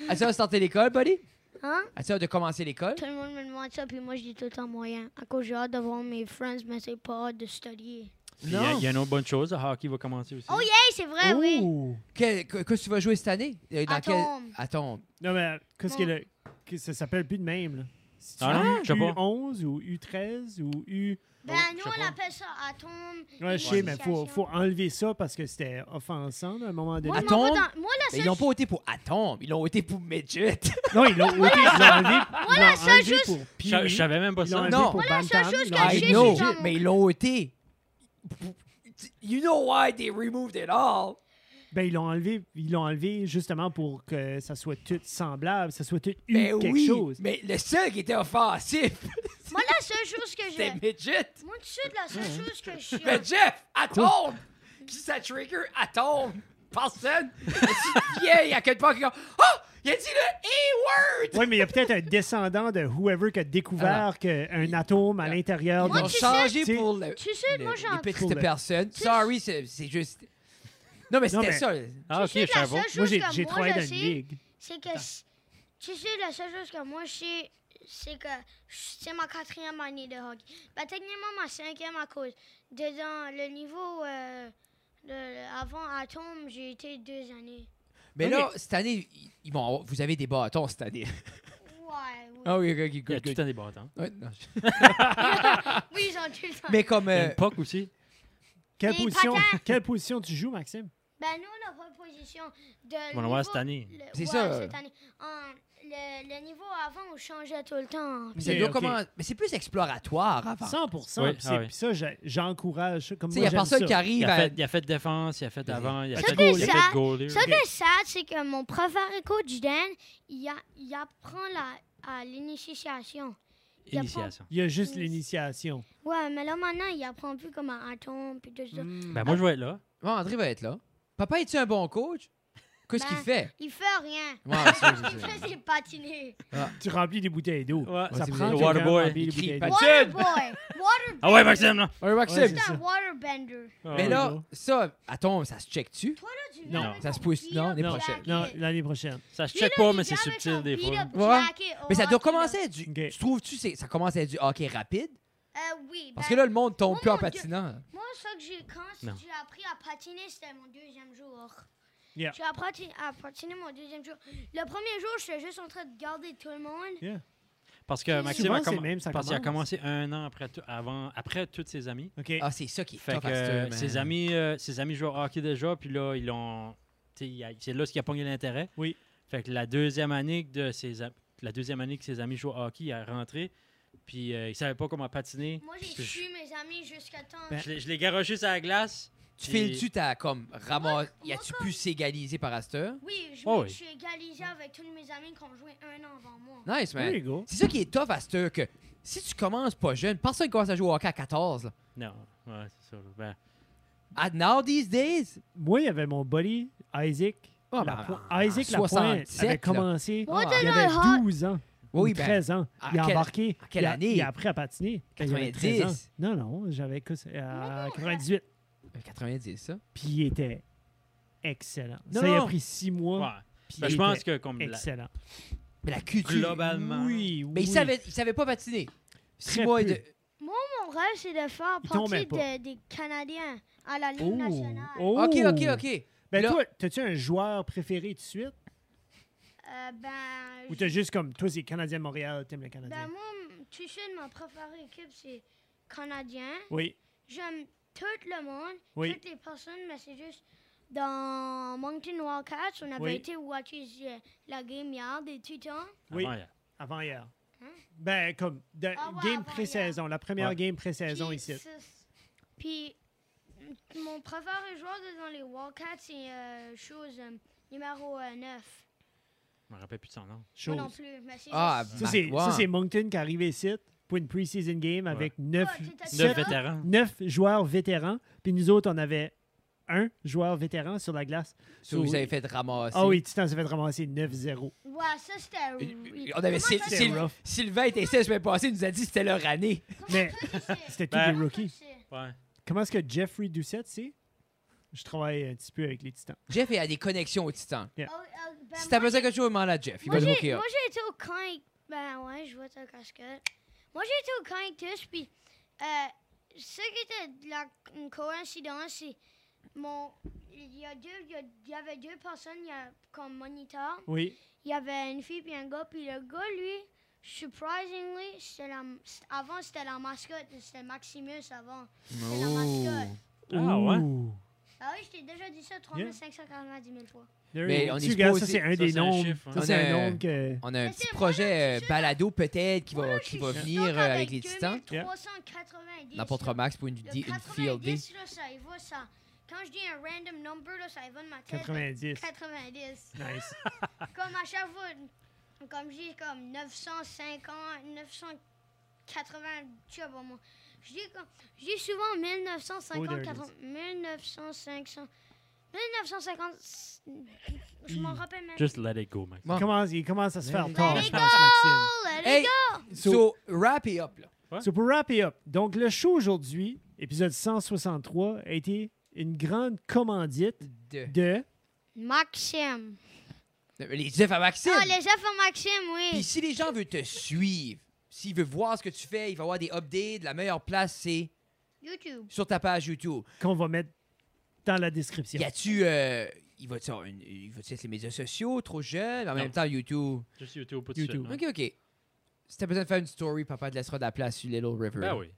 S3: As-tu hâte de starter l'école, buddy?
S5: Hein?
S3: As-tu hâte de commencer l'école?
S5: Tout le monde me demande ça, puis moi, je dis tout le temps moyen. À cause, j'ai hâte de voir mes friends, mais c'est pas hâte de studier.
S4: Puis Il y, a- il y a une autre bonne chose, le hockey va commencer aussi.
S5: Oh yeah, c'est vrai, oui.
S1: Ouh!
S3: Quel- que- Qu'est-ce que tu vas jouer cette année? Euh, Dans quel-
S5: Atome.
S3: Atome.
S5: Ah,
S1: Non, mais qu'est-ce
S5: Non.
S1: que le. que ça s'appelle plus de même, là? Si tu
S4: Ah non, je sais pas.
S1: U11 ou U13 ou U.
S5: Ben,
S4: Oh, je
S5: nous,
S4: sais
S5: on
S4: pas.
S5: appelle ça atome.
S1: Ouais, je sais, mais faut,
S5: initiation.
S1: faut enlever ça parce que c'était offensant là, à un moment donné.
S5: Moi, je m'en vais
S3: Atome?
S5: dans- Moi, la
S3: Mais ils
S5: seule
S3: l'ont pas voté pour Atome. Ils l'ont voté pour Midget.
S1: Non, ils l'ont ôté, ils l'ont enlevé, ils l'ont enlevé pour
S4: Je sa- je
S1: Pee-wee.
S4: savais même pas
S1: Ils l'ont
S4: ça.
S1: enlevé
S3: Non.
S1: pour
S5: Voilà, la seule
S1: Bantam,
S5: chose
S1: ils
S5: que
S1: l'ont
S5: j'ai,
S1: enlevé
S3: I
S5: c'est
S3: know.
S1: pour-
S5: genre-
S3: Mais ils l'ont ôté. You know why they removed it all.
S1: Ben, ils l'ont enlevé, ils l'ont enlevé justement pour que ça soit tout semblable, ça soit tout une
S3: Mais
S1: quelque
S3: Ben oui,
S1: chose.
S3: mais le seul qui était offensif,
S5: Moi, la seule chose que
S3: c'était Ben,
S5: j'ai.
S3: Midget.
S5: Moi, tout de suite, la seule chose que je suis.
S3: Mais Jeff, Atome! Qui ça trigger? Atome! Personne! Tu viens, il y a quelqu'un qui dit Oh! Il a dit le E-word!
S1: Oui, mais il y a peut-être un descendant de whoever qui a découvert qu'un atome à l'intérieur
S3: Ils
S5: Moi,
S1: d'un
S3: l'ont
S5: tu sais-
S3: changé
S1: tu sais-
S3: pour le,
S5: Tu sais,
S3: le-
S5: moi, j'ai
S3: les
S5: entendu.
S3: petites
S1: Pour le-
S3: personnes. Sorry, c'est c'est juste. Non, mais
S1: Non,
S3: c'était
S1: mais-
S3: ça.
S4: Ah, ok,
S5: Tu sais,
S4: je
S5: la
S4: savais pas.
S5: seule chose
S1: Moi, j'ai
S5: que
S1: j'ai
S5: moi,
S1: travaillé
S5: je
S1: dans une
S5: sais,
S1: ligue.
S5: c'est que. c- Tu sais, la seule chose que moi, je sais, c'est que je- c'est ma quatrième année de hockey. Ben, techniquement, ma cinquième à cause. Dedans, le niveau. euh, le- avant Atom, j'ai été deux années.
S3: Mais
S1: Ok.
S3: là, cette année, ils- ils vont avoir- vous avez des bâtons cette année.
S5: Ouais, oui.
S3: Ah oui, ok,
S4: Il y a
S3: good,
S4: tout le
S3: good.
S4: temps des hein. bâtons.
S1: Euh,
S3: Ouais, non, je-
S5: Oui, ils ont tout le temps.
S3: Mais comme.
S4: Il y a
S3: euh,
S4: une POC aussi.
S1: Quelle
S5: Les
S1: position,
S5: patins.
S1: quelle position tu joues, Maxime?
S5: Ben, nous, on a pas de position de.
S4: On va le voir
S5: niveau-
S4: cette année.
S5: le-
S3: C'est
S5: ouais,
S3: ça.
S5: cette année. En- le, le niveau avant, on changeait tout le temps.
S3: mais ça
S1: Ok,
S3: doit
S1: ok.
S3: comment- mais c'est plus exploratoire avant.
S1: 100
S4: Oui,
S1: Puis c'est-
S4: ah oui.
S1: puis ça, j'ai- j'encourage ça. Comme
S3: Tu sais,
S1: moi,
S3: il y a
S1: j'aime
S3: personne
S1: ça.
S3: qui
S4: Il
S3: arrive
S4: a,
S3: à.
S4: fait, il a fait défense, il a fait avant, il a
S1: Ben, Ça,
S4: fait,
S1: c'est
S4: il a
S5: ça.
S4: fait goaler.
S5: Ça, que ça, c'est que mon professeur et coach Dan, il, a- il apprend la, à l'initiation. il apprend.
S4: Initiation.
S1: Il y a juste
S5: Oui.
S1: l'initiation.
S5: Ouais, mais là, maintenant, il apprend plus comment attendre, puis tout
S1: Mm.
S5: ça.
S4: Ben, moi, je vais être là.
S3: Bon, André va être là. Papa, es-tu un bon coach? Qu'est-ce qu'il
S5: Ben,
S3: fait?
S5: Il fait rien.
S3: Ouais, c'est ça, c'est
S5: Il
S3: ça.
S5: fait ses patinés.
S1: Tu remplis des bouteilles d'eau.
S4: Ouais,
S1: ça
S3: c'est
S1: prend quelqu'un
S3: vrai.
S1: à
S4: Waterboy,
S1: remplir
S3: il
S1: les
S3: crie,
S1: bouteilles
S3: pas-
S1: d'eau.
S5: Water boy. Water
S4: Ah ouais, Maxime, là.
S3: Ouais, Maxime.
S1: Ouais,
S5: C'est
S1: ça.
S5: un waterbender.
S3: mais là, ça, attends, ça se check-tu?
S5: Toi, là, tu
S1: Non.
S5: viens avec
S3: Ça
S5: ton
S3: se pousse- non,
S5: beat-up
S3: l'année
S1: Non,
S3: prochaine.
S5: jacket.
S1: non, l'année prochaine.
S4: Oh, ça se
S5: Lui,
S4: check
S5: là,
S4: pas,
S5: il
S4: mais
S5: vient
S4: c'est
S5: avec
S4: subtil
S5: son
S4: des fois.
S5: beat-up
S3: Ouais.
S5: jacket au
S3: Mais ça doit
S5: hockey, là.
S3: commencer à du.
S1: Ok.
S3: Tu trouves-tu c'est- ça commence à être du hockey rapide?
S5: Euh, oui.
S3: Parce
S5: ben,
S3: que là, le monde tombe
S5: Oh
S3: plus en
S5: mon Dieu.
S3: patinant.
S5: Moi, ça que j'ai quand
S4: Non.
S5: j'ai appris à patiner, c'était mon deuxième jour.
S1: Yeah.
S5: J'ai appris à ti- à patiner mon deuxième jour. Le premier jour, j'étais juste en train de garder tout le monde.
S4: Parce que Maxime
S1: Souvent,
S4: a,
S1: c'est
S4: comm-
S1: même, ça
S4: parce qu'il a
S1: commence.
S4: commencé un an après, tout- avant, après toutes ses amis.
S1: OK.
S3: Ah, c'est ça qui est
S4: Fait
S3: tough
S4: que
S3: à
S4: euh,
S3: ce- man.
S4: ses, amis, euh, ses amis jouent au hockey déjà, puis là, ils l'ont. tu sais, il a- C'est là ce qui a pogné l'intérêt.
S1: Oui.
S4: Fait que la deuxième année que de ses, am- la deuxième année que ses amis jouent au hockey, il est rentré, puis euh, il savait pas comment patiner.
S5: Moi,
S4: Puis
S5: j'ai
S4: je,
S5: su mes amis jusqu'à temps.
S1: Ben,
S4: je l'ai- je l'ai garoché sur la glace.
S3: Tu
S4: Puis-
S3: files-tu ta comme ramasse. Y a-tu
S5: moi,
S3: pu s'égaliser par à cette heure?
S5: Oui, je,
S4: Oh
S5: me-
S4: oui.
S5: je suis égalisé avec tous mes amis qui ont joué un an avant moi.
S3: Nice, man.
S1: There you go.
S3: C'est ça qui est tough à cette heure que si tu commences pas jeune, personne commence à jouer au hockey à 14. Là.
S4: Non, ouais, c'est ça. Ben,
S3: At now these days,
S1: Moi, il y avait mon buddy, Isaac.
S3: Ah,
S1: Lapoi-
S3: ben, en
S1: Isaac Lapointe
S3: 67,
S1: avait
S3: là.
S1: commencé.
S5: What
S3: Ah.
S1: Il
S5: a
S1: avait
S5: hot-
S1: 12 ans.
S3: oui,
S1: ou
S3: ben,
S1: 13 ans.
S3: à
S1: Il a
S3: quelle-
S1: embarqué.
S3: à quelle
S1: il a,
S3: année?
S1: Il a appris à patiner. quand il avait 13 ans.
S3: 90?
S1: Non, non, j'avais que- euh, 98.
S3: 90, euh, ça.
S1: Puis il était excellent.
S3: Non,
S1: ça, il a
S3: non.
S1: pris 6 mois.
S4: ouais.
S1: puis
S4: Ben,
S1: il
S4: je pense
S1: était
S4: que comme la-
S1: Excellent.
S3: Mais la culture.
S4: globalement.
S1: Oui, oui.
S3: Mais il savait, il savait pas patiner. Six
S1: Très
S3: mois et
S1: peu.
S3: de-
S5: Mon rêve, c'est de faire
S1: Il tombait
S5: partie
S1: pas.
S5: de- des Canadiens à la Ligue
S1: Oh,
S5: nationale.
S1: oh.
S3: Ok, ok, ok.
S1: Ben,
S3: Là-
S1: toi, t'as-tu un joueur préféré tout de suite?
S5: Euh, ben,
S1: Ou
S5: je-
S1: t'as juste comme, toi, c'est Canadien de Montréal, t'aimes le Canadien?
S5: ben, moi, m- tu sais, ma préférée équipe, c'est Canadien.
S1: oui.
S5: J'aime tout le monde,
S1: Oui.
S5: toutes les personnes, mais c'est juste dans Moncton Wildcats, on avait
S1: Oui.
S5: été watcher euh, la game hier des Titans.
S1: Oui.
S4: Avant, il y a-
S1: Avant hier.
S5: Hein?
S1: Ben, comme, de-
S5: Ah ouais,
S1: game
S5: avant
S1: pré-saison, la première
S4: Ouais.
S1: game pré-saison
S5: Puis,
S1: ici.
S5: c'est- Puis, m- mon préféré joueur de- dans les Wildcats, c'est euh, chose euh, numéro 9.
S4: je me rappelle plus de son nom.
S1: Chose.
S5: Moi non plus, mais c'est
S3: Ah,
S5: juste-
S1: Ça,
S3: Mac-
S1: c'est
S3: ouais.
S1: ça, c'est Moncton qui est arrivé ici pour une pre-season game avec neuf
S5: Oh, t'étais
S1: sept-
S4: Neuf
S5: Sept-
S4: vétérans.
S1: neuf joueurs vétérans. Puis nous autres, on avait un joueur vétéran sur la glace.
S3: Ça, vous avez fait ramasser.
S1: Ah oui, Titan s'est fait ramasser 9-0.
S5: Ouais, ça c'était.
S3: Euh, On avait Syl-
S5: Comment ça,
S1: c'est
S3: Syl-
S1: rough.
S3: Sylvain était ici la semaine passée, il nous a dit que c'était leur année.
S5: comment
S1: Mais
S5: ça, tu sais?
S1: c'était tous
S4: Ben-
S1: des
S5: Comment
S1: rookies.
S5: ça, tu sais?
S4: Ouais.
S1: Comment est-ce que Jeffrey Doucette, c'est? Je travaille un petit peu avec les Titans.
S3: Jeff il a des connexions au Titan.
S5: Oh, oh, ben,
S3: Si t'as
S5: moi,
S3: besoin de quelque chose, demande à Jeff. Il va
S5: Moi
S3: te
S5: j'ai,
S3: hooker up.
S5: moi, j'ai été au camp. Ben ouais, je vois ta casquette. Moi j'ai été au camp Ictus, puis euh, ce qui était de la une coïncidence, c'est mon. Il y, a deux, il, y a- il y avait deux personnes il y a, comme moniteur.
S1: Oui.
S5: Il y avait une fille puis un gars, puis le gars, lui, surprisingly, c'était la, c'était- avant c'était la mascotte, c'était Maximus avant. C'était la mascotte.
S4: Ah, ouais?
S1: Ouh.
S5: Ah oui, je t'ai déjà dit ça 3590 000 fois.
S1: There
S3: Mais
S1: you go.
S3: on est
S1: Tu regardes, ça,
S3: supposé-
S1: c'est un
S4: ça,
S1: des
S4: c'est un
S1: nombres.
S4: chiffre, hein.
S1: Ça, c'est
S3: On a-
S1: un nombre que...
S3: On a un
S5: Mais
S3: petit
S5: c'est
S3: projet euh,
S5: vraiment-
S3: balado peut-être qui va,
S5: Voilà,
S3: qui
S5: je
S3: va
S5: suis
S3: venir
S5: d'accord
S3: euh, avec les Titans.
S5: 2390,
S3: N'importe
S5: là.
S3: Max pour une, di- une field day.
S5: 90, là, ça y va, ça. Quand je dis un random number, là, ça y va de ma tête.
S1: 90.
S5: 90.
S1: Nice.
S5: comme à chaque fois, comme je dis, comme 950, 980, je sais pas moi. Je dis, comme, je dis souvent 1950,
S1: Oh, there it is.
S5: 80, 1900, 500, 1950, je m'en rappelle même.
S4: Just let it go, Max.
S3: Bon.
S1: Il commence, il commence à se faire
S3: Let
S1: tard,
S5: it
S1: je pense, Maxime.
S5: Oh, let it
S3: Hey, so, wrap it up. Là.
S4: Ouais.
S1: So, pour wrap it up, donc le show aujourd'hui, épisode 163, a été une grande commandite
S3: De-
S1: de.
S5: Maxime.
S3: de- les Jeff à Maxime.
S5: Ah, les affaires Maxime,
S3: Puis
S5: oui.
S3: si les gens veulent te suivre, s'ils veulent voir ce que tu fais, il va y avoir des updates. La meilleure place, c'est
S5: YouTube.
S3: sur ta page YouTube.
S1: qu'on va mettre dans la
S3: Y
S1: description.
S3: a-tu. euh, il va-tu avoir une- il va-tu être les médias sociaux, trop jeune, en
S4: Non.
S3: même temps YouTube?
S4: Juste YouTube, pas de
S1: YouTube.
S4: suite. hein.
S3: Ok, ok. Si t'as besoin de faire une story, papa te laissera de la place sur Little River.
S4: Ben oui.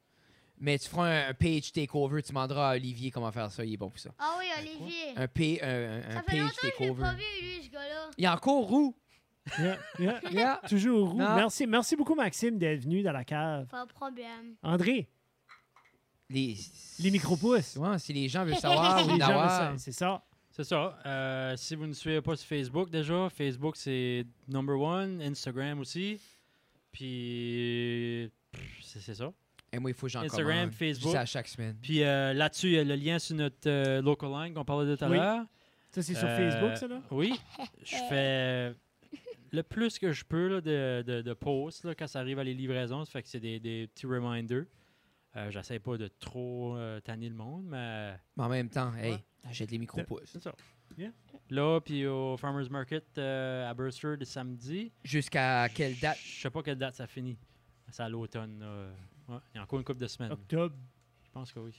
S3: Mais tu feras un, un page takeover, tu demanderas à Olivier comment faire ça, il est bon pour ça.
S5: Ah oui, Olivier.
S3: Un, pa- un- un- un
S5: Ça fait
S3: page
S5: longtemps que je l'ai pas
S3: takeover.
S5: vu, lui, ce gars-là.
S3: Il est encore roux.
S1: Yeah, yeah.
S3: Yeah.
S1: Toujours roux.
S3: Non.
S1: Merci, merci beaucoup, Maxime, d'être venu dans la cave.
S5: Pas de problème.
S1: André,
S3: Les,
S1: les micro-pouces.
S3: Ouais, si les gens veulent savoir,
S1: Les
S3: Ah oui,
S1: gens le
S3: d'avoir.
S1: savent, C'est ça.
S4: C'est ça. Euh, si vous ne suivez pas sur Facebook déjà, Facebook c'est number one, Instagram aussi. Puis pff, c'est c'est ça.
S3: Et moi, il faut que j'en
S4: Instagram,
S3: commande. Je
S4: Facebook.
S3: dis ça à chaque semaine.
S4: Puis euh, là-dessus, il y a le lien sur notre euh, local line qu'on parlait tout à
S1: Oui.
S4: l'heure.
S1: Ça, c'est sur
S4: Euh,
S1: Facebook, ça, là?
S4: Oui. Je fais le plus que je peux là, de, de, de posts là, quand ça arrive à les livraisons. Ça fait que c'est des, des petits reminders. Euh, J'essaie pas de trop euh, tanner le monde, mais
S3: Mais en même temps, hey,
S4: Ouais.
S3: achète les micro-pouces.
S4: c'est ça.
S1: Yeah.
S4: Là, puis au Farmers Market euh, à Burster le samedi.
S3: Jusqu'à quelle date
S4: Je sais pas quelle date ça finit. C'est à l'automne. là. Ouais, il y a encore une couple de semaines.
S1: Octobre.
S4: Je pense que oui.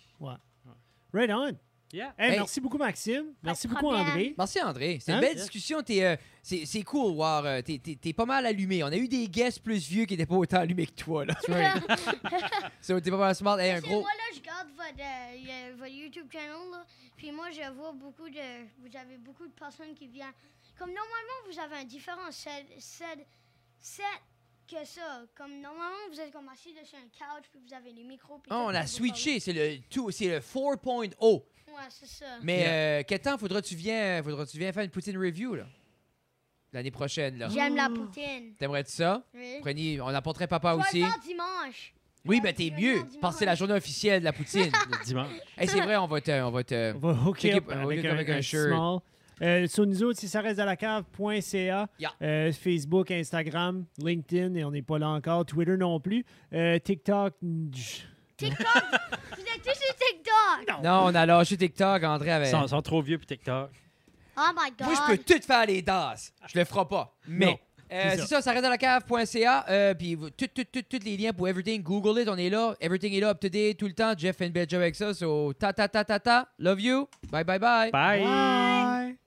S1: Right on.
S4: Yeah.
S1: Hey,
S3: Hey.
S1: Merci beaucoup, Maxime. Merci
S5: de
S1: beaucoup,
S5: problème.
S1: André.
S3: Merci André, c'est
S1: Hein?
S3: une belle
S4: Yes.
S3: discussion. T'es, euh, c'est, c'est cool, voir. euh, t'es, t'es- t'es pas mal allumé. On a eu des guests plus vieux qui étaient pas autant allumés que toi. Là. so, t'es pas mal smart. Hey, un
S5: C'est
S3: gros. Ah,
S5: Moi, là, je garde votre, euh, le- votre YouTube channel, là, puis moi, je vois beaucoup de... Vous avez beaucoup de personnes qui viennent. Comme normalement, vous avez un différent set, set, set que ça. Comme normalement, vous êtes comme assis dessus un couch, puis vous avez les micros. puis
S3: Ah,
S5: tout,
S3: on
S5: puis
S3: a
S5: vous
S3: switché. C'est le, tout, c'est le 4.0.
S5: parlez. Ouais. Ouais, c'est ça.
S3: Mais euh, quel temps faudra-tu viens, faudra-tu viens faire une poutine review là? l'année prochaine? là?
S5: J'aime la poutine.
S3: T'aimerais-tu ça?
S5: Oui.
S3: Prenez, on apporterait papa
S5: Je vais
S3: aussi.
S5: le faire dimanche.
S3: Oui,
S5: Ouais,
S3: ben t'es
S5: je vais
S3: mieux,
S5: le faire
S3: parce que c'est la
S5: dimanche.
S3: journée officielle de la poutine.
S4: Dimanche.
S3: hey, c'est vrai, on va te... On va te...
S1: On va hooker
S3: Check
S1: up
S3: it- on va
S1: avec
S3: hooker
S1: un,
S3: up avec un
S1: un
S3: shirt.
S1: small. Euh, sur nous autres, si ça reste à la cave.ca,
S3: Yeah.
S1: euh, Facebook, Instagram, LinkedIn, et on n'est pas là encore, Twitter non plus, Euh, TikTok, nj-
S5: TikTok. Vous êtes tous sur TikTok.
S3: Non, on a lâché TikTok, André
S4: Ils
S3: avait...
S4: sont, sont trop vieux pour TikTok.
S5: Oh my god.
S3: Moi, je peux tout faire les danses. Je le ferai pas. Mais. euh,
S1: c'est
S3: c'est ça, ça reste dans la cave.ca. euh, Puis vous- tout- tout- tout- tous les liens pour everything, Google it, on est là. Everything est là, up to date, tout le temps. Jeff fait une belle job avec ça. So, ta ta ta ta ta. Love you. Bye bye bye.
S4: Bye.
S1: Bye.